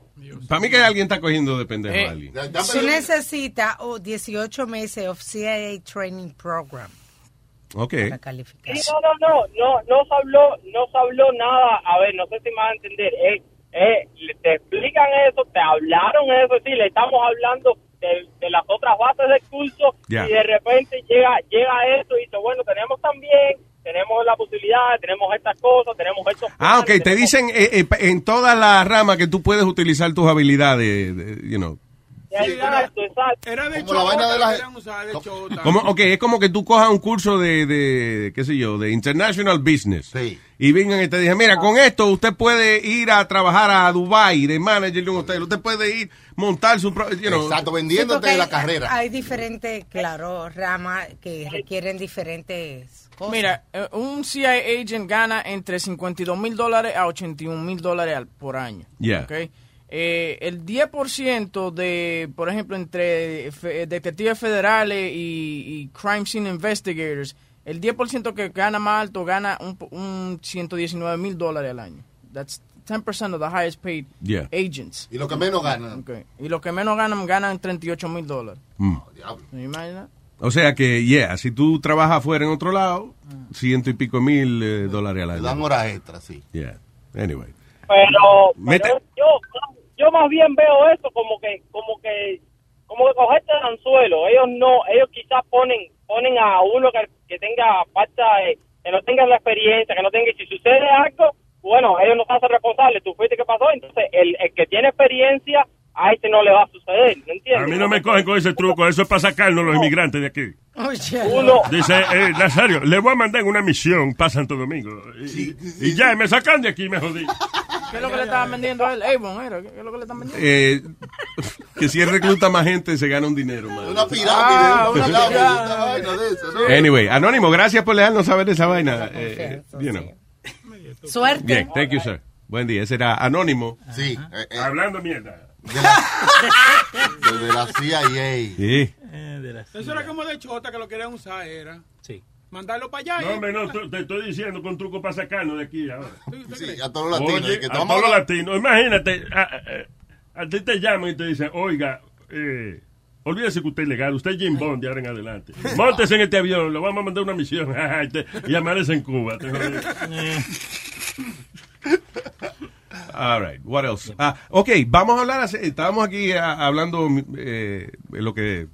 Speaker 10: Para mí que alguien está cogiendo de pendejo
Speaker 22: Eh.
Speaker 10: a alguien.
Speaker 11: Tú necesitas oh, 18 meses of CIA Training Program.
Speaker 10: Ok.
Speaker 22: Sí, no, no, no, no, no se habló, no se habló nada. A ver, no sé si me van a entender. Eh, eh, le- te explican eso, te hablaron eso, sí, le estamos hablando de, de las otras bases del curso
Speaker 5: Ya.
Speaker 22: y de repente llega, llega esto y dice, bueno, tenemos también, tenemos la posibilidad, tenemos estas cosas, tenemos estos...
Speaker 10: Ah, ok, te dicen eh, eh, pa- en todas las ramas que tú puedes utilizar tus habilidades, de- you know.
Speaker 22: Exacto, exacto.
Speaker 19: Era de
Speaker 12: Como la vaina de las-
Speaker 10: Como, ok, es como que tú cojas un curso de, de, qué sé yo, de International Business. Y vengan y te dicen, mira, con esto usted puede ir a trabajar a Dubai de manager de un hotel. Usted puede ir, montar su... pro- You know.
Speaker 12: Exacto,
Speaker 11: Sí, porque hay- Hay diferentes, claro, ramas que requieren diferentes cosas.
Speaker 9: Mira, eh, un CIA agent gana entre 52 mil dólares a 81 mil dólares al- por año.
Speaker 10: Yeah.
Speaker 9: ¿ok? Eh, el 10% de, por ejemplo, entre fe- eh, detectives federales y, y crime scene investigators, el 10% que gana más alto gana un, po- un 119 mil dólares al año. That's 10% of the highest paid
Speaker 10: Yeah.
Speaker 9: agents.
Speaker 12: Y los que menos ganan.
Speaker 9: Ok. Y los que menos ganan, ganan 38 mil dólares.
Speaker 10: Mm.
Speaker 12: Oh,
Speaker 9: ¿Me imaginas?
Speaker 10: O sea que, yeah, si tú trabajas afuera en otro lado,
Speaker 11: Mm.
Speaker 10: ciento y pico mil eh, dólares al año.
Speaker 12: Mm. dan horas extras, sí.
Speaker 10: Yeah, anyway.
Speaker 22: Pero,
Speaker 10: Mete-
Speaker 22: pero yo, yo más bien veo eso como que, como que, como que cogerte el anzuelo. Ellos no, ellos quizás ponen, ponen a uno que, que tenga falta, de- que no tenga la experiencia, que no tenga, y si sucede algo, bueno, ellos no se hacen responsables. Tú fuiste que pasó, entonces el, el que tiene experiencia a este no le va a suceder, ¿me entiendes?
Speaker 1: A mí no me cogen con ese truco, eso es para sacarnos los inmigrantes de aquí.
Speaker 22: Uno,
Speaker 1: Dice, eh, Nazario, le voy a mandar en una misión para Santo Domingo. Y, y ya, y me sacan de aquí, me jodí.
Speaker 9: ¿Qué es lo que le estaban vendiendo a él? Avon, era. ¿Qué es lo que le están vendiendo?
Speaker 10: Eh, que si él recluta más gente, se gana un dinero, madre.
Speaker 12: Una pirámide,
Speaker 9: Ah,
Speaker 12: una
Speaker 9: una
Speaker 12: pirámide,
Speaker 9: pirámide.
Speaker 12: una vaina de eso, ¿no?
Speaker 10: Anyway, Anónimo, gracias por dejarnos saber esa vaina. Eh, you know.
Speaker 11: Suerte.
Speaker 10: Bien, thank you, sir. Buen día, ese era Anónimo.
Speaker 12: Sí.
Speaker 1: Hablando mierda.
Speaker 12: De la CIA.
Speaker 10: Sí.
Speaker 19: Eso era como de chota que lo querían usar, era.
Speaker 18: Sí.
Speaker 19: Mandarlo para allá.
Speaker 1: No,
Speaker 19: ¿eh?
Speaker 1: hombre, no, tú- te estoy diciendo con truco para sacarnos de aquí ahora.
Speaker 12: Sí, a todos los latinos.
Speaker 1: Oye,
Speaker 12: que
Speaker 1: a
Speaker 12: estamos
Speaker 1: todos los
Speaker 12: hablando-
Speaker 1: latinos. Imagínate, a, a- a ti te llaman y te dicen, oiga, eh, Olvídese que usted es legal, usted es Jim Bond de ahora en adelante. Móntese en este avión, lo vamos a mandar una misión y te- y amanece en Cuba. te jodí.
Speaker 10: All right, what else? Ah, ok, vamos a hablar, hace- estábamos aquí ah, hablando eh, lo que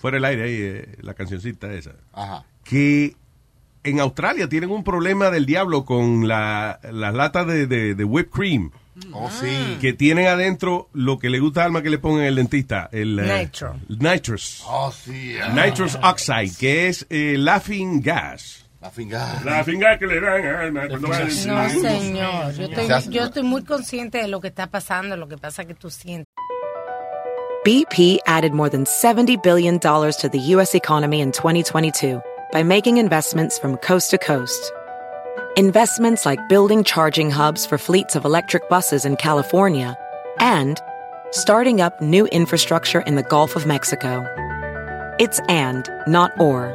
Speaker 10: fuera el aire ahí, eh, la cancioncita esa.
Speaker 12: Ajá.
Speaker 10: Que en Australia tienen un problema del diablo con la- las latas de, de- de whipped cream.
Speaker 12: Oh, sí.
Speaker 10: Que tienen adentro lo que le gusta a Alma que le pongan el dentista. El, eh,
Speaker 12: Nitro.
Speaker 10: Nitrous.
Speaker 12: Oh, sí. ah.
Speaker 10: Nitrous oxide, que es eh, laughing gas.
Speaker 12: La finga.
Speaker 1: La finga que le dan ah, a Alma cuando va a decir-
Speaker 11: No, señor. Yo estoy,
Speaker 1: Se hace-
Speaker 11: yo estoy muy consciente de lo que está pasando, lo que pasa que tú sientes.
Speaker 17: BP added more than $70 billion to the U.S. economy in 2022 by making investments from coast to coast. Investments like building charging hubs for fleets of electric buses in California and starting up new infrastructure in the Gulf of Mexico. It's and, not or.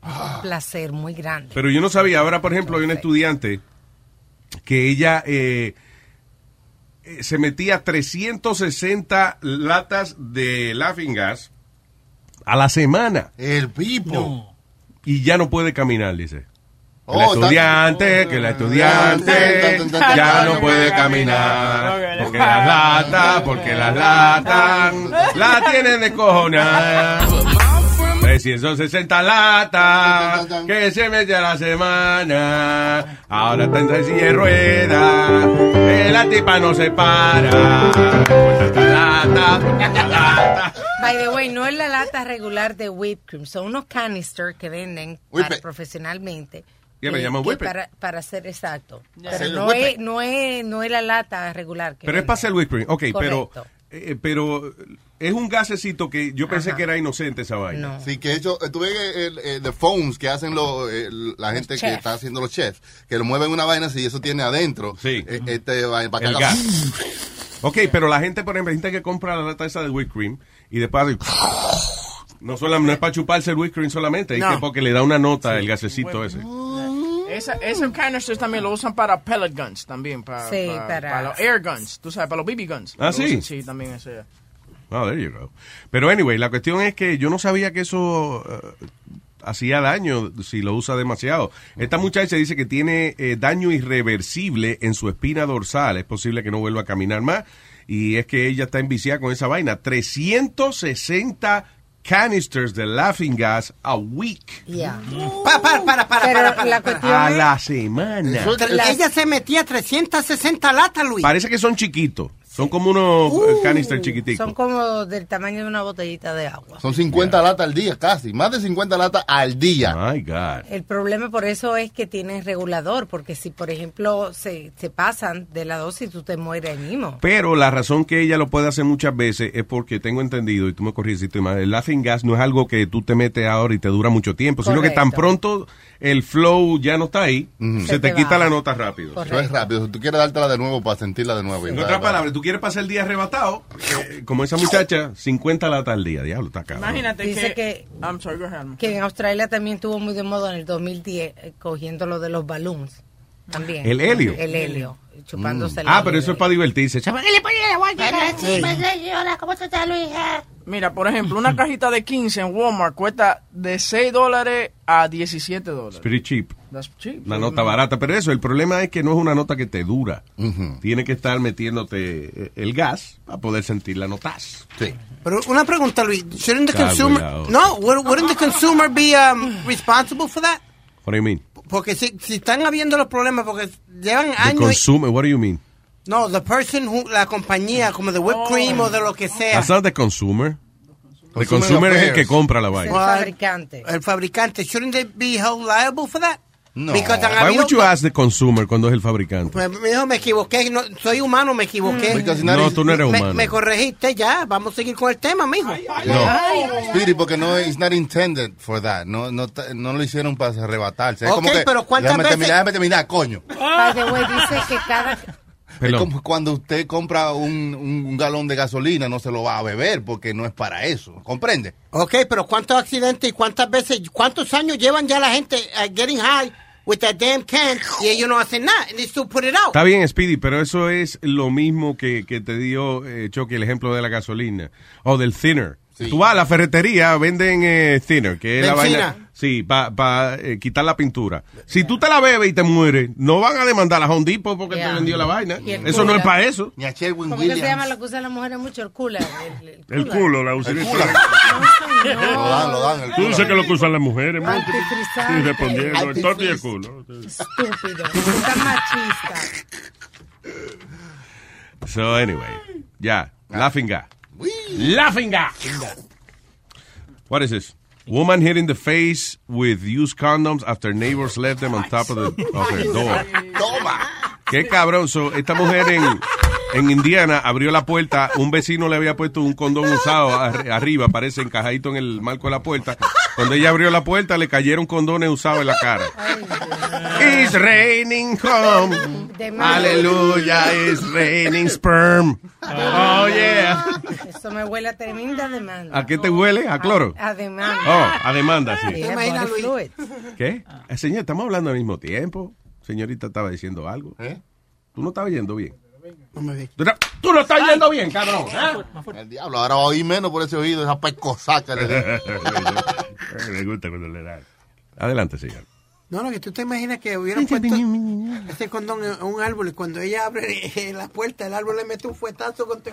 Speaker 1: Ah.
Speaker 11: un placer muy grande.
Speaker 10: Pero yo no sabía, ahora por ejemplo hay una estudiante que ella eh, eh, se metía 360 latas de laughing gas a la semana.
Speaker 12: El pipo.
Speaker 10: Y ya no puede caminar, dice. Que
Speaker 12: Oh,
Speaker 10: la estudiante, que la estudiante ya no puede caminar. Porque las latas, porque las latas
Speaker 19: Ah,
Speaker 10: la tienen de cojonar. Pues si son 60 latas que se mete a la semana. Ahora está en silla de ruedas, que la tipa no se para. Pues tanta lata,
Speaker 11: By the way, no es la lata regular de whipped cream, son unos canisters que venden
Speaker 10: Whip
Speaker 11: para-
Speaker 10: it.
Speaker 11: profesionalmente.
Speaker 10: Ya me
Speaker 11: eh,
Speaker 10: llaman
Speaker 11: que
Speaker 10: whip it.
Speaker 11: para, para ser exacto. Pero
Speaker 10: Hacer
Speaker 11: no
Speaker 10: whip
Speaker 11: es, no, es, no es la lata regular. Que
Speaker 10: Pero es para hacer whipped cream. Ok,
Speaker 11: Correcto.
Speaker 10: pero, eh, pero es un gasecito que yo pensé
Speaker 12: Ajá.
Speaker 10: que era inocente esa vaina.
Speaker 12: Sí, que hecho, eh, tú ves que el, eh, the phones que hacen lo, eh, la gente que
Speaker 10: chefs.
Speaker 12: está haciendo los chefs, que lo mueven una vaina si eso tiene adentro. Sí. este, va, va a
Speaker 10: El
Speaker 12: cagar.
Speaker 10: gas. Ok, pero la gente, por ejemplo, hay gente que compra la lata esa de whipped cream y después hace- No, sola- no es para chuparse el whipped cream solamente, es
Speaker 9: No.
Speaker 10: que porque le da una nota el gasecito ese.
Speaker 9: Esa, esos canisters también lo usan para pellet guns, también para,
Speaker 11: Sí,
Speaker 9: para,
Speaker 11: para-
Speaker 9: para los air guns, tú sabes, para los BB guns.
Speaker 10: Ah,
Speaker 9: Lo
Speaker 10: ¿sí?
Speaker 9: usan, sí, también ese.
Speaker 10: Oh, there you go. Pero anyway, la cuestión es que yo no sabía que eso eh, hacía daño si lo usa demasiado. Esta muchacha dice que tiene eh, daño irreversible en su espina dorsal. Es posible que no vuelva a caminar más. Y es que ella está enviciada con esa vaina. 360 canisters de laughing gas a week.
Speaker 11: Yeah.
Speaker 13: Pa- para, para, para,
Speaker 11: Pero
Speaker 13: para, para,
Speaker 11: la
Speaker 13: para.
Speaker 10: A la semana.
Speaker 13: Tre- Ella se metía 360 latas, Luis.
Speaker 10: Parece que son chiquitos. Son como unos eh, canisters chiquiticos.
Speaker 11: Son como del tamaño de una botellita de agua.
Speaker 12: Son 50 latas al día, casi. Más de 50 latas al día.
Speaker 10: My God.
Speaker 11: El problema por eso es que tienen regulador, porque si, por ejemplo, se, se pasan de la dosis, tú te mueres ahí mismo.
Speaker 10: Pero la razón que ella lo puede hacer muchas veces es porque tengo entendido, y tú me corriges si estoy mal, el laughing gas no es algo que tú te metes ahora y te dura mucho tiempo, sino que tan pronto el flow ya no está ahí, se,
Speaker 12: Se
Speaker 10: te,
Speaker 12: te
Speaker 10: quita
Speaker 12: va.
Speaker 10: la nota rápido.
Speaker 12: Eso es rápido. Si tú quieres dártela de nuevo para sentirla de nuevo.
Speaker 10: En otras palabras, tú quieres pasar el día arrebatado, eh, como esa muchacha, 50 latas al día, diablo, está caro.
Speaker 9: Imagínate
Speaker 11: Dice
Speaker 9: que, I'm sorry, go ahead.
Speaker 11: Que en Australia también estuvo muy de moda en el 2010, eh, cogiendo lo de los balloons. También.
Speaker 10: El helio.
Speaker 11: El helio, chupándose el
Speaker 10: Ah,
Speaker 11: helio.
Speaker 10: pero eso es para divertirse. chaval.
Speaker 9: Mira, por ejemplo, una cajita de 15 en Walmart cuesta de 6 dólares a 17 dólares.
Speaker 10: Pretty cheap.
Speaker 9: That's cheap.
Speaker 10: La nota barata, pero eso, el problema es que no es una nota que te dura. Tiene que estar metiéndote eh, el gas para poder sentir la notas. Sí.
Speaker 13: Pero una pregunta, Luis. Shouldn't the
Speaker 10: Cago en
Speaker 13: consumer...
Speaker 10: la otra.
Speaker 13: No, wou- wouldn't the consumer be um, responsible for that?
Speaker 10: What do you mean?
Speaker 13: Porque si, si están habiendo los problemas, porque llevan
Speaker 10: The
Speaker 13: años...
Speaker 10: consumer, what do you mean?
Speaker 13: y- No, the person, who, la compañía, como de whipped cream o de lo que sea.
Speaker 10: That's not the consumer. El consumer es el que compra la
Speaker 11: El
Speaker 10: vaina.
Speaker 11: fabricante.
Speaker 13: El fabricante. Shouldn't they be held liable for that? No. Because han
Speaker 10: Why
Speaker 13: habido...
Speaker 10: would you ask the consumer cuando es el fabricante?
Speaker 13: Pues, mijo, me equivoqué. No, soy humano, me
Speaker 10: Mm.
Speaker 13: equivoqué.
Speaker 10: No, tú no eres
Speaker 13: Me-
Speaker 10: humano.
Speaker 13: Me, corregiste ya. Vamos a seguir con el tema, mijo.
Speaker 12: No, Speedy, porque no es not intended for that. No, no, ta- no lo hicieron para arrebatarse.
Speaker 13: Ok, pero ¿cuántas
Speaker 12: déjame
Speaker 13: veces-
Speaker 12: Terminar, déjame terminar, coño.
Speaker 11: By the way, dice que cada...
Speaker 12: Es como cuando usted compra un, un- un galón de gasolina, no se lo va a beber porque no es para eso. ¿Comprende?
Speaker 13: Ok, pero ¿cuántos accidentes y cuántas veces, cuántos años llevan ya la gente uh, getting high with that damn can y ellos no hacen nada? And they still put it out.
Speaker 10: Está bien, Speedy, pero eso es lo mismo que, que te dio eh, Chucky el ejemplo de la gasolina o del thinner. Tú vas a la ferretería, venden eh, thinner, que es la
Speaker 13: Benzina.
Speaker 10: vaina. Sí, para quitar la pintura. Si tú te la bebes y te mueres, no van a demandar a Home Depot porque
Speaker 11: Yeah.
Speaker 10: te vendió la vaina.
Speaker 11: Y el
Speaker 10: Eso no
Speaker 11: cooler.
Speaker 10: es para eso.
Speaker 12: Ni a Sherwin
Speaker 11: ¿Cómo que se llama lo que usan las mujeres mucho? El cooler. El, el
Speaker 1: El
Speaker 11: cooler.
Speaker 1: culo, la usan.
Speaker 11: Lo dan, lo dan, el
Speaker 1: Tú
Speaker 11: culo.
Speaker 1: dices que lo que usan las mujeres, man.
Speaker 11: Antifrizante.
Speaker 1: Estoy respondiendo. El torpe y el
Speaker 11: Antifrizz.
Speaker 1: culo.
Speaker 11: Estúpido. Está machista.
Speaker 10: So, anyway, ya. Laughing guy. Laughing guy. What is this? Woman hit in the face with used condoms after neighbors left them on top of, the, of her door. Qué cabrón. So, esta mujer en, en Indiana abrió la puerta. Un vecino le había puesto un condón usado ar- arriba, parece encajadito en el marco de la puerta. Cuando ella abrió la puerta, le cayeron condones usados en la cara. It's raining home. Aleluya, it's raining sperm. Oh, yeah.
Speaker 11: Eso me huele a tremenda demanda.
Speaker 10: ¿A qué te huele? ¿A cloro?
Speaker 11: A demanda.
Speaker 10: Oh, a demanda, sí.
Speaker 11: Era
Speaker 13: imaginas,
Speaker 11: body fluid.
Speaker 10: ¿Qué? Eh, Señor, estamos hablando al mismo tiempo. Señorita estaba diciendo algo.
Speaker 9: ¿Eh?
Speaker 10: Tú no estabas yendo bien. Tú no, tú no estás yendo bien, cabrón.
Speaker 12: El diablo, ahora va a oír menos por ese oído, esa pescosaca.
Speaker 1: eh, Me gusta cuando le dan.
Speaker 10: Adelante, señor.
Speaker 13: No, no, que tú te imaginas que hubieran puesto este condón en un árbol y cuando ella abre eh, la puerta, el árbol le mete un fuetazo contra...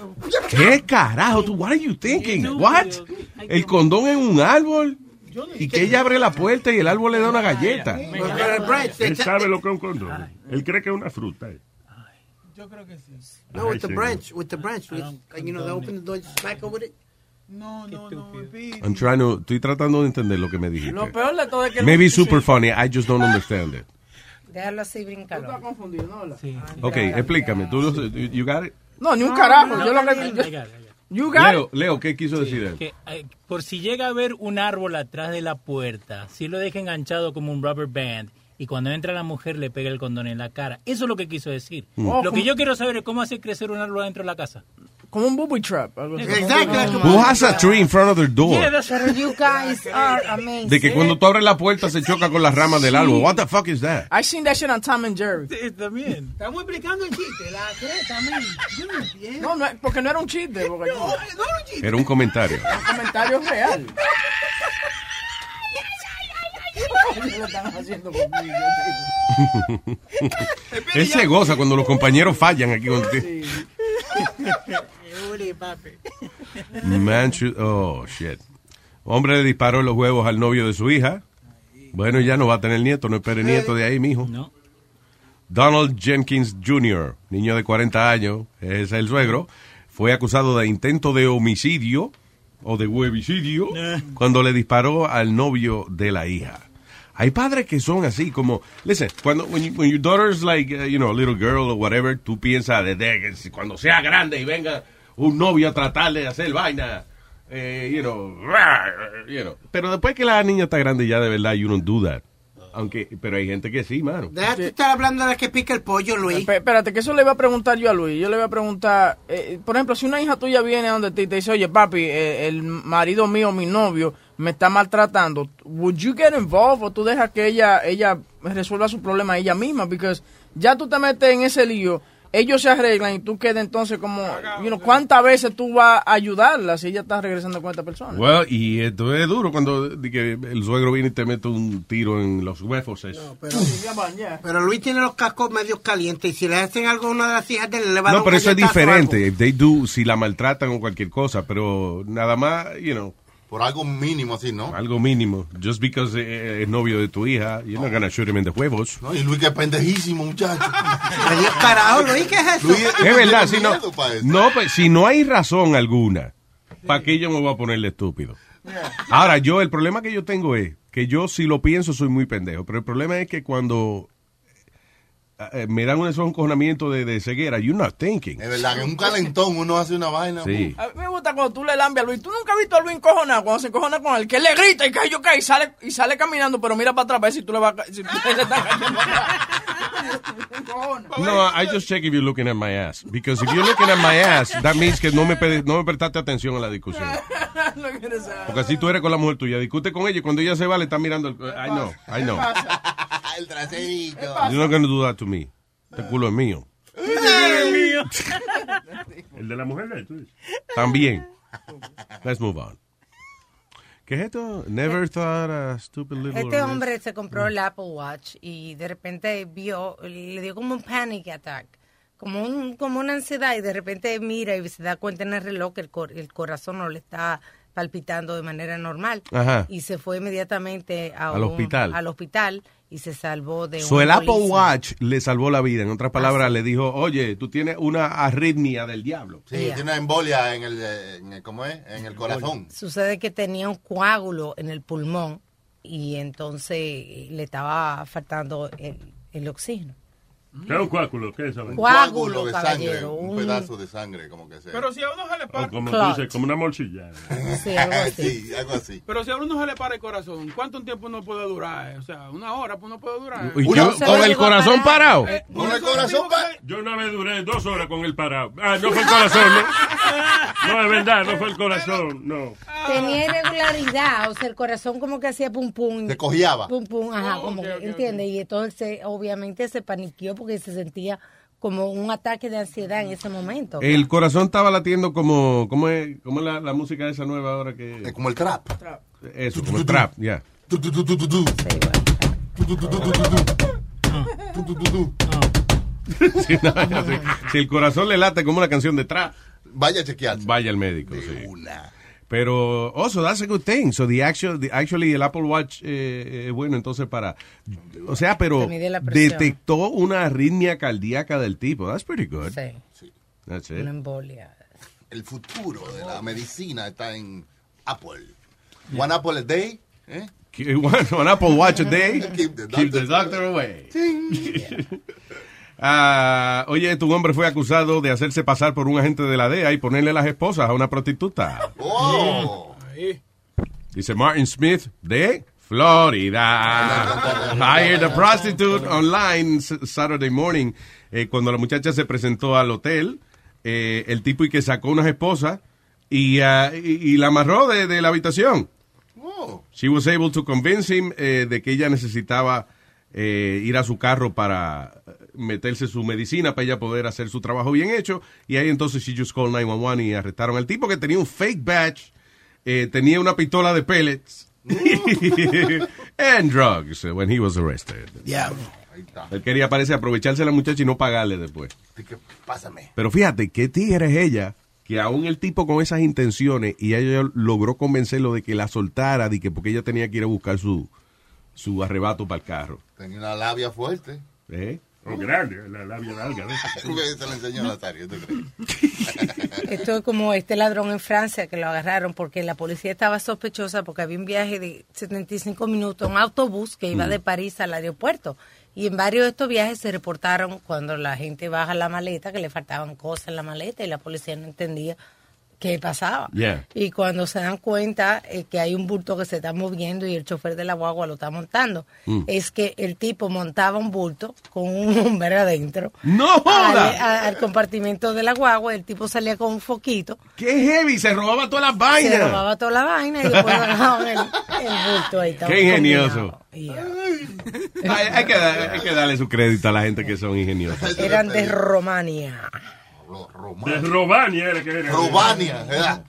Speaker 10: ¿Qué carajo? Tú, what are you thinking? What? El condón en un árbol y que ella abre la puerta y el árbol le da una galleta.
Speaker 1: Él sabe lo que es un condón. Él cree que es una fruta. eh.
Speaker 9: Yo creo que sí.
Speaker 13: No, with the
Speaker 1: Ay,
Speaker 13: branch, with the branch. with- like, you know, they open the door, just smack over it.
Speaker 9: No, no, no.
Speaker 10: I'm trying to- estoy tratando de entender lo que me dijiste.
Speaker 9: Lo peor de todo es que...
Speaker 10: Maybe super funny, I just don't understand it.
Speaker 11: Déjalo así brincalo. Tú estás
Speaker 9: confundido, ¿no? Sí.
Speaker 10: Ok, eh, explícame. ¿Tú lo- you got it?
Speaker 9: No, ni un carajo. Yo lo que... You got
Speaker 10: Leo, Leo, ¿qué quiso decir él?
Speaker 18: Que, eh, por si llega a ver un árbol atrás de la puerta, si lo deja enganchado como un rubber band y cuando entra la mujer le pega el condón en la cara. Eso es lo que quiso decir.
Speaker 9: Mm.
Speaker 18: Lo
Speaker 9: Oh,
Speaker 18: que
Speaker 9: como-
Speaker 18: yo quiero saber es cómo hacer crecer un árbol dentro de la casa.
Speaker 9: Como un booby trap. algo así.
Speaker 10: Who has a tree in front of their door?
Speaker 11: Pero you guys are amazing.
Speaker 10: De que cuando tú abres la puerta se choca con las ramas del árbol. What the fuck is that?
Speaker 9: I seen that shit on Tom and Jerry.
Speaker 18: también.
Speaker 9: Estamos explicando el chiste, la creta, man. Yo no entiendo. No, porque no era un chiste. Porque no, era un chiste.
Speaker 10: Era un comentario.
Speaker 9: El comentario es real. Lo están haciendo conmigo.
Speaker 10: Él se goza cuando los compañeros fallan aquí. Cuando te- Man should- oh, shit. Hombre le disparó en los huevos al novio de su hija. Bueno, ya no va a tener nieto, no espere nieto de ahí, mijo. Donald Jenkins Jr., niño de 40 años, es el suegro, fue acusado de intento de homicidio o de huevicidio cuando le disparó al novio de la hija. Hay padres que son así, como, listen, cuando, when, you- when your daughter's like, uh, you know, a little girl or whatever, tú piensas desde que si- cuando sea grande y venga un novio a tratarle de hacer vaina, eh, you know, rar, you know. Pero después que la niña está grande ya de verdad, you don't do that. Aunque, pero hay gente que sí, mano.
Speaker 13: Déjate estar hablando de la que pica el pollo, Luis.
Speaker 9: Espérate, que eso le iba a preguntar yo a Luis. Yo le voy a preguntar, eh, por ejemplo, si una hija tuya viene a donde ti y te dice, oye, papi, eh, el marido mío, mi novio, me está maltratando, ¿would you get involved o tú dejas que ella, ella resuelva su problema ella misma? Because ya tú te metes en ese lío, ellos se arreglan y tú quedas entonces como, you know, ¿cuántas veces tú vas a ayudarla si ella está regresando con esta persona?
Speaker 10: Well, y esto es duro cuando di que el suegro viene y te mete un tiro en los huevos. es- No,
Speaker 13: Pero, pero Luis tiene los cascos medio calientes y si le hacen algo a una de las hijas de él, le va a dar un
Speaker 10: pero eso es
Speaker 13: galletazo o algo.
Speaker 10: diferente.
Speaker 12: pues.
Speaker 10: If they do, si la maltratan o cualquier cosa, pero nada más, you know.
Speaker 12: Por algo mínimo así, ¿no?
Speaker 10: Algo mínimo. Just because eh, es novio de tu hija, you're not gonna shoot him in the huevos.
Speaker 12: No, y Luis, que pendejísimo, muchacho.
Speaker 13: Adiós, carajo, Luis, ¿qué es eso?
Speaker 10: Es verdad, si no, no, pues, si no hay razón alguna ¿Para qué yo me voy a ponerle estúpido? Ahora, yo, el problema que yo tengo es que yo, si lo pienso, soy muy pendejo. Pero el problema es que cuando eh, me dan un encojonamiento de, de ceguera, you're not thinking.
Speaker 12: Es verdad que un calentón uno hace una vaina.
Speaker 10: Sí.
Speaker 9: A mí me gusta cuando tú le lambias a Luis. Tú nunca has visto a Luis encojonado cuando se encojona con él, que él le grita y cae, yo cae y sale, y sale caminando, pero mira para atrás a ver si tú le vas a. ca- Si tú le estás cayendo atrás.
Speaker 10: No, I just check if you're looking at my ass. Because if you're looking at my ass, that means que no me, pe- no me prestaste atención a la discusión.
Speaker 9: No quieres saber.
Speaker 10: Porque así tú eres con la mujer tuya, discute con ella y cuando ella se va le está mirando el... I know, I know.
Speaker 12: El traserito.
Speaker 10: You're not gonna do that to me. Este culo es mío.
Speaker 1: El de la mujer de tú.
Speaker 10: También. Let's move on. ¿Qué es esto? Never thought a stupid little...
Speaker 11: Este
Speaker 10: or-
Speaker 11: hombre se compró
Speaker 10: Mm.
Speaker 11: el Apple Watch y de repente vio, le dio como un panic attack, como un, como una ansiedad y de repente mira y se da cuenta en el reloj que el, cor- el corazón no le está palpitando de manera normal
Speaker 10: Ajá.
Speaker 11: y se fue inmediatamente a
Speaker 10: Al
Speaker 11: un-
Speaker 10: hospital.
Speaker 11: al hospital y se salvó de
Speaker 10: So
Speaker 11: un
Speaker 10: el Apple
Speaker 11: embolismo.
Speaker 10: Watch le salvó la vida. En otras palabras, le dijo, oye, tú tienes una arritmia del diablo.
Speaker 12: Sí, tiene una embolia en el, eh, en el- ¿cómo es? En el corazón.
Speaker 11: Sucede que tenía un coágulo en el pulmón y entonces le estaba faltando el, el oxígeno.
Speaker 1: ¿Qué es un cuáculo? ¿Qué es eso?
Speaker 12: Un
Speaker 11: Coágulo,
Speaker 12: de sangre,
Speaker 11: caballero,
Speaker 12: un
Speaker 11: un-
Speaker 12: pedazo de sangre, como que sea.
Speaker 19: Pero si a uno se le para.
Speaker 1: O como tú
Speaker 19: Clot.
Speaker 1: dices, como una morcilla.
Speaker 11: Sí,
Speaker 19: algo
Speaker 11: así.
Speaker 12: sí, algo así.
Speaker 19: Pero si a uno se le para el corazón, ¿cuánto tiempo uno puede durar? eh? O sea, una hora pues, uno puede durar. Eh,
Speaker 10: Y yo- con el corazón parado.
Speaker 12: Eh, Con el corazón parado.
Speaker 1: Yo una vez duré dos horas con el parado. Ah, no fue el corazón, ¿no? No, es verdad, no fue el corazón, no.
Speaker 11: Tenía irregularidad, o sea, el corazón como que hacía pum pum.
Speaker 1: Se cojeaba.
Speaker 11: Pum pum, ajá, como que, ¿entiendes? Y entonces, obviamente, se paniqueó porque se sentía como un ataque de ansiedad en ese momento.
Speaker 10: El corazón estaba latiendo como... ¿Cómo es, cómo es la, la música esa nueva ahora que...?
Speaker 12: como el trap.
Speaker 10: Eso, como el trap, ya. Si, no, ya sé. Si el corazón le late como una canción de trap...
Speaker 12: Vaya a chequearse.
Speaker 10: Vaya al médico, sí. Pero, oh, so that's a good thing. So the actual, the- actually el Apple Watch, eh, eh, bueno, entonces para, o sea, pero
Speaker 11: Te mide la presión.
Speaker 10: detectó una arritmia cardíaca del tipo. That's pretty good. That's it.
Speaker 11: Una embolia.
Speaker 12: El futuro de la medicina está en Apple. One apple a day. ¿eh?
Speaker 10: Keep- One, one Apple Watch a day.
Speaker 12: Keep the
Speaker 10: Keep the doctor away. Ah, oye, tu hombre fue acusado de hacerse pasar por un agente de la DEA y ponerle las esposas a una prostituta.
Speaker 12: Oh.
Speaker 10: Dice Martin Smith de Florida. Hired a prostitute online s- Saturday morning. Eh, cuando la muchacha se presentó al hotel, eh, el tipo y que sacó unas esposas y, ah, y- y la amarró de, de la habitación. She was able to convince him eh, de que ella necesitaba eh, ir a su carro para eh, meterse su medicina para ella poder hacer su trabajo bien hecho. Y ahí entonces she just called 911 y arrestaron al tipo que tenía un fake badge, eh, tenía una pistola de pellets and drugs when he was arrested.
Speaker 12: Diablo.
Speaker 10: Él quería, parece, aprovecharse de la muchacha y no pagarle después.
Speaker 12: Así que, Pásame.
Speaker 10: Pero fíjate, qué tigre es ella, que aún el tipo con esas intenciones, y ella logró convencerlo de que la soltara, de que porque ella tenía que ir a buscar su, su arrebato para el carro.
Speaker 12: Tenía una labia fuerte.
Speaker 10: ¿Eh?
Speaker 1: O grande, la labia larga.
Speaker 12: Se la enseñó Nazario, ¿tú crees?
Speaker 11: Esto es como este ladrón en Francia que lo agarraron porque la policía estaba sospechosa porque había un viaje de 75 minutos, un autobús que iba
Speaker 23: Mm.
Speaker 11: de París al aeropuerto. Y en varios de estos viajes se reportaron cuando la gente baja la maleta que le faltaban cosas en la maleta y la policía no entendía qué pasaba.
Speaker 23: Yeah.
Speaker 11: Y cuando se dan cuenta eh, que hay un bulto que se está moviendo y el chofer de la guagua lo está montando,
Speaker 23: Mm.
Speaker 11: es que el tipo montaba un bulto con un hombre adentro.
Speaker 10: ¡No joda!
Speaker 11: Al, eh, a- al compartimento de la guagua, el tipo salía con un foquito.
Speaker 10: ¡Qué heavy! Se robaba todas las vainas.
Speaker 11: Se robaba toda la vaina y después agarraban el, el bulto ahí. estaba
Speaker 10: ¡Qué ingenioso!
Speaker 11: combinado.
Speaker 10: Hay, hay que dar- hay que darle su crédito a la gente que son ingeniosos.
Speaker 11: Eran de Romania.
Speaker 1: De Robania era que era.
Speaker 12: Robania, ¿verdad?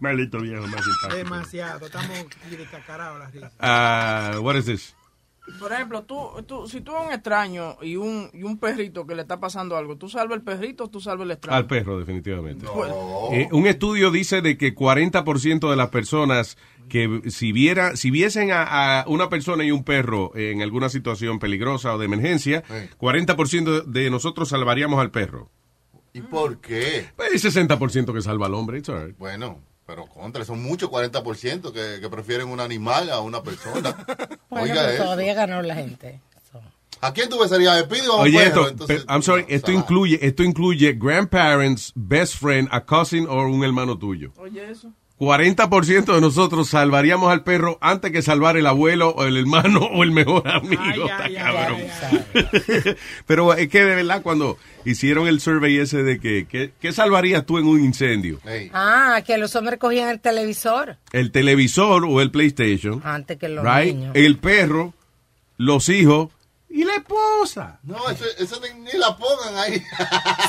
Speaker 1: Maldito viejo, más simpático.
Speaker 9: Demasiado, pues, estamos descarados las risas.
Speaker 10: Ah, what is this?
Speaker 9: Por ejemplo, tú, tú, si tú ves un extraño y un, y un perrito que le está pasando algo, ¿tú salvas el perrito o tú salvas el extraño?
Speaker 10: Al perro, definitivamente.
Speaker 9: Pues-
Speaker 10: Eh, un estudio dice de que 40% de las personas que si viera, si viesen a, a una persona y un perro en alguna situación peligrosa o de emergencia,
Speaker 12: Sí.
Speaker 10: 40% de nosotros salvaríamos al perro.
Speaker 12: ¿Y por qué?
Speaker 10: Pero el 60% que salva al hombre, it's all right.
Speaker 12: Bueno, pero contra, son muchos 40% que, que prefieren un animal a una persona.
Speaker 11: Bueno,
Speaker 12: Oiga
Speaker 11: pero
Speaker 12: eso.
Speaker 11: todavía ganó la gente.
Speaker 12: ¿A quién tú besarías? ¿El pido o a un
Speaker 10: Oye,
Speaker 12: perro?
Speaker 10: esto,
Speaker 12: Entonces,
Speaker 10: pe- I'm sorry, esto incluye, esto incluye grandparents, best friend, a cousin o un hermano tuyo.
Speaker 5: Oye, eso.
Speaker 10: 40% de nosotros salvaríamos al perro antes que salvar el abuelo o el hermano o el mejor amigo. Está cabrón. Pero es que de verdad, cuando hicieron el survey ese de que, que- ¿qué salvarías tú en un incendio?
Speaker 11: Ah, que los hombres cogían el televisor
Speaker 10: El televisor o el PlayStation,
Speaker 11: antes que los
Speaker 10: right?
Speaker 11: niños.
Speaker 10: El perro, los hijos.
Speaker 12: ¿Y
Speaker 10: la esposa?
Speaker 12: No, eso, eso ni- ni la pongan ahí.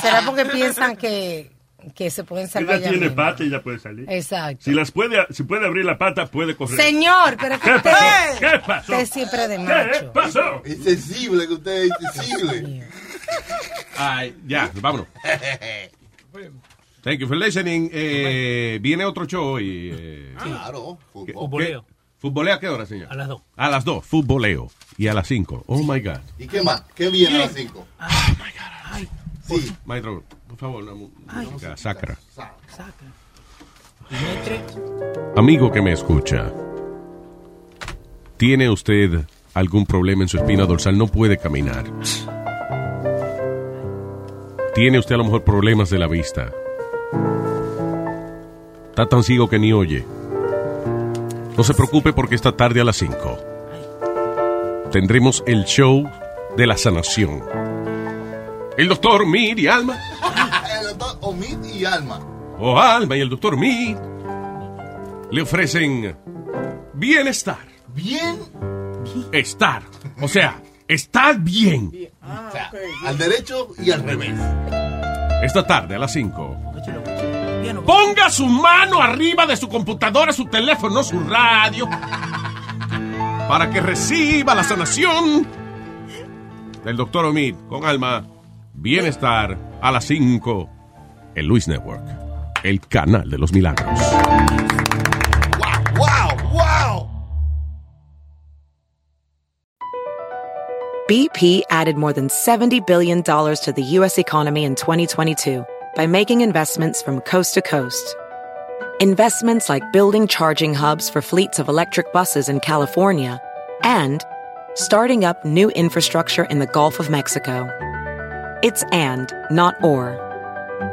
Speaker 11: ¿Será porque piensan que, que se pueden salvar
Speaker 1: Ella
Speaker 11: ya
Speaker 1: tiene
Speaker 11: mismos?
Speaker 1: pata y ya puede salir.
Speaker 11: Exacto.
Speaker 1: Si las puede, si puede abrir la pata, puede correr.
Speaker 11: Señor, eh. pero es que
Speaker 1: ¿Qué
Speaker 11: usted,
Speaker 1: pasó? ¿Qué pasó?
Speaker 11: usted siempre de
Speaker 1: ¿Qué
Speaker 11: macho.
Speaker 1: pasó?
Speaker 12: Insensible que usted es insensible.
Speaker 10: Ay, ya, vámonos. Thank you for listening. Eh, viene otro show hoy. eh,
Speaker 12: Claro,
Speaker 10: ¿qué-
Speaker 12: fútbol.
Speaker 10: qué- ¿Futboleo a qué hora, señor?
Speaker 12: A las dos.
Speaker 10: A las dos, futboleo. Y a las cinco. Oh, my God.
Speaker 12: ¿Y qué más? ¿Qué viene a las 5? Sí.
Speaker 10: Oh, Maestro, por favor, la mu-
Speaker 12: Ay.
Speaker 10: música sacra.
Speaker 5: Saca.
Speaker 10: Amigo que me escucha, ¿tiene usted algún problema en su espina dorsal? No puede caminar. ¿Tiene usted a lo mejor problemas de la vista? Está tan ciego que ni oye. No se preocupe porque esta tarde a las 5 tendremos el show de la sanación. El doctor Mir y Alma.
Speaker 12: El doctor Omid y Alma.
Speaker 10: O Oh, Alma y el doctor Mead le ofrecen bienestar.
Speaker 12: Bien.
Speaker 10: Estar. O sea, estar bien.
Speaker 12: Ah, O sea, Al derecho y al revés. pues,
Speaker 10: Esta tarde a las 5. Ponga su mano arriba de su computadora, su teléfono, su radio. Para que reciba la sanación del doctor Omid con Alma. Bienestar a las 5. El Luis Network. El canal de los milagros.
Speaker 12: ¡Wow! ¡Wow!
Speaker 17: BP added more than $70 billion to the U.S. economy in 2022 by making investments from coast to coast. Investments like building charging hubs for fleets of electric buses in California and starting up new infrastructure in the Gulf of Mexico. It's and, not or.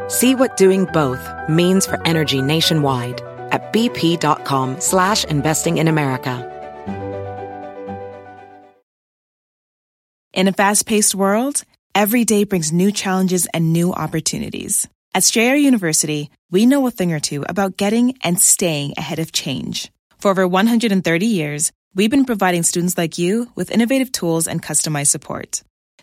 Speaker 17: See what doing both means for energy nationwide at bp.com slash investing in America.
Speaker 29: In a fast paced world, every day brings new challenges and new opportunities. At Strayer University, we know a thing or two about getting and staying ahead of change. For over 130 years, we've been providing students like you with innovative tools and customized support.